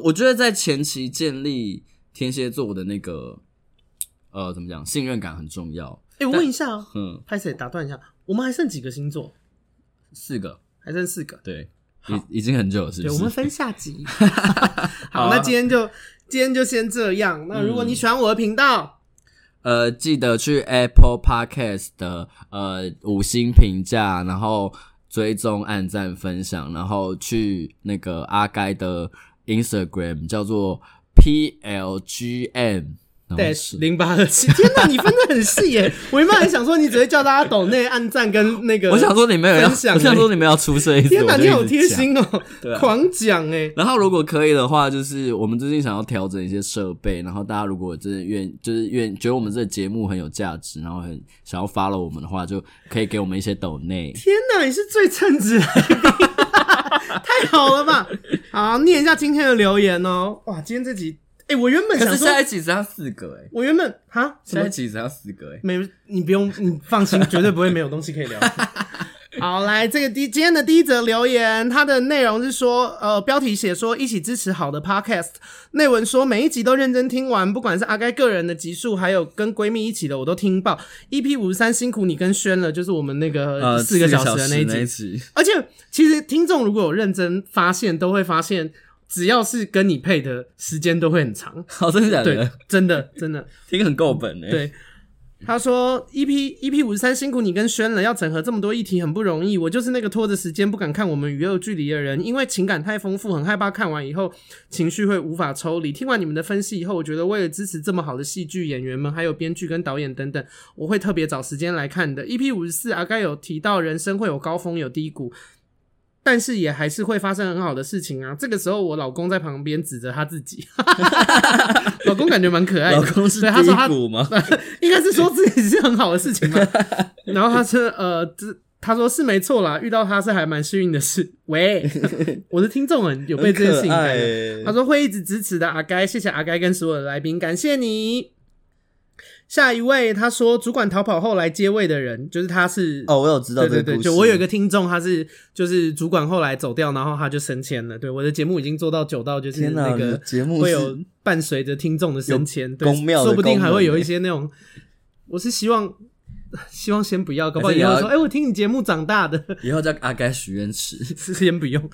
Speaker 2: 我觉得在前期建立天蝎座的那个呃怎么讲信任感很重要，
Speaker 1: 哎、我问一下啊，
Speaker 2: 嗯，
Speaker 1: 拍谁打断一下，我们还剩几个星座？
Speaker 2: 四个。
Speaker 1: 还剩四个，
Speaker 2: 对，已已经很久了，是不
Speaker 1: 对，
Speaker 2: 是？
Speaker 1: 我们分下集。
Speaker 2: 好
Speaker 1: 好，
Speaker 2: 啊
Speaker 1: 那今天就今天就先这样。那如果你喜欢我的频道，
Speaker 2: 呃，记得去 Apple Podcast 的呃五星评价，然后追踪、按赞、分享，然后去那个阿该的 Instagram 叫做 PLGM，然后
Speaker 1: 对
Speaker 2: 嗯是，
Speaker 1: 零八二七。天哪，你分的很细 耶！我原本还想说你只会叫大家抖内按赞跟那个，
Speaker 2: 我想说你们有要，
Speaker 1: 分享
Speaker 2: 我想
Speaker 1: 欸
Speaker 2: 说你们要出这一次，
Speaker 1: 天哪，
Speaker 2: 我就
Speaker 1: 你
Speaker 2: 一
Speaker 1: 好
Speaker 2: 直
Speaker 1: 贴
Speaker 2: 讲
Speaker 1: 心哦、
Speaker 2: 对啊
Speaker 1: 狂讲哎、
Speaker 2: 然后如果可以的话，就是我们最近想要调整一些设备，然后大家如果真的愿就是愿觉得我们这个节目很有价值，然后很想要 follow 我们的话，就可以给我们一些抖内。
Speaker 1: 天哪，你是最称职的来宾，太好了吧？ 好，念一下今天的留言哦。哇，今天这集，哎、我原本
Speaker 2: 可
Speaker 1: 想
Speaker 2: 是
Speaker 1: 说，
Speaker 2: 下一集只要四个哎、欸，
Speaker 1: 我原本哈什
Speaker 2: 下
Speaker 1: 么
Speaker 2: 一？集只要四个哎、欸。
Speaker 1: 没，你不用，你放 心，绝对不会没有东西可以聊。 好，来这个第今天的第一则留言，它的内容是说，呃，标题写说一起支持好的 podcast，内文说每一集都认真听完，不管是阿该个人的集数，还有跟闺蜜一起的，我都听爆。EP 五十三辛苦你跟轩了，就是我们那个呃四个小时的那一集，
Speaker 2: 集，
Speaker 1: 而且其实听众如果有认真发现，都会发现，只要是跟你配的时间都会很长。
Speaker 2: 好，哦真的假
Speaker 1: 对
Speaker 2: 的？，
Speaker 1: 真的真的，
Speaker 2: 听很够本哎、欸。
Speaker 1: 对。他说：“EP，E EP 五十三辛苦你跟轩了，要整合这么多议题很不容易。我就是那个拖着时间不敢看我们娱乐距离的人，因为情感太丰富，很害怕看完以后情绪会无法抽离。听完你们的分析以后，我觉得为了支持这么好的戏剧演员们，还有编剧跟导演等等，我会特别找时间来看的。EP 五十四阿该有提到人生会有高峰有低谷，但是也还是会发生很好的事情啊。这个时候，我老公在旁边指着他自己， 老公感觉蛮可爱的。
Speaker 2: 老公是
Speaker 1: 对他说他
Speaker 2: 低谷吗？
Speaker 1: 应该是说自己是很好的事情 嘛。然后他是呃，这他说是没错啦，遇到他是还蛮幸运的事。 喂，我的听众啊很有被这件事情感染。
Speaker 2: 欸
Speaker 1: 他说会一直支持的阿该，谢谢阿该跟所有的来宾，感谢你。下一位，他说主管逃跑后来接位的人，就是他是
Speaker 2: 哦，我有知道
Speaker 1: 对
Speaker 2: 这个
Speaker 1: 对
Speaker 2: 故事。
Speaker 1: 对，就我有一个听众，他是就是主管后来走掉，然后他就升迁了。对，我的节目已经做到久到就是
Speaker 2: 天哪
Speaker 1: 那
Speaker 2: 你的
Speaker 1: 个
Speaker 2: 节目是
Speaker 1: 会有伴随着听众的升迁，对
Speaker 2: 公庙的
Speaker 1: 说不定还会有
Speaker 2: 功能欸
Speaker 1: 一些那种，我是希望 希望先不要，搞不好
Speaker 2: 还是
Speaker 1: 以
Speaker 2: 你
Speaker 1: 后
Speaker 2: 要
Speaker 1: 说，哎、我听你节目长大的，
Speaker 2: 以后叫阿该许愿池。
Speaker 1: 是先不用。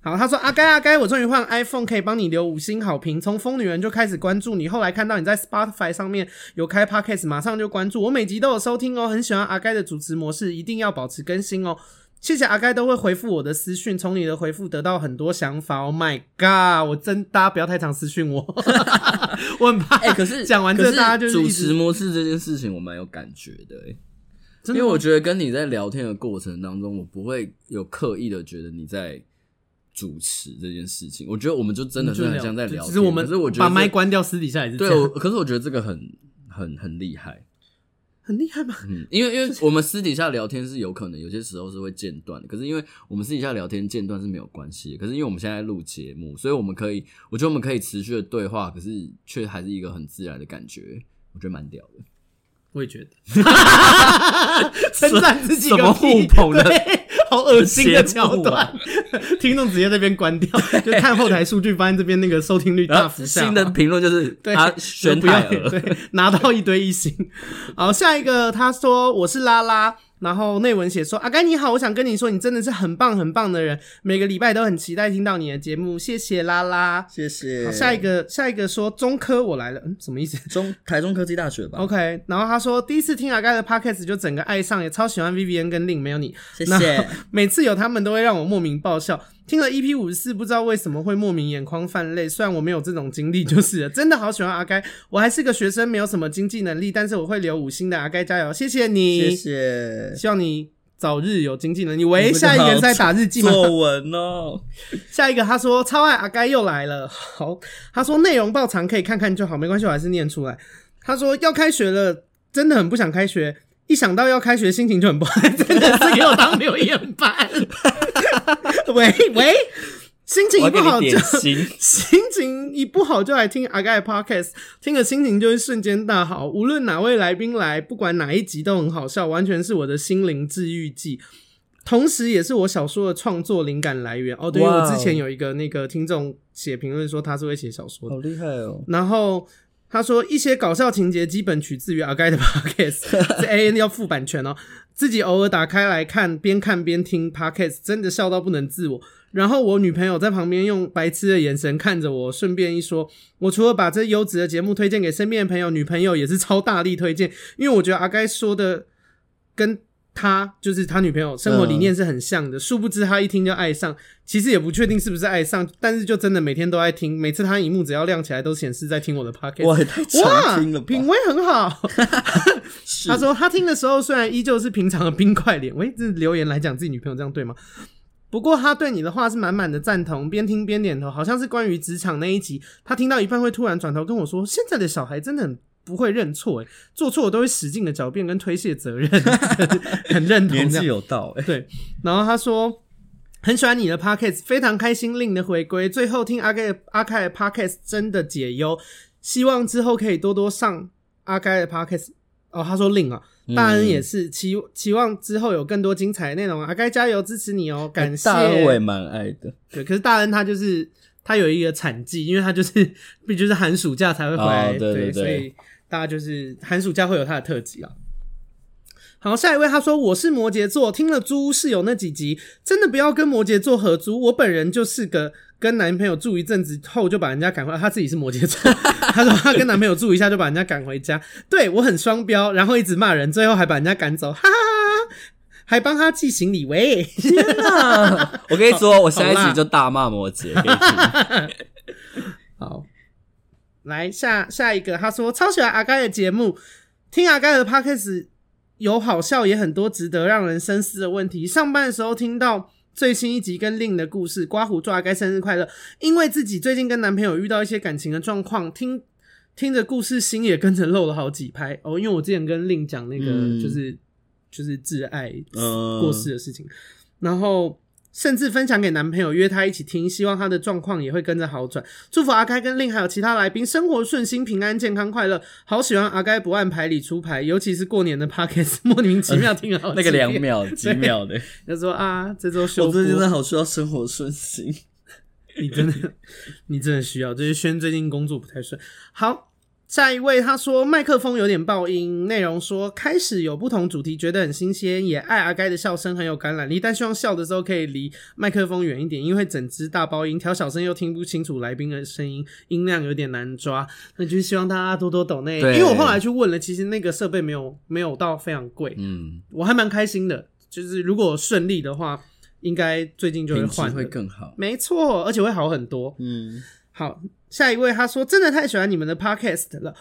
Speaker 1: 好，他说阿该阿该，我终于换 iPhone，可以帮你留五星好评。从疯女人就开始关注你，后来看到你在 Spotify 上面有开 Podcast，马上就关注。我每集都有收听哦，很喜欢阿该的主持模式，一定要保持更新哦。谢谢阿该都会回复我的私讯，从你的回复得到很多想法。Oh my god！我真大家不要太常私讯我， 我很怕。
Speaker 2: 哎、可是
Speaker 1: 讲完
Speaker 2: 可
Speaker 1: 这
Speaker 2: 是
Speaker 1: 大家就是
Speaker 2: 主
Speaker 1: 一直
Speaker 2: 持模式这件事情，我蛮有感觉的、欸，
Speaker 1: 真的
Speaker 2: 因为
Speaker 1: 吗
Speaker 2: 我觉得跟你在聊天的过程当中，我不会有刻意的觉得你在主持这件事情。我觉得我们就真的是
Speaker 1: 就
Speaker 2: 很像在聊天，
Speaker 1: 只是我们
Speaker 2: 可是我觉得
Speaker 1: 把
Speaker 2: 这
Speaker 1: 麦关掉，私底下也是这
Speaker 2: 对，我
Speaker 1: 样，
Speaker 2: 可是我觉得这个很很很厉害，
Speaker 1: 很厉害吗？
Speaker 2: 嗯，因为因为我们私底下聊天是有可能有些时候是会间断的，可是因为我们私底下聊天间断是没有关系的，可是因为我们现在录节目，所以我们可以，我觉得我们可以持续的对话，可是却还是一个很自然的感觉，我觉得蛮屌的。
Speaker 1: 我也觉 得，称赞自己
Speaker 2: 啊什么
Speaker 1: 个屁
Speaker 2: 互捧的
Speaker 1: 对好恶心的
Speaker 2: 节目啊
Speaker 1: 桥段， 听众直接这边关 掉，就看后台数据，发现这边那个收听率大幅下滑。
Speaker 2: 啊新的评论就是
Speaker 1: 对，
Speaker 2: 啊，
Speaker 1: 就
Speaker 2: 选
Speaker 1: 不要
Speaker 2: 泰尔，
Speaker 1: 对，拿到一堆一星。好，下一个他说我是拉拉，然后内文写说阿甘你好，我想跟你说，你真的是很棒很棒的人，每个礼拜都很期待听到你的节目，谢谢拉拉。
Speaker 3: 谢谢
Speaker 1: 好，。下一个下一个说中科我来了，嗯，什么意思？
Speaker 3: 中台中科技大学吧，
Speaker 1: OK，然后他说第一次听阿盖的 podcast 就整个爱上，也超喜欢 Vivian 跟 Lin 没有你，
Speaker 3: 谢
Speaker 1: 那
Speaker 3: 谢。
Speaker 1: 每次有他们都会让我莫名爆笑。听了 EP 五十四，不知道为什么会莫名眼眶泛泪。虽然我没有这种经历，就是了真的好喜欢阿该。我还是个学生，没有什么经济能力，但是我会留五星的。阿该加油，谢谢你，
Speaker 3: 谢谢。
Speaker 1: 希望你早日有经济能力。喂，
Speaker 3: 我不知道
Speaker 1: 下一个人在打日记吗？
Speaker 3: 作文哦，
Speaker 1: 下一个他说超爱阿该又来了， 好，他说内容爆长可以看看就好，没关系，我还是念出来。他说要开学了，真的很不想开学，一想到要开学心情就很不好，真的是给我 当留言板。喂喂，心情
Speaker 3: 我
Speaker 1: 一
Speaker 3: 要
Speaker 1: 不
Speaker 3: 给
Speaker 1: 好
Speaker 3: 你
Speaker 1: 就
Speaker 3: 点心。
Speaker 1: 心情一不好就来听阿盖的 podcast，听了心情就会瞬间大好。无论哪位来宾来，不管哪一集都很好笑，完全是我的心灵治愈剂。同时，也是我小说的创作灵感来源。哦，对，因为
Speaker 3: 哇
Speaker 1: 我
Speaker 3: 哦
Speaker 1: 之前有一个那个听众写评论说他是会写小说的，
Speaker 3: 好厉害
Speaker 2: 嗯
Speaker 3: 哦！
Speaker 1: 然后他说一些搞笑情节基本取自于阿盖的 podcast，这 A N 要付版权哦。自己偶尔打开来看，边看边听 podcast，真的笑到不能自我。然后我女朋友在旁边用白痴的眼神看着我，顺便一说，我除了把这优质的节目推荐给身边的朋友，女朋友也是超大力推荐，因为我觉得阿该说的跟他就是他女朋友生活理念是很像的，殊不知他一听就爱上，其实也不确定是不是爱上，但是就真的每天都爱听，每次他荧幕只要亮起来，都显示在听我的 podcast。
Speaker 3: 哇，也太
Speaker 1: 哇
Speaker 3: 常听了，吧
Speaker 1: 品？味很好。
Speaker 3: 是
Speaker 1: 他说他听的时候虽然依旧是平常的冰块脸，喂，这留言来讲自己女朋友这样对吗？不过他对你的话是满满的赞同，边听边点头，好像是关于职场那一集，他听到一半会突然转头跟我说：“现在的小孩真的很不会认错，诶，做错都会使劲的狡辩跟推卸责任，很 认同。”
Speaker 3: 年
Speaker 1: 这样。
Speaker 3: 纪有到哎，
Speaker 1: 对，然后他说很喜欢你的 podcast，非常开心令你的回归。最后听阿盖的阿盖的 podcast 真的解忧，希望之后可以多多上阿盖的 podcast。哦，他说令啊，
Speaker 3: 嗯
Speaker 1: 大恩也是期期望之后有更多精彩的内容啊。阿盖加油，支持你哦，感谢。
Speaker 3: 哎大恩我也蛮爱的，
Speaker 1: 对，可是大恩他就是他有一个产季，因为他就是必就是寒暑假才会回来，
Speaker 3: 哦对对对
Speaker 1: 所以大家就是寒暑假会有他的特辑啊。好，下一位他说我是摩羯座，听了租屋室友那几集，真的不要跟摩羯座合租。我本人就是个跟男朋友住一阵子后就把人家赶回，他自己是摩羯座， 他说他跟男朋友住一下就把人家赶回家，对我很双标，然后一直骂人，最后还把人家赶走，哈哈哈哈，还帮他寄行李喂。
Speaker 3: 啊
Speaker 2: 我跟你说，我下一
Speaker 1: 好辣
Speaker 2: 集就大骂摩羯，给 你听
Speaker 1: 好，来下下一个，他说超喜欢阿该的节目，听阿该的 podcast 有好笑，也很多值得让人深思的问题。上班的时候听到。最新一集跟令的故事，刮胡祝阿该生日快乐！因为自己最近跟男朋友遇到一些感情的状况，听听着故事，心也跟着漏了好几拍哦。因为我之前跟令讲那个，
Speaker 3: 嗯
Speaker 1: 就是就是挚爱
Speaker 3: 嗯
Speaker 1: 过世的事情，然后甚至分享给男朋友，约他一起听，希望他的状况也会跟着好转。祝福阿该跟令还有其他来宾生活顺心、平安、健康、快乐。好喜欢阿该不按牌理出牌，尤其是过年的 podcast，莫名其妙听好
Speaker 3: 那个两
Speaker 1: 几遍，
Speaker 3: 秒几秒的，
Speaker 1: 他说啊，这周休
Speaker 3: 我最近真
Speaker 1: 播
Speaker 3: 的好需要生活顺心。
Speaker 1: 你真的，你真的需要。就是轩最近工作不太顺。好，下一位他说麦克风有点爆音，内容说开始有不同主题，觉得很新鲜，也爱阿该的笑声很有感染力，但希望笑的时候可以离麦克风远一点，因为整只大爆音，调小声又听不清楚来宾的声音，音量有点难抓。那就是希望大家多多抖内，因
Speaker 2: 对
Speaker 1: 为我后来去问了，其实那个设备没有没有到非常贵，
Speaker 2: 嗯，
Speaker 1: 我还蛮开心的。就是如果顺利的话，应该最近就会
Speaker 2: 品质
Speaker 1: 换了，
Speaker 2: 会更好。
Speaker 1: 没错，而且会好很多。
Speaker 3: 嗯，
Speaker 1: 好，下一位他说真的太喜欢你们的 podcast 了。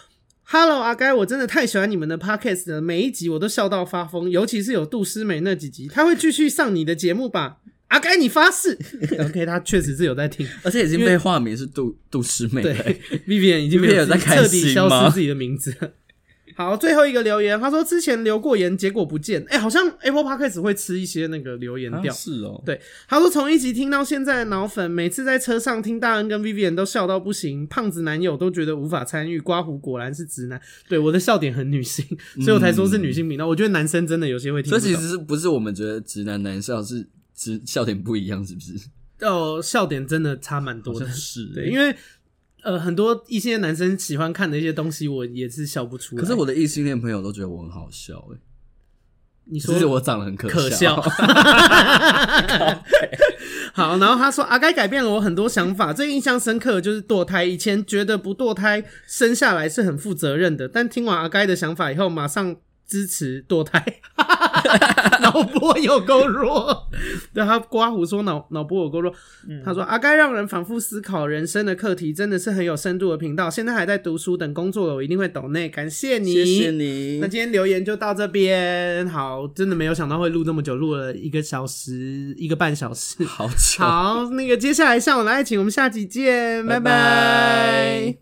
Speaker 1: Hello，阿该，我真的太喜欢你们的 podcast 了，每一集我都笑到发疯，尤其是有杜诗梅那几集，他会继续上你的节目吧？阿该，你发誓 ？OK，他确实是有在听，
Speaker 2: 而且已经被化名是杜杜诗美
Speaker 1: 对
Speaker 2: 了，
Speaker 1: ，Vivian 已经没
Speaker 2: Vivian 有在开心
Speaker 1: 彻底消
Speaker 2: 吗
Speaker 1: 失自己的名字 了。好，最后一个留言，他说之前留过言，结果不见。哎、好像 Apple Podcast 会吃一些那个留言
Speaker 3: 啊
Speaker 1: 掉，
Speaker 3: 是哦，
Speaker 1: 对，他说从一集听到现在的脑粉，每次在车上听大恩跟 Vivian 都笑到不行，胖子男友都觉得无法参与，刮胡果然是直男。对，我的笑点很女性，所以我才说是女性频道。我觉得男生真的有些会听
Speaker 2: 所
Speaker 1: 不
Speaker 2: 以
Speaker 1: 懂，
Speaker 2: 其实是不是我们觉得直男男笑是直笑点不一样，是不是？
Speaker 1: 哦，笑点真的差蛮
Speaker 3: 好
Speaker 1: 多的
Speaker 3: 像。是欸，
Speaker 1: 对，因为呃，很多异性恋男生喜欢看的一些东西，我也是笑不出来。
Speaker 2: 可是我的异性恋朋友都觉得我很好笑、欸，
Speaker 1: 你
Speaker 2: 只是
Speaker 1: 说
Speaker 2: 我长得很可
Speaker 1: 可
Speaker 2: 笑
Speaker 1: 笑。 好，然后他说阿该改变了我很多想法，最印象深刻的就是堕胎。以前觉得不堕胎生下来是很负责任的，但听完阿该的想法以后，马上支持堕胎。 脑波有够弱，对他刮胡说脑脑波有够弱。
Speaker 2: 嗯
Speaker 1: 他说阿该让人反复思考人生的课题，真的是很有深度的频道。现在还在读书，等工作了我一定会抖内，感谢你，
Speaker 2: 谢谢你
Speaker 1: 那。今天留言就到这边，好，真的没有想到会录这么久，录了一个小时，一个半小时。
Speaker 2: 好巧。
Speaker 1: 好，那个接下来向往的爱情，我们下集见，拜
Speaker 2: 拜拜